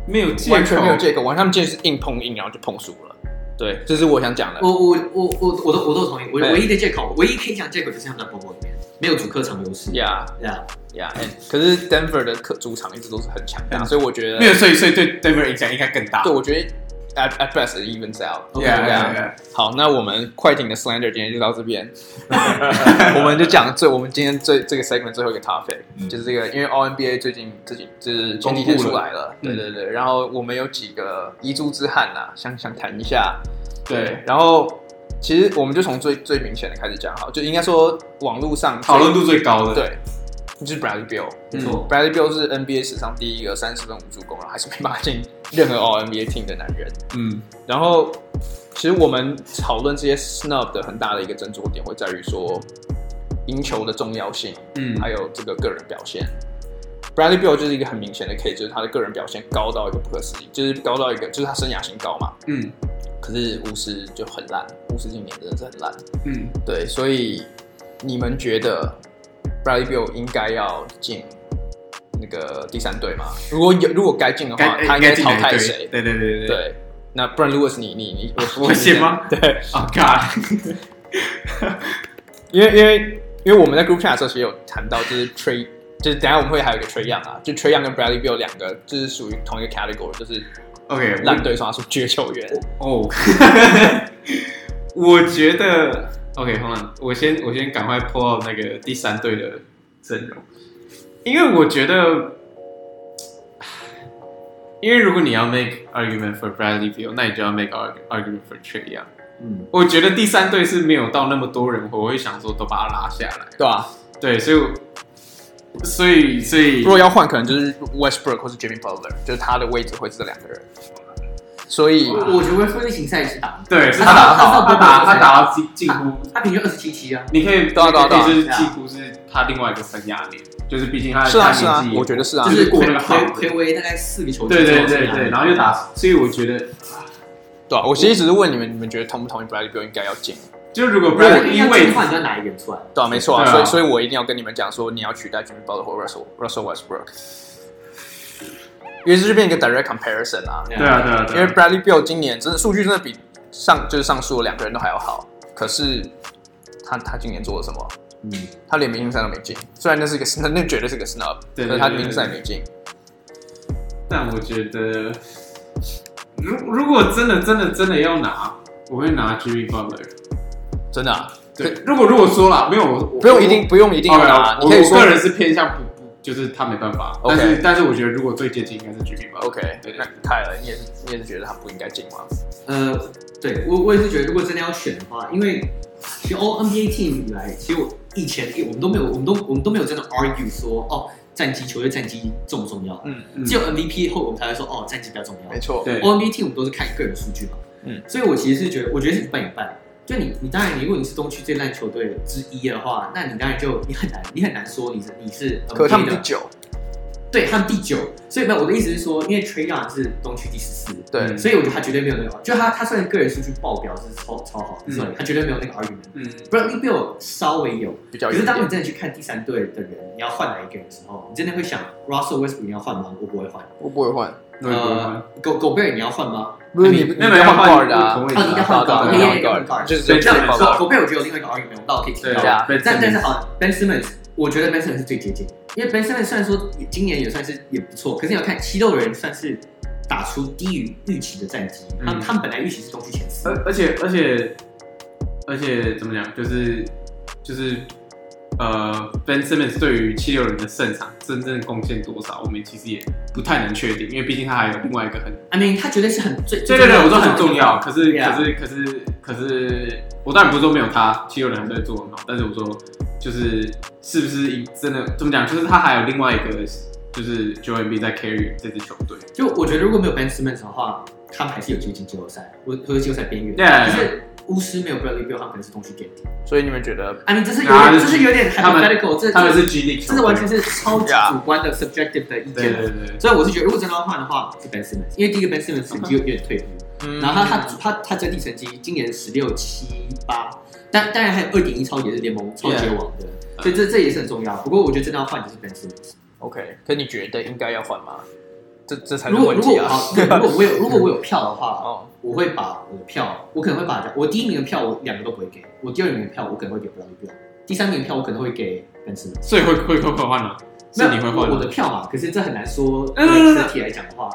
C: 没有借口，
A: 完全没有借口，完他们就是硬碰硬，然后就碰输了。对，这是我想讲的。
D: 我我我我我都我都同意，唯
A: 对
D: 唯一的借口，唯一可以讲借口就是他们在 bubble 里面没有主客场优势。啊
A: 呀
D: Yeah，
A: 呀，可是 Denver 的客主场一直都是很强大，
C: 嗯
A: 所以我觉得
C: 没有，所以所以对 Denver 影响应该更大。
A: 对，我觉得 at at best it evens out。
D: OK，
C: Yeah,
A: 对
C: yeah,
A: 啊
C: yeah.
A: 好，那我们快艇的 slander 今天就到这 边，我们就讲最我们今天最这个 segment 最后一个 topic，、
B: 嗯
A: 就是这个，因为 All NBA 最近自己就是前几天
C: 公布
A: 出
C: 了嗯
A: 来了，对对对，然后我们有几个遗珠之憾呐、想想谈一下，
C: 对，
A: 然后其实我们就从最最明显的开始讲，好，就应该说网络上最
C: 讨论度嗯最高的，
A: 对，就是 Bradley Beal，
D: 没错。
A: Bradley Beal 是 NBA 史上第一个三十分五助攻，然后还是没办法进任何 All NBA team 的男人。
C: 嗯，
A: 然后，其实我们讨论这些 snub 的很大的一个斟酌点，会在于说赢球的重要性，
C: 嗯
A: 还有这个个人表现。Bradley Beal 就是一个很明显的 case，就是他的个人表现高到一个不可思议，就是高到一个，就是他生涯新高嘛。
C: 嗯
A: 可是巫师就很烂，巫师今年真的是很烂。
C: 嗯，
A: 对，所以你们觉得 Bradley Beal 应该要进那个第三队吗？如果有，如果该进的话，
C: 该
A: 哦他应该
C: 进
A: 淘
C: 哪一
A: 汰
C: 队
A: 谁？
C: 对对对对对。
A: 对，那不然 Louis 你你你，我
C: 我写吗？
A: 对，
C: 啊、oh,，God，
A: 因为因为因为我们在 group chat 的时候也有谈到，就是 Trey，就是等一下我们会还有一个 Trey Young 啊，就 Trey Young 跟 Bradley Beal 两个就是属于同一个 category，就是
C: ，OK，我
A: 烂队刷出绝球员。
C: 哦， 我觉得 OK，红朗，我先我先赶快 pull out 那个第三队的阵容，因为我觉得，因为如果你要 make argument for Bradley Beal，那你就要 make arg- argument for Trey Young。
B: 嗯，
C: 我觉得第三队是没有到那么多人，我会想说都把他拉下来。
A: 对啊，
C: 对，所以我，所以，所以
A: 如，果要换，可能就是 Westbrook 或是 Jimmy Butler，就是他的位置会是这两个人。所以
D: 我我觉得威夫例行赛是打，
C: 对，是打
D: 他打啊
C: 得好，他
D: 他
C: 打
D: 打
C: 他打到近近乎，
D: 他平均二十七期啊。
C: 你可以
A: 对啊对啊对啊
C: 就是几乎是他另外一个生涯年，就是毕竟他
A: 是啊
C: 他
A: 是啊
C: 年，纪
A: 我觉得是啊
C: 就，
D: 就是是
C: 过
D: 魁
C: 那个
D: 魁
C: 行
D: 魁违大概四个球季
C: 对
D: 之
C: 对
D: 后
C: 对对，然后又打，所以我觉得，
A: 对啊，我其实只是问你们，你们觉得同不同意 Bradley Beal 应该要进？
C: 就如果
D: 不
C: 不然
D: 然
C: 因
D: 因为
C: 为
D: 的话，你要拿一个人出来。
A: 对啊，没错啊，
C: 对啊
A: 所以所以我一定要跟你们讲说，你要取代 Jimmy Butler 或 Russell Russell Westbrook，因为这就变
C: 嗯
A: 一个 direct comparison 啊。
C: 对啊对啊
A: 因
C: 对
A: 为
C: 啊，
A: Bradley Beal 今年真的数据真的比上就是上述的两个人都还要好，可是他他今年做了什么？
C: 嗯，
A: 他连明星赛都没进，虽然那是一个那那绝对是个 snub，
C: 对对对
A: 可是他明星赛没进。
C: 但我觉得，如如果真的真的真的要拿，我会拿 Jimmy Butler。
A: 真的、啊，
C: 对，如果如果说啦，没有我
A: 不用一定不用一
C: 一
A: 定要拿，
C: 哦我
A: 你可以
C: 我
A: 说
C: 个人是偏向不不，就是他没办法。
A: OK
C: 但是但是我觉得如果最接近应该是 Jimmy Butler。
A: OK。
C: 对
A: 那泰了，你也是你也是觉得他不应该进吗？
D: 呃，对我我也是觉得，如果真的要选的话，因为其实 O NBA team 以来，其实我以前我们都没有，我们都我们都没有真的 argue 说哦，战绩球队战绩重不重要？
A: 嗯，
C: 嗯
D: 只有 MVP 后我们才会说哦，战绩比较重要
A: 没。错，
C: 对
D: O NBA team 我们都是看个人数据嘛，
A: 嗯，
D: 所以我其实是觉得，我觉得是一半一半。就你，你当然，你如果你是东区最烂球队之一的话，那你当然就你很难，你很难说你是你是 NBA
A: 可他们
D: 的
A: 第九，
D: 对他们第九，所以没有我的意思是说，因为 Trey Young 是东区第十四，
A: 对
C: 嗯，
D: 所以我觉得他绝对没有那个，就他他虽然个人数据爆表是超超好，
C: 嗯
D: 所以他绝对没有那个 argument。
C: 嗯，
D: Bradley b i l 稍微有，
A: 比较
D: 可
A: 有
D: 是
A: 一
D: 当你
A: 点。
D: 真的去看第三队的人，你要换哪一个人的时候，你真的会想 Russell Westbrook 你要换吗？我不会换。
A: 我不会换，
C: 对
D: 呃，狗狗贝尔你要换吗？
A: 不是你
D: 你
A: 你
C: 那没有
A: 换
C: 换
A: guard 啊
C: 同，位
D: 哦，你应该换
A: 对啊
D: guard，
A: 对啊
D: 你应该换
A: guard，
D: guard
A: 就是
C: 对
A: 直接
C: 这样
A: 报
C: 没
A: 告
C: 错
D: 狗贝尔我觉得有另外一个 argument，我到可以提
C: 对
D: 到。
A: 啊
D: 但但是
C: 好，
D: 好，Ben Simmons，我觉得 Ben Simmons 是最接近，因为 Ben Simmons 虽然说也今年也算是也不错，可是你要看七六人算是打出低于预期的战绩，
C: 嗯
D: 他们他们本来预期是东区前四
C: 而，而且而且而且怎么讲，就是就是呃，Ben Simmons 对于七六人的胜场真正贡献多少，我们其实也不太能确定，因为毕竟他还有另外一个很
D: I mean 他绝对是很最
C: 对对对，我说很重要，可是
D: Yeah
C: 可是可是可是，我当然不是说没有他，七六人还是在做很好，但是我说就是是不是真的怎么讲，就是他还有另外一个就是 Joel B 在 carry 这支球队，
D: 就我觉得如果没有 Ben Simmons 的话，他们还是有接近季后赛，或或者季后赛边缘。
C: Yeah
D: 可是巫师没有 Bradley b i l 他们可能是东区垫底。
A: 所以你们觉得
D: I mean 这是有
C: 然后
D: 点
C: 啊就
D: 这
C: 是
D: 是有点
C: 他们
D: hypothetical，这
C: 他们
D: 这
C: 是 G League 球
D: 这
C: 队
D: 是完全是超级
A: Yeah
D: 主观的 subjective 的意
C: 对
D: 见。
C: 对对，
D: 所以我是觉得，如果真的要换的话，是 Ben Simmons，因为第一个 Ben Simmons 成绩有有点退步，
A: 嗯
D: 然后他他他他整体成绩今年十六七八，但当然还有二点一超级也是联盟超级王的，所以这这也是很重要。不过我觉得真的要换就是 Ben Simmons。
A: OK？可你觉得应该要换吗？这这才是
D: 如果
A: 问
D: 如果
A: 题
D: 我
A: 啊！
D: 好对如果我有如果我有票的话，
A: 哦，
D: 我会把我的票，我可能会把我第一名的票我两个都不会给，我第二名的票我可能会给 Bradley b 第三名的票我可能会给 Ben Simmons。
C: 所以会会会会换吗？是你会换
D: 我
C: 吗
D: 的票嘛？可是这很难说，
C: 嗯嗯嗯
D: 对整体来讲的话，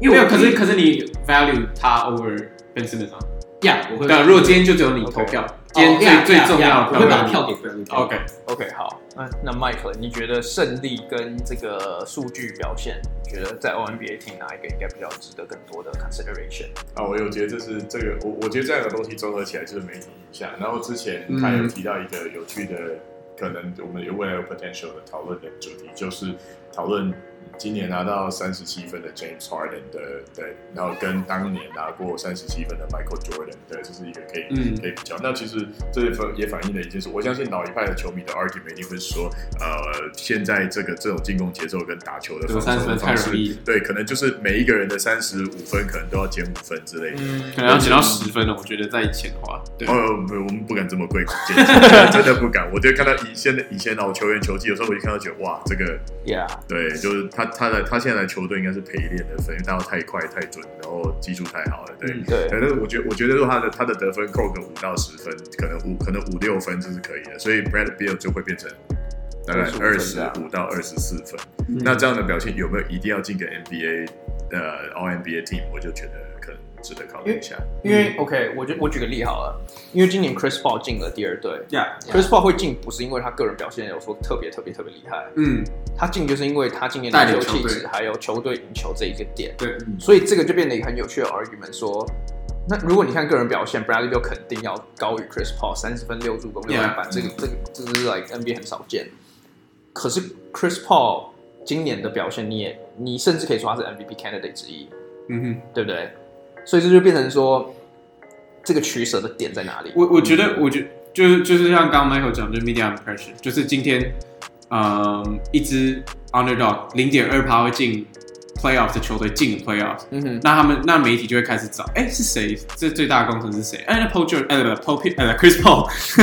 D: 因
C: 没
D: 为
C: 有，
D: 我
C: 可是可是你 value 他 over Ben Simmons 啊？
D: 呀，我会哦
C: 对啊，如果今天就只有你投票，今天最
D: Yeah,
C: 最
D: yeah,
C: 重
D: yeah,
C: 要
D: 我
C: 的
D: 会
C: 票
D: 把
C: 给你。
D: 票给 Bradley Beal。
C: OK，
A: OK，好，那那 Mike，你觉得胜利跟这个数据表现，你觉得在 ONBA 听哪一个应该比较值得更多的 consideration？
B: 啊，我有觉得这是这个，我我觉得这样的东西综合起来就是没什么影响。然后之前
C: 嗯
B: 他有提到一个有趣的，可能我们有未来有 potential 的讨论的主题，就是讨论今年拿到三十七分的 James Harden 的的，然后跟当年拿过三十七分的 Michael Jordan 的，这是一个可以
C: 嗯
B: 可以比较。那其实这也反也反映了一件事，我相信老一派的球迷的 argument 一定会说，呃，现在这个这种进攻节奏跟打球的
C: 对
B: 防
C: 30
B: 守
C: 分
B: 的
C: 太
B: 方
C: 容易
B: 式，对，可能就是每一个人的三十五分可能都要减五分之类的。
A: 嗯
C: 可能要减到十分了。我觉得在以前的话，对，
B: 哦，不，我们不敢这么贵苦见真，真的不敢。我就看到以现在以前老球员球技，有时候我就看到觉得哇，这个
A: ，Yeah，
B: 对，就是他他的他现在的球队应该是陪练的分，因为他太快太准，然后技术太好了，对。
C: 嗯
A: 对，
B: 反正我觉得，我觉得说他的他的得分扣个五到十分，可能五可能五六分这是可以的，所以 Brad Beal 就会变成大概
A: 25
B: 二
A: 分
B: 十
A: 这样
B: 五到二十四分。那这样的表现有没有一定要进个 NBA 呃 All NBA team？我就觉得可能值得考虑一下。
A: 因为 OK，我就我举个例好了，因为今年 Chris Paul 进了第二队
C: Yeah，
A: ，Chris Paul 会进不是因为他个人表现有说特别特别特别厉害，
C: 嗯，
A: 他进就是因为他今年
C: 带
A: 的
C: 领
A: 球
C: 球
A: 气
C: 队
A: 质还有球队赢球这一个点，
C: 对，嗯
A: 所以这个就变得一个很有趣的 argument 说。那如果你看个人表现，Bradley Beal 肯定要高于 Chris Paul 三十分、六助攻、六篮板
B: Yeah，
A: 这个这个这个是 like NBA 很少见。可是 Chris Paul 今年的表现，你也你甚至可以说他是 MVP candidate 之一，
C: 嗯哼，
A: 对不对？所以这就变成说，这个取舍的点在哪里？
C: 我我觉得，我觉就是就是像刚刚 Michael 讲，就是 media impression，就是今天，嗯，一支 underdog 零点二趴会进 playoffs 的球队进了 playoffs，
A: 嗯哼，
C: 那他们那媒体就会开始找，哎、是谁？这最大的功臣是谁？哎、那 Paul George，哎、不不，Paul Pierce，哎、不 Chris Paul，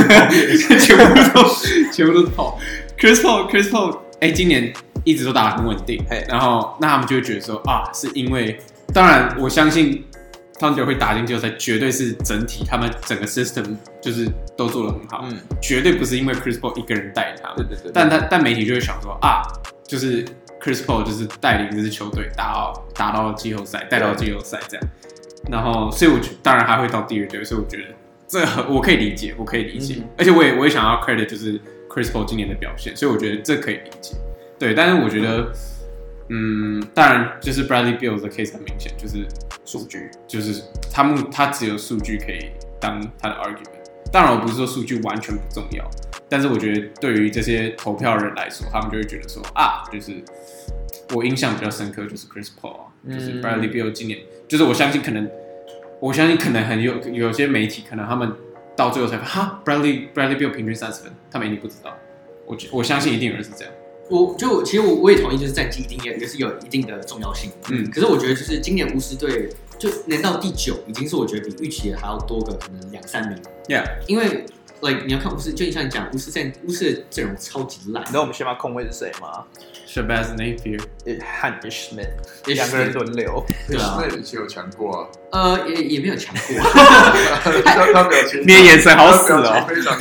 C: 全 部都全部都是 Paul，Chris Paul，Chris Paul，哎、今年一直都打得很稳定
A: 嘿，
C: 然后那他们就会觉得说啊，是因为，当然我相信 Thunder 会打进季后赛，绝对是整体他们整个 system 就是都做得很好，
A: 嗯，
C: 绝对不是因为 Chris Paul 一个人带他们
A: 对，对对，
C: 但他但媒体就会想说啊，就是 Chris Paul 就是带领这支球队打到打到季后赛，带到季后赛这样。然后，所以我觉当然他会到第二队，所以我觉得这很我可以理解，我可以理解，
A: 嗯
C: 而且我也我也想要 credit 就是 Chris Paul 今年的表现，所以我觉得这可以理解。对，但是我觉得，嗯，当然就是 Bradley Beal 的 case 很明显，就是
A: 数据，
C: 就是他们他只有数据可以当他的 argument。当然，我不是说数据完全不重要，但是我觉得对于这些投票人来说，他们就会觉得说啊，就是我印象比较深刻就是 Chris Paul，、啊、
A: 嗯
C: 就是 Bradley Beal 今年，就是我相信可能，我相信可能很有有些媒体可能他们到最后才发现哈 Bradley Bradley Beal 平均三十分，他们一定不知道。我我相信一定有人是这样，
D: 我就其实我我也同意，就是战绩一定也也是有一定的重要性。
C: 嗯
D: 可是我觉得就是今年巫师队就连到第九，已经是我觉得比预期的还要多个可能两三名。
C: ，Yeah，
D: 因为 like 你要看巫师，就你像你讲巫师阵巫师的阵容超级烂
A: 你知，道我们先把控卫是谁吗？
C: s h a b a z Napier，
A: 呃汉 Ish Smith，
D: 也
A: 两个人轮流，
D: 对啊，
B: 那也是有强过啊，
D: 呃也也没有强 过，
B: 他他表情，
C: 你的眼神好死
B: 他表
C: 哦，
B: 情非常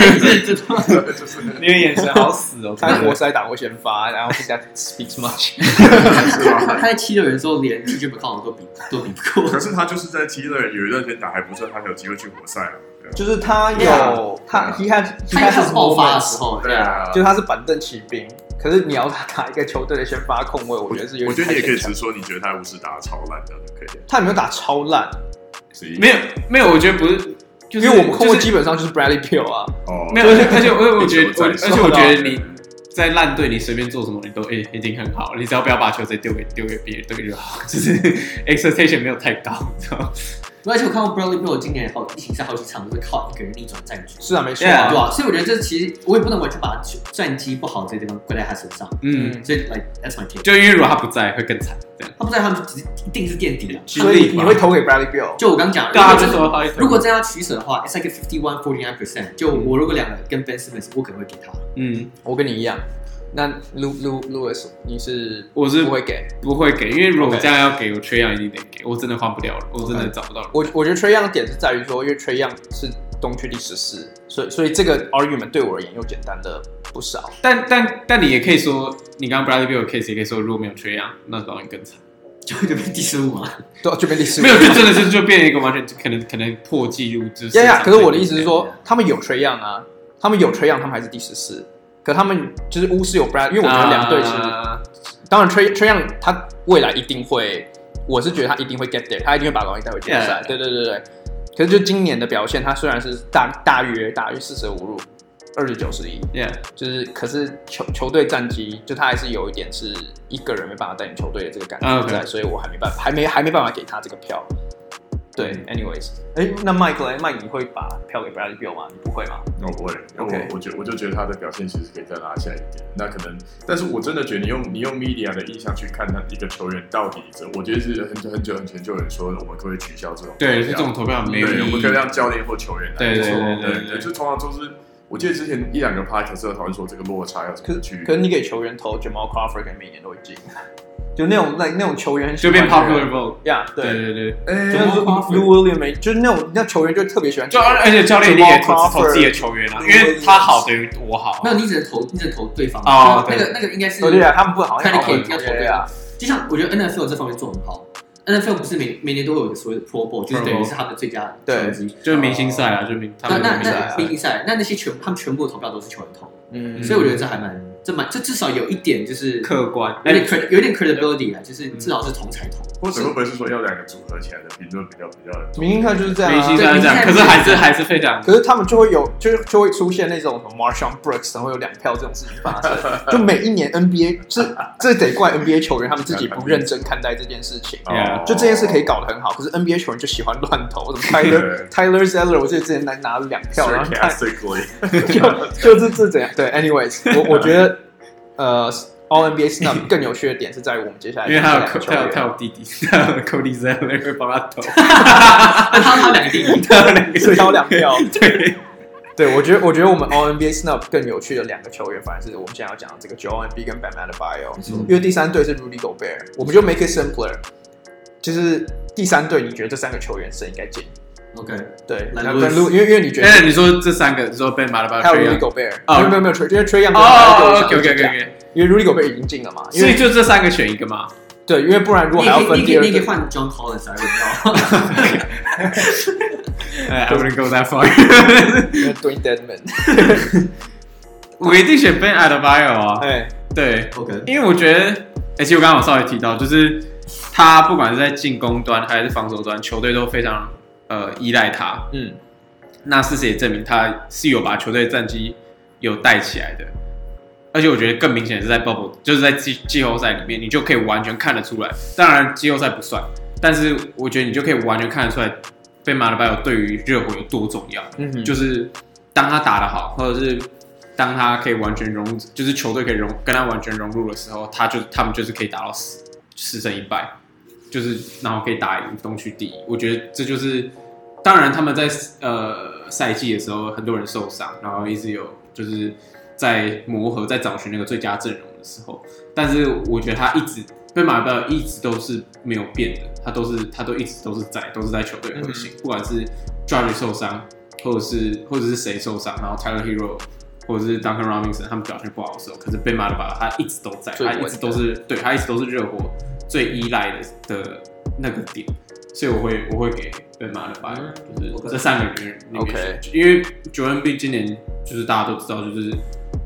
D: 这这
B: 好，就是那
C: 你的眼神好死哦，
A: 他活塞打过先发，然后不加 speaks much，
B: 是吧？
D: 他在七六人的时候连 TJ b c o 都比都比不过
B: 可。是他就是在 T 了有一段时间打还不错，他有机会去活塞了。对啊
A: 就是他有
B: Yeah
A: 他 he had
D: 啊他一开始
A: his
D: 爆发的
A: moments
D: 时候，
B: 对啊，
A: 就是他是板凳骑兵，可是你要他打一个球队的先发控卫，我觉得是有点
B: 我觉得你也可以
A: 太牵强
B: 直说，你觉得他巫师打的超烂，这样就可以了。
A: 他有没有打超烂？
B: 十一
C: 没有没有，我觉得不是，就是、
A: 因为我们控卫
C: 就是
A: 基本上就是 Bradley Beal 啊，
B: 哦，
C: 没有，而且 而且我我觉得
B: 一球
C: 我
B: 在
C: 而且我觉得你在烂队，你随便做什么你都诶、已经很好，你只要不要把球再丢给丢给别人队就好， 就是 expectation 没有太高，你知道吗？
D: 而且我看到 Bradley Beal 今年好疫情赛好几场都是靠一个人逆转战局，
A: 是啊，没错
C: Yeah
D: 对
A: 啊，
D: 啊，所以我觉得这其实我也不能完全把战绩不好这地方怪在他身上，
C: 嗯，
D: 所以 like that's my take。
C: 就因为如果他不在会更惨，这样。
D: 他不在，他们只是一定是垫底的。
A: 所以你会投给 Bradley Beal，
D: 就我刚讲，
C: 对啊，
D: 如
C: 就
D: 果
C: 是我好一
D: 如果真要取舍的话，it's like fifty one forty nine percent。就我如果两个跟 Ben Simmons，我可能会给他。
C: 嗯，
A: 我跟你一样。那 Lu Lu Louis，你是
C: 我是
A: 不会给
C: 不会给，因为如果我
A: OK
C: 这样要给我缺氧一定得给，我真的换不掉了，我真的
A: OK
C: 找不到了。
A: 我？我觉得 Trey Young 的点是在于说，因为 Trey Young 是东区第十四，所以所以这个 argument 对我而言又简单的不少。
C: 但但但你也可以说，你刚刚 Bradley Beal 的 case 也可以说，如果没有缺氧，那老你更惨。
D: 就就变第十五嘛。
A: 对啊，这边第十五
C: 没有，就真的是就变成一个完全可能可能破纪录之。
A: 呀呀，可是我的意思是
D: 对
A: 说
D: 啊，
A: 他们有 Trey Young 啊，他们有 Trey Young，他们还是第十四。可他们就是巫师有 Brad，因为我觉得两队其实
C: 啊
A: 当然 Trey Trey Young 他未来一定会，我是觉得他一定会 get there，他一定会把老鹰带回决赛。
C: Yeah.
A: 对对对对。可是就今年的表现，他虽然是大大约大约四舍五入，二十九十一，
C: yeah,
A: 就是可是球球队战绩，就他还是有一点是一个人没办法带领球队的这个感
C: 啊
A: 觉
C: ，OK
A: 在所以我还没办法，还没还没办法给他这个票。对，anyways，哎、那 Mike 呢？Mike 你会把票给 Bradley Beal 吗？你不会吗？
B: 那我哦不会，因为
A: OK
B: 我我觉我就觉得他的表现其实可以再拉下一点。那可能，但是我真的觉得你用你用 media 的印象去看他一个球员到底怎，我觉得是很久很久很前就有人说，我们可不可以取消这种
C: 对，
B: 投
C: 是这
B: 票
C: 种投票没有
B: 对，我
C: 意
B: 们
C: 义
B: 可以。让教练或球员来
C: 对对
B: 做
C: 对对
B: 对
C: 对
B: 就通常都是，我记得之前一两个 podcast 有讨论说这个落差要怎么去
A: 可是你给球员投 Jamal Crawford，可能每年都会进，就那种那那种球员很喜
C: 就
A: 欢
C: 变
A: 的人
C: popular vote，
A: 呀，
C: 对
A: 对，
C: 对对，
B: 哎
A: 就是 Lou Williams，没就是那种那球员就特别喜欢
C: 就而且教练一定也投投自己的球员啦，啊因为他好等于我好
D: 没。有，你只能投，你只能投对方。
C: 哦
D: 那
C: 对
D: 个那个应该是，
A: 哦对啊，他们不好像
D: Predicate，要投对
A: 啊
D: 啊，就像我觉得 NFL 这方面做得很好。NFL 不是每每年都有所谓的 Pro Bowl，就是
C: Pro
D: 等于
C: Bowl
D: 是他们最佳
A: 对
D: 成绩。
C: 就是明星赛啊，就是明他
D: 那
C: 们的
D: 那
A: 比赛啊
C: 明星赛
D: 那明星赛，那那些全他们全部的投票都是球员投，
A: 嗯
D: 所以我觉得这还蛮这蛮这至少有一点就是
C: 客观，
D: 有
C: 哎
D: 点 cred 有点 credibility 啊，就是
A: 嗯
D: 至少是同才同。
B: 或者会不会是说要两个组合起来的评论比较比较
A: 明星看就是这样
C: 明星
A: 啊。
C: 这样讲，可是还是还是非常
A: 可是他们就会有，就是就会出现那种什么 Marshawn Brooks，然后有两票这种事情 发生。就每一年 NBA，这这得怪 NBA 球员他们自己不认真看待这件事情。
B: 哦
C: Yeah，
A: 就这件事可以搞得很好，可是 NBA 球员就喜欢乱投，什么 Tyler
B: 对
A: Tyler Zeller，我记得之前拿拿了两票，然后看
B: sarcastically
A: 就就是这怎样？对，anyways，我我觉得呃，All NBA snub 更有趣的点是在于我们接下来
C: 因为他有
A: 讲
C: 扣
A: 的两个球
C: 他有
A: 员
C: 他有弟 弟，他有 Cody Zeller 会帮他 投，
D: 那他他两个弟弟，
C: 他有两个
A: 所以他有两票。
C: 对，
A: 对，我觉得我觉得我们 All NBA snub 更有趣的两个球员，反而是我们现在要讲的这个 Joel Embiid 跟 Bam Adebayo，因为第三队是 Rudy Gobert，我们就 make it simpler，就是第三队你觉得这三个球员谁应该进？
D: OK，
A: 对，
D: 来
A: 然后跟
D: Lewis
A: 路，因为因为你觉得
C: 哎，你说这三个，你说 Ben 马拉巴
A: 还有 Rudy
C: Trae Young
A: Gobert，
C: 哦
D: 啊
A: 没有没有没有 Trey，因为 Trey Young
C: 哦，OK OK OK OK，
A: 因为 Rudy Gobert 已经进了嘛，因
C: 所以
A: 为
C: 就这三个选一个嘛，
A: 对，因为不然如果
D: 你
A: 还要
D: 可
A: 分
D: 以你可
A: 第
D: 以
A: 二
D: 你可以
A: 队，
D: 换 John Collins 来轮到。
C: 哎，I wouldn't go that far，
A: 因为 Dwayne Dedman，
C: 我一定选 Ben Adebayo 啊，
A: 哎，
C: 对，
D: OK，
C: 因为我觉得，而、且我刚刚有稍微提到，就是他不管是在进攻端还是防守端，球队都非常呃依赖他。
A: 嗯，
C: 那事实也证明他是有把球队战绩有带起来的，而且我觉得更明显的是在 bubble，就是在季季后赛里面，你就可以完全看得出来。当然季后赛不算，但是我觉得你就可以完全看得出来，贝马德拜尔对于热火有多重要。
A: 嗯哼
C: 就是当他打得好，或者是当他可以完全融入，就是球队可以融跟他完全融入的时候，他就他们就是可以打到十十胜一败，就是然后可以打赢东区第一。我觉得这就是，当然他们在呃赛季的时候，很多人受伤，然后一直有就是在磨合，在找寻那个最佳阵容的时候，但是我觉得他一直。对马贝尔一直都是没有变的，他都是他都一直都是在都是在球队核心，
A: 嗯
C: 不管是 d r a g e 受伤，或者是或者是谁受伤，然后 Tyler Hero 或者是 Duncan Robinson 他们表现不好的时候，可是 Ben 马德巴他一直都在，
A: 最
C: 他
A: 稳的
C: 一直都是对他一直都是热火最依赖的的那个点，所以我会我会给 Ben 马德巴，就是
D: OK
C: 这三个人里面里面
A: OK
C: 选因为 Jordan B 今年就是大家都知道就是。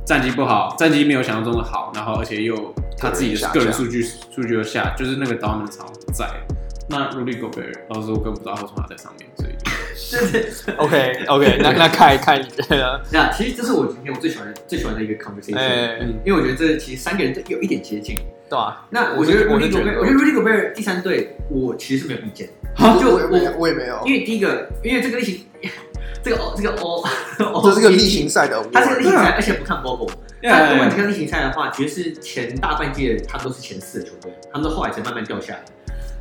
C: 战绩不好，战绩没有想象中的好，然后而且又他自己的
A: 个
C: 个人
A: 人下降
C: 数据数据又下，就是那个 dominance 好像不在。那 Rudy Gobert，老师我更不知道为什么他在上面，所以
A: ，OK OK，那 那看一看你觉得，
D: 那其实这是我今天我最喜欢的最喜欢的一个 conversation，、嗯
A: 哎，
D: 因为我觉得这其实三个人都有一点接近。
A: 对吧？
D: 那
A: 我
D: 我
A: 是
D: 觉得
A: 我
D: Rudy
A: 是
D: g o
A: 觉
D: b
A: 得
D: e 我觉得 Rudy g o b e 第三队我其实是没有意见，就我我
A: 我也没有
D: 因为第一个，因为这个例行，这个这个哦 O，
A: 这是个例，行赛的啊
D: 它是个
A: award，
D: 例行赛，而且不看 Bobo。但如果你看例行赛的话，爵士前大半届他们都是前四的球队，他们都后来才慢慢掉下来。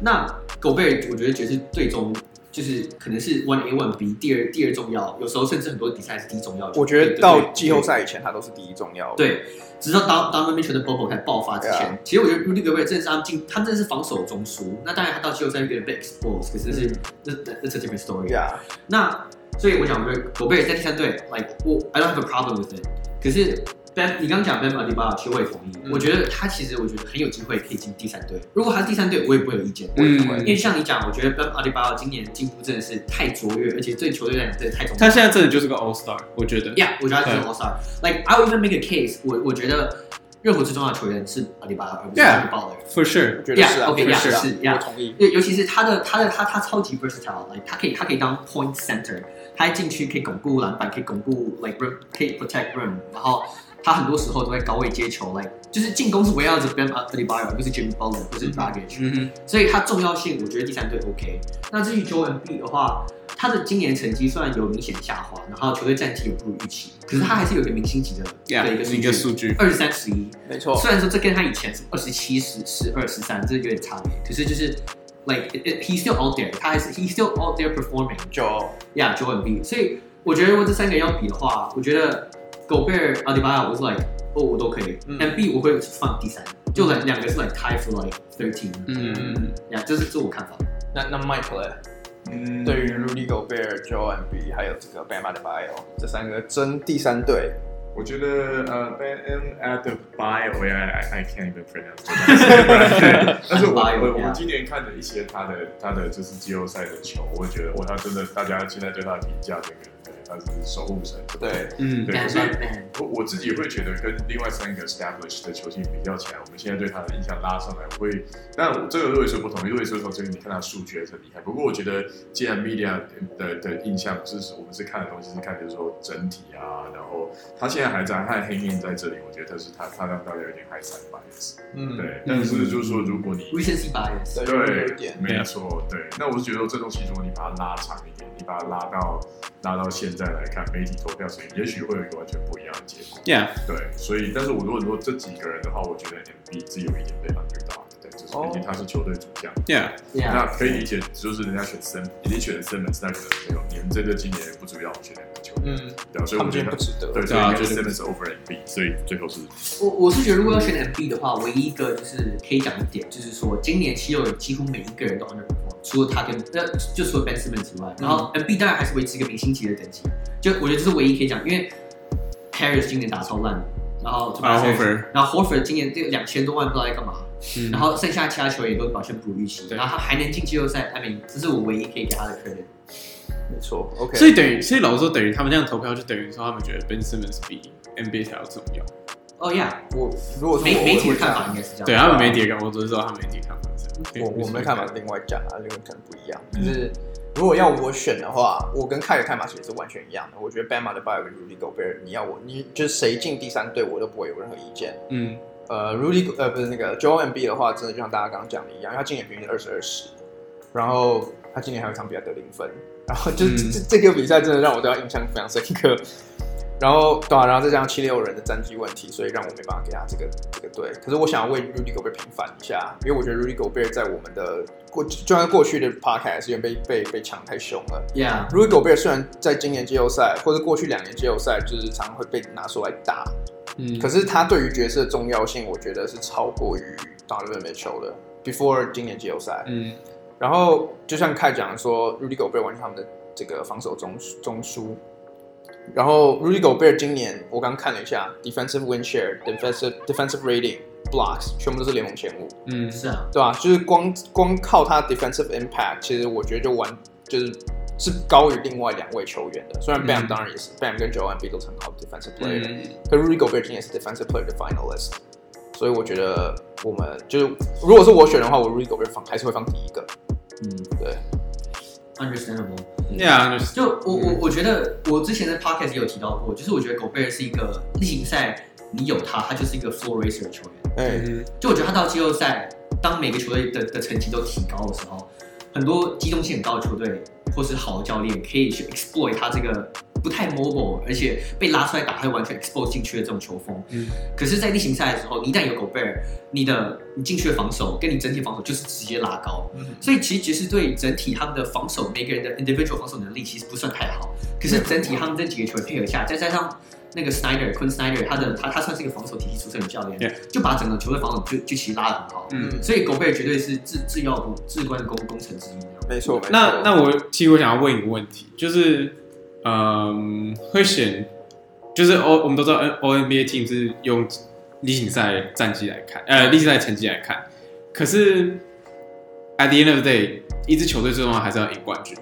D: 那狗贝尔，我觉得爵士最终就是可能是 one A one B 第二第二重要，有时候甚至很多比赛是第一重要的球队。
A: 我觉得
D: 对
A: 到
D: 对
A: 季后赛以前他都是第一重要的，
D: 对，直到当当 Mitchell 的 Bobo 开始爆发之前
A: Yeah.
D: 其实我觉得 Rudy Gobert 真的是他们进，他真的是防守中枢。那当然他到季后赛有点被 exposed，可是是、
A: 嗯
D: 那那那 s a different story。
A: 呀，
D: 那所以我想，我觉得狗贝尔在第三队，like 我 I don't have a problem with it。可是 Ben，你刚刚讲 Ben a d i b a 其实我也同意、
A: 嗯
D: 我觉得他其实我觉得很有机会可以进第三队。如果他是第三队，我也不会有意见。
C: 嗯
D: 因为像你讲，我觉得 Ben a d i b a 今年进步真的是太卓越，而且对球队来讲真的太重要。
C: 他现在真的就是个 All Star，我觉得。
D: Yeah，我觉得他就是 All Star。Like I would even make a case，我我觉得热火最重要的球员是阿里巴巴，而不是
C: Yeah.
D: 鲍尔。
C: For sure，
A: 我觉得是啊，
D: Yeah，OK，
A: 我觉得是
D: yeah，是
A: 啊，
D: yeah
A: 我同意。
D: 尤尤其是他的他的他他超级 versatile，like 他可以他可以当 point center，他一进去可以巩固篮板，可以巩固 like rim，可以 protect rim，然后他很多时候都在高位接球，like 就是进攻是围绕着 Ben a d i b a r 而不是 Jimmy Butler 不是 Baggage，、
C: 嗯
D: 所以他重要性我觉得第三队 OK。那至于 Joel m b 的话，他的今年成绩虽然有明显下滑，然后球队战绩也不如预期，可是他还是有一个明星级的的一个
C: ，Yeah，
D: 数
C: 一个
D: 据，
C: 数据，
D: 二十三十一。
A: 没错，
D: 虽然说这跟他以前是二十七、十、十二、十三，这有点差别，可是就是 like it, it, he's still out there，他还是 he's still out there performing
A: 就
D: yeah Joel B。所以我觉得如果这三个要比的话，我觉得狗贝尔、阿迪巴亚，我是 like 哦我都可以、
A: 嗯
D: m b 我会放第三，就两两个是 like tie for like thirteen，
C: 嗯，
D: 呀、yeah,，这是这是我看法。
A: 那那 Mike 嘞？
B: 嗯
A: 对于 Rudy Gobert、Joel Embiid 还有这个 Bam Adebayo 这三个争第三队，
B: 我觉得呃，Ben at the bio，我 I I can't even pronounce it 但是我
D: Bio，
B: 我我
D: yeah
B: 们今年看了一些他的他的就是季后赛的球，我觉得哇，他真的大家现在对他的评价这个他是守护神。
A: 对，
C: 嗯，
B: 对
D: Bam
B: 所以
D: Bam Bam，
B: 我我自己会觉得跟另外三个 established 的球星比较起来，我们现在对他的印象拉上来，我会，但我这个如也说不同，如也说从这个你看他数据还是很厉害。不过我觉得，既然 media 的的印象就是我们是看的东西是看就是说整体啊，然后他现在还在和黑面在这里，我觉得是他他让大家有点 high side bias。
A: 嗯，
B: 对，但是就是说如果你
D: recency
A: 对，
D: bias，
B: 对
A: 嗯有一点，
B: 没错，对。那我是觉得这东西，如果你把它拉长一点，你把它拉到拉到现在来看，媒体投票水平，也许会有一个完全不一样的结果。
C: Yeah，
B: 对，所以，但是我如果说这几个人的话，我觉得 MB 自己有一点被 underdog，对，就是
A: 哦
B: 毕竟他是球队主将。
C: yeah，
B: 那
D: yeah，
B: 可以理解，就是人家选森，已经选了森本，那可能没有，你们这个今年不注意让我选两个球员，
A: 嗯，
B: 对啊，所
A: 他
B: 以我
A: 们觉
B: 觉
A: 得不，
B: 得
A: 值得。
B: 对，所
C: 对啊
B: 以
C: 就是
B: 森本是 over MB，所以最后是
D: 我我是觉得如果要选 MB 的话，唯一一个就是可以讲的点就是说，今年七六人几乎每一个人都 underperform，除了他跟那就除了 Ben Simmons 以外，然后
C: 嗯
D: MB 当然还是维持一个明星级的等级，就我觉得这是唯一可以讲，因为 Harris 今年打超烂的，然后就把
C: 然后 Horford
D: 然后 Horford 今年这两千多万不知道在干嘛，
C: 嗯
D: 然后剩下其他球员也都表现不如预期，
C: 对
D: 然后他还能进季后赛，I mean，这是我唯一可以给他的 credit。
A: 没错，OK。
C: 所以等于，所以老实说，等于他们这样投票，就等于说他们觉得 Ben Simmons 比 NBA 还要重要。
D: 哦、yeah，
A: 我如果说
D: 媒
A: 我
D: 媒体
A: 我会这
D: 的看
A: 样
D: 法应该是这样。
C: 对他们媒体的看法，我只是说他们媒体的看法是这
A: 我
C: 样。
A: 我们的看法另外讲啊，另外可能不一样。就是如果要我选的话，我跟凯尔看法其实是完全一样的。我觉得 Bama 的 b a 跟 Rudy Gobert，你要我你就是谁进第三队，我都不会有任何意见。
C: 嗯，
A: 呃，Rudy 呃不是那个 Joel m b 的话，真的就像大家刚刚讲的一样，因为他今年平均二十二十，然后他今年还有一场比赛得零分，然后就、
C: 嗯
A: 这这个比赛真的让我对他印象非常深刻。然后对啊，然后再加上七六人的战绩问题，所以让我没办法给他这个这个队。可是我想要为 Rudy Gobert 平反一下，因为我觉得 Rudy Gobert 在我们的过，就像过去的 podcast 也被被被抢太凶了。
D: ，Yeah，
A: Rudy Gobert 虽然在今年季后赛或者过去两年季后赛，就是常常会被拿出来打，
C: 嗯，
A: 可是他对于角色的重要性，我觉得是超过于 Donovan Mitchell 的。Before 今年季后赛，
C: 嗯
A: 然后就像凯讲说，Rudy Gobert 完成他们的这个防守中中枢。然后 Rudy Gobert 今年我刚看了一下，defensive win share、defensive defensive rating、blocks 全部都是联盟前五，
C: 嗯
D: 是啊，
A: 对吧、就是光光靠他 defensive impact，其实我觉得就完就是是高于另外两位球员的。虽然 Bam
C: 嗯
A: 当然也是、Bam 跟 Joel Embiid 都是很好的 defensive player，、
C: 嗯
A: 可 Rudy Gobert 今年是 Defensive Player 的 Finalist，所以我觉得我们就是，如果是我选的话，我 Rudy Gobert 放还是会放第一个。
B: 嗯，
A: 对，
D: understandable。
C: ，Yeah，就是
D: 就我我我觉得我之前在 podcast 也有提到过，就是我觉得狗贝尔是一个例行赛，你有他，他就是一个 floor racer 的球员。
A: 哎、
C: 嗯
D: 就我觉得他到季后赛，当每个球队的的成绩都提高的时候，很多机动性很高的球队或是好的教练可以去 exploit 他这个不太 mobile，而且被拉出来打会完全 expose 进去的这种球风。
C: 嗯
D: 可是，在例行赛的时候，你一旦有狗贝尔，你的你进去的防守跟你整体防守就是直接拉高。
C: 嗯
D: 所以其实爵士队整体他们的防守，每个人的 individual 防守能力其实不算太好，可是整体他们这几个球员配合下，再加上那个 Snyder、Quinn Snyder，他的他他算是一个防守体系出身的教练
C: Yeah
D: 就把整个球队防守就就其实拉得很好。
C: 嗯。
D: 所以狗贝尔绝对是至至要不至关的工工程之一。
A: 没错没错。
C: 那那我其实我想要问一个问题，就是嗯，会选就是我我们都知道 N O N B A team 是用例行赛战绩来看，呃，例行赛成绩来看，可是 at the end of the day，一支球队最终还是要赢冠军。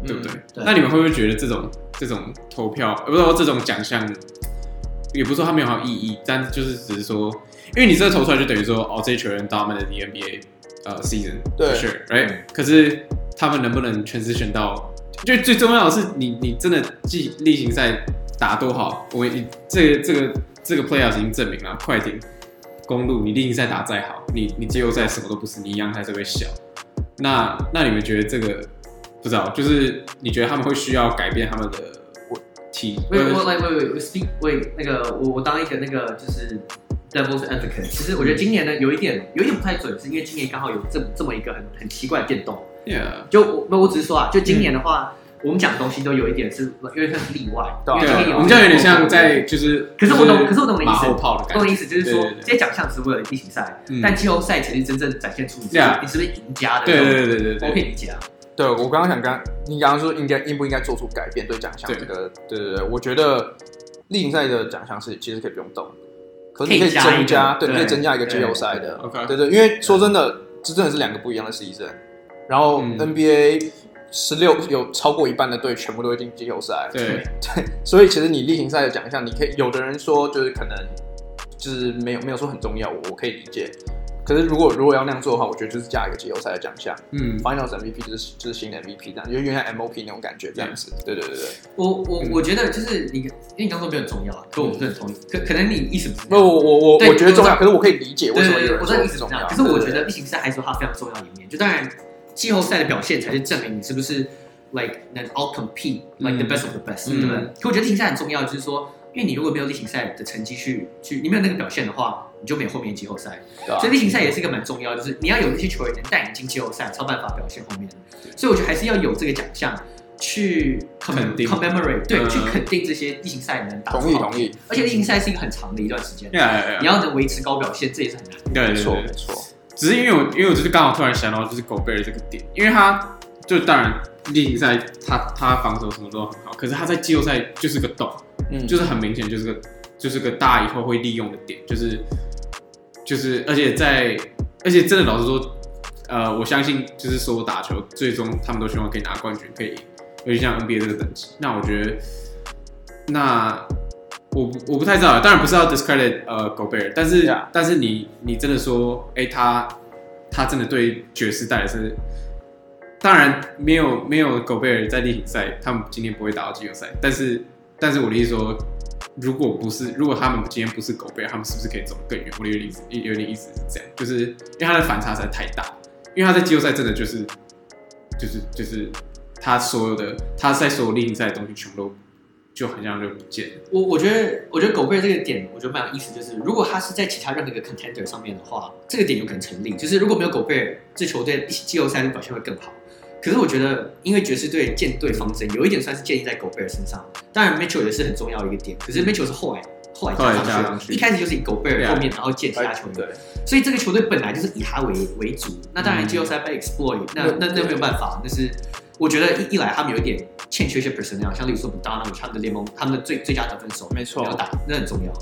A: 嗯
C: 对不对？
D: 对
C: 那你们会不会觉得这种这种投票，呃不是说这种奖项，也不是说它没有好意义，但就是只是说，因为你这投出来就等于说，哦，这些球员 dominated the NBA 呃 season，
A: 对
C: s u r right？、
B: 嗯
C: 可是他们能不能 transition 到，就最重要的是你你真的季例行赛打多好，我们已这个这个这个 playoff 已经证明了，快艇、公路，你例行赛打再好，你你季后赛什么都不是，你一样还是会小。那那你们觉得这个不知道，就是你觉得他们会需要改变他们的体？
D: 喂
C: 呃
D: 我来喂喂喂，speak 喂那个我我当一个那个就是 devil's advocate，其实我觉得今年呢有一点有一点不太准，是因为今年刚好有这么这么一个很很奇怪的变动。
C: yeah，
D: 就我那我只是说啊，就今年的话，我们讲的东西都有一点是有点像是例外，
A: 对啊
D: 因为今
C: 嗯
D: 年
C: 对，
D: 有
C: 我们这样有点像在就是，
D: 可是我懂
C: 就
D: 可是我懂你的意思
C: 马后炮的
D: 懂
C: 感
D: 我
C: 觉
D: 的意思，就是说
C: 对对对
D: 这些奖项只是为了例行赛，
C: 嗯
D: 但季后赛才是真正展现出你是
C: Yeah
D: 你是不是赢家的
C: 对
D: 那种。
C: 对对对
D: 我可以
C: 对
D: 理解啊。
A: 对我刚刚想刚你刚刚说应该应不应该做出改变对奖项
C: 对
A: 这个，对对对，我觉得例行赛的奖项是其实可以不用动，可是你
D: 可
A: 可
D: 以
A: 以
D: 加一
A: 增
D: 个
A: 加，对，你可以
D: 对
A: 增加一个
D: 对
A: 季后赛的，
C: ，OK，
A: 对对，因为说真的，这真的是两个不一样的 season。然后
C: 嗯
A: NBA 十六有超过一半的队全部都会进季后赛，
C: 对，
A: 所以其实你例行赛的奖项，你可以有的人说就是可能就是没有没有说很重要，我我可以理解。可是如果如果要那样做的话，我觉得就是加一个季后赛的奖项
C: 嗯，
A: ，Finals MVP 就是就是新的 MVP 这样，就有点像 MOP 那种感觉这样子。对对对对，
D: 我我
C: 嗯
D: 我觉得就是你，因为你刚说没有很重要啊，可我不是很同意，可可能你意思不是这
A: 那嗯
D: 样
A: 我我我
D: 对
A: 我觉得重要，
D: 我
A: 可是我可以理解为什么
D: 对
A: 有
D: 对对，
A: 人
D: 我
A: 说
D: 知道你
A: 不
D: 是
A: 重
D: 这
A: 要
D: 样，。可是我觉
A: 对嗯
D: 得例行赛还是有它非常重要的一面。就当然，季后赛的表现才是证明你是不是 like 能 all compete like
C: 嗯
D: the best of the best，、
A: 嗯
D: 对不对？可我觉得例行赛很重要，就是说，因为你如果没有例行赛的成绩去去，你没有那个表现的话，你就没有后面季后赛。
A: 对啊
D: 所以例行赛也是一个蛮重要的，就是你要有那些球员能带你进季后赛，才有办法表现后面。所以我觉得还是要有这个奖项去 commem-
C: 肯定
D: commemorate，对，
C: 嗯
D: 去肯定这些例行赛能打出
A: 同意
D: 好
A: 同意，
D: 而且例行赛是一个很长的一段时间。
C: 呀
D: 你要能维持高表现，这也是很难。
C: 对
A: 没
C: 对
A: 错
C: 对
A: 没，错，
C: 只是因为我，因为我就是刚好突然想到，就是狗贝尔这个点，因为他就当然例行赛他他防守什么都很好，可是他在季后赛就是个洞，
A: 嗯，
C: 就是很明显就是个就是个大家以后会利用的点，就是就是而且在而且真的老实说，呃，我相信就是说打球最终他们都希望可以拿冠军，可以赢，尤其像 NBA 这个等级，那我觉得那我不我不太知道，当然不是要 discredit 呃狗贝尔，但是
A: Yeah.
C: 但是你你真的说，哎、他他真的对爵士带来是，当然没有没有狗贝尔在例行赛，他们今天不会打到季后赛，但是但是我的意思说，如果不是如果他们今天不是狗贝尔，他们是不是可以走得更远？我的意思有点意思是这样，就是因为他的反差实在太大，因为他在季后赛真的就是就是就是他所有的他在所有例行赛的东西全部都就很像就不见了。
D: 我我觉得，我觉得狗贝这个点，我觉得蛮有意思，就是如果他是在其他任何一个 contender 上面的话，这个点有可能成立。就是如果没有狗贝尔，这球队季后赛的表现会更好。可是我觉得，因为爵士队建队方针有一点算是建立在狗贝尔身上，当然 Mitchell 也是很重要的一个点。可是 Mitchell 是后来后来
C: 后来
D: 加
C: 加
D: 上
C: 上
D: 去，
C: 去
D: 一开始就是以狗贝尔
C: Yeah
D: 后面，然后建其他球队，
A: 对，
D: 所以这个球队本来就是以他为为主。那当然季后赛被 exploit，那那那没有办法，但是。我觉得一一来他们有一点欠缺一些 personnel，像例如说 McDonald 他们的联盟他们的最最佳得分手
A: 没错
D: 要打，那很重要。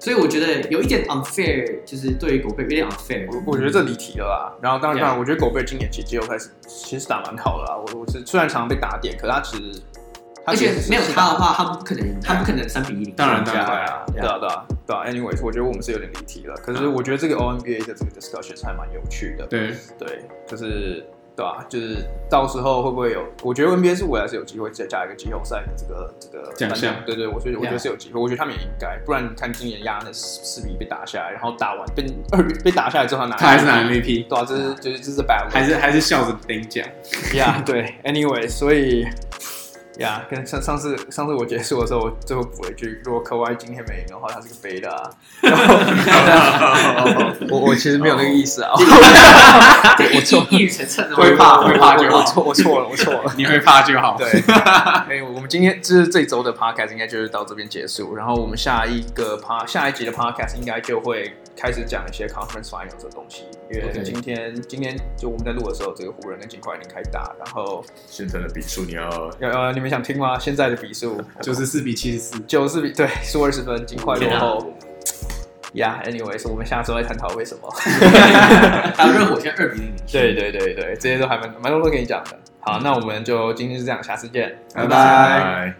D: 所以我觉得有一点 unfair，就是对于狗贝有点 unfair。
A: 我我觉得这离题了啦。然后当然，
D: Yeah
A: 当然，我觉得狗贝今年其实季后赛是其实打蛮好的啦。我我是虽然常常被打点，可是他其实他
D: 而
A: 其
D: 且
A: 实是
D: 没有
A: 是
D: 他
A: 打
D: 的话，他们不可能，他们不可能三比一零。
C: 当然
A: 对
C: 当 然
A: 啊，对啊，对啊，对啊。Anyways，我觉得我们是有点离题了。可是
C: 嗯
A: 我觉得这个 O N B A 的这个 discussion 是还蛮有趣的。
C: 对，
A: 对，就是对啊，就是到时候会不会有？我觉得 N B A 是未来是有机会再加一个季后赛的这个这个
C: 奖项
A: 单对对，我觉得我觉得是有机会，我觉得他们也应该，不然你看今年压那四比一被打下来，然后打完被 二被打下来之后他拿
C: 他还是拿
A: MVP
C: MVP，
A: 对啊，这是就是这是 bad luck
C: 还是还是笑着领奖。
A: 呀，对，anyway，所以呀，跟上上次上次我结束的时候，我最后补了一句，如果科威今天没赢的话，他是个悲的啊。然后 我我其实没有那个意思啊，
D: 对，一一语成谶的，
C: 会怕
A: 我
C: 会怕就
A: 我
C: 好
A: 错我错了，我错了。
C: 你会怕就好。
A: 对，哎，我们今天就是这周的 podcast 应该就是到这边结束，然后我们下一个 p 下一集的 podcast 应该就会开始讲一些 conference finals 的东西，因为
D: OK
A: 今天今天就我们在录的时候，这个湖人跟金块已经开打，然后
B: 现在的比数你要
A: 呃呃，你们想听吗？现在的比数
C: 九十四比七十四。
A: 九四比对输二十分，尽快落
D: 天啊
A: 后。Yeah，anyways，我们下周再探讨为什么。
D: 还有热火现在二比零。
A: 对对对对，这些都还蛮蛮多都跟你讲的。好，那我们就今天就这样，下次见，
C: 拜拜
B: 拜。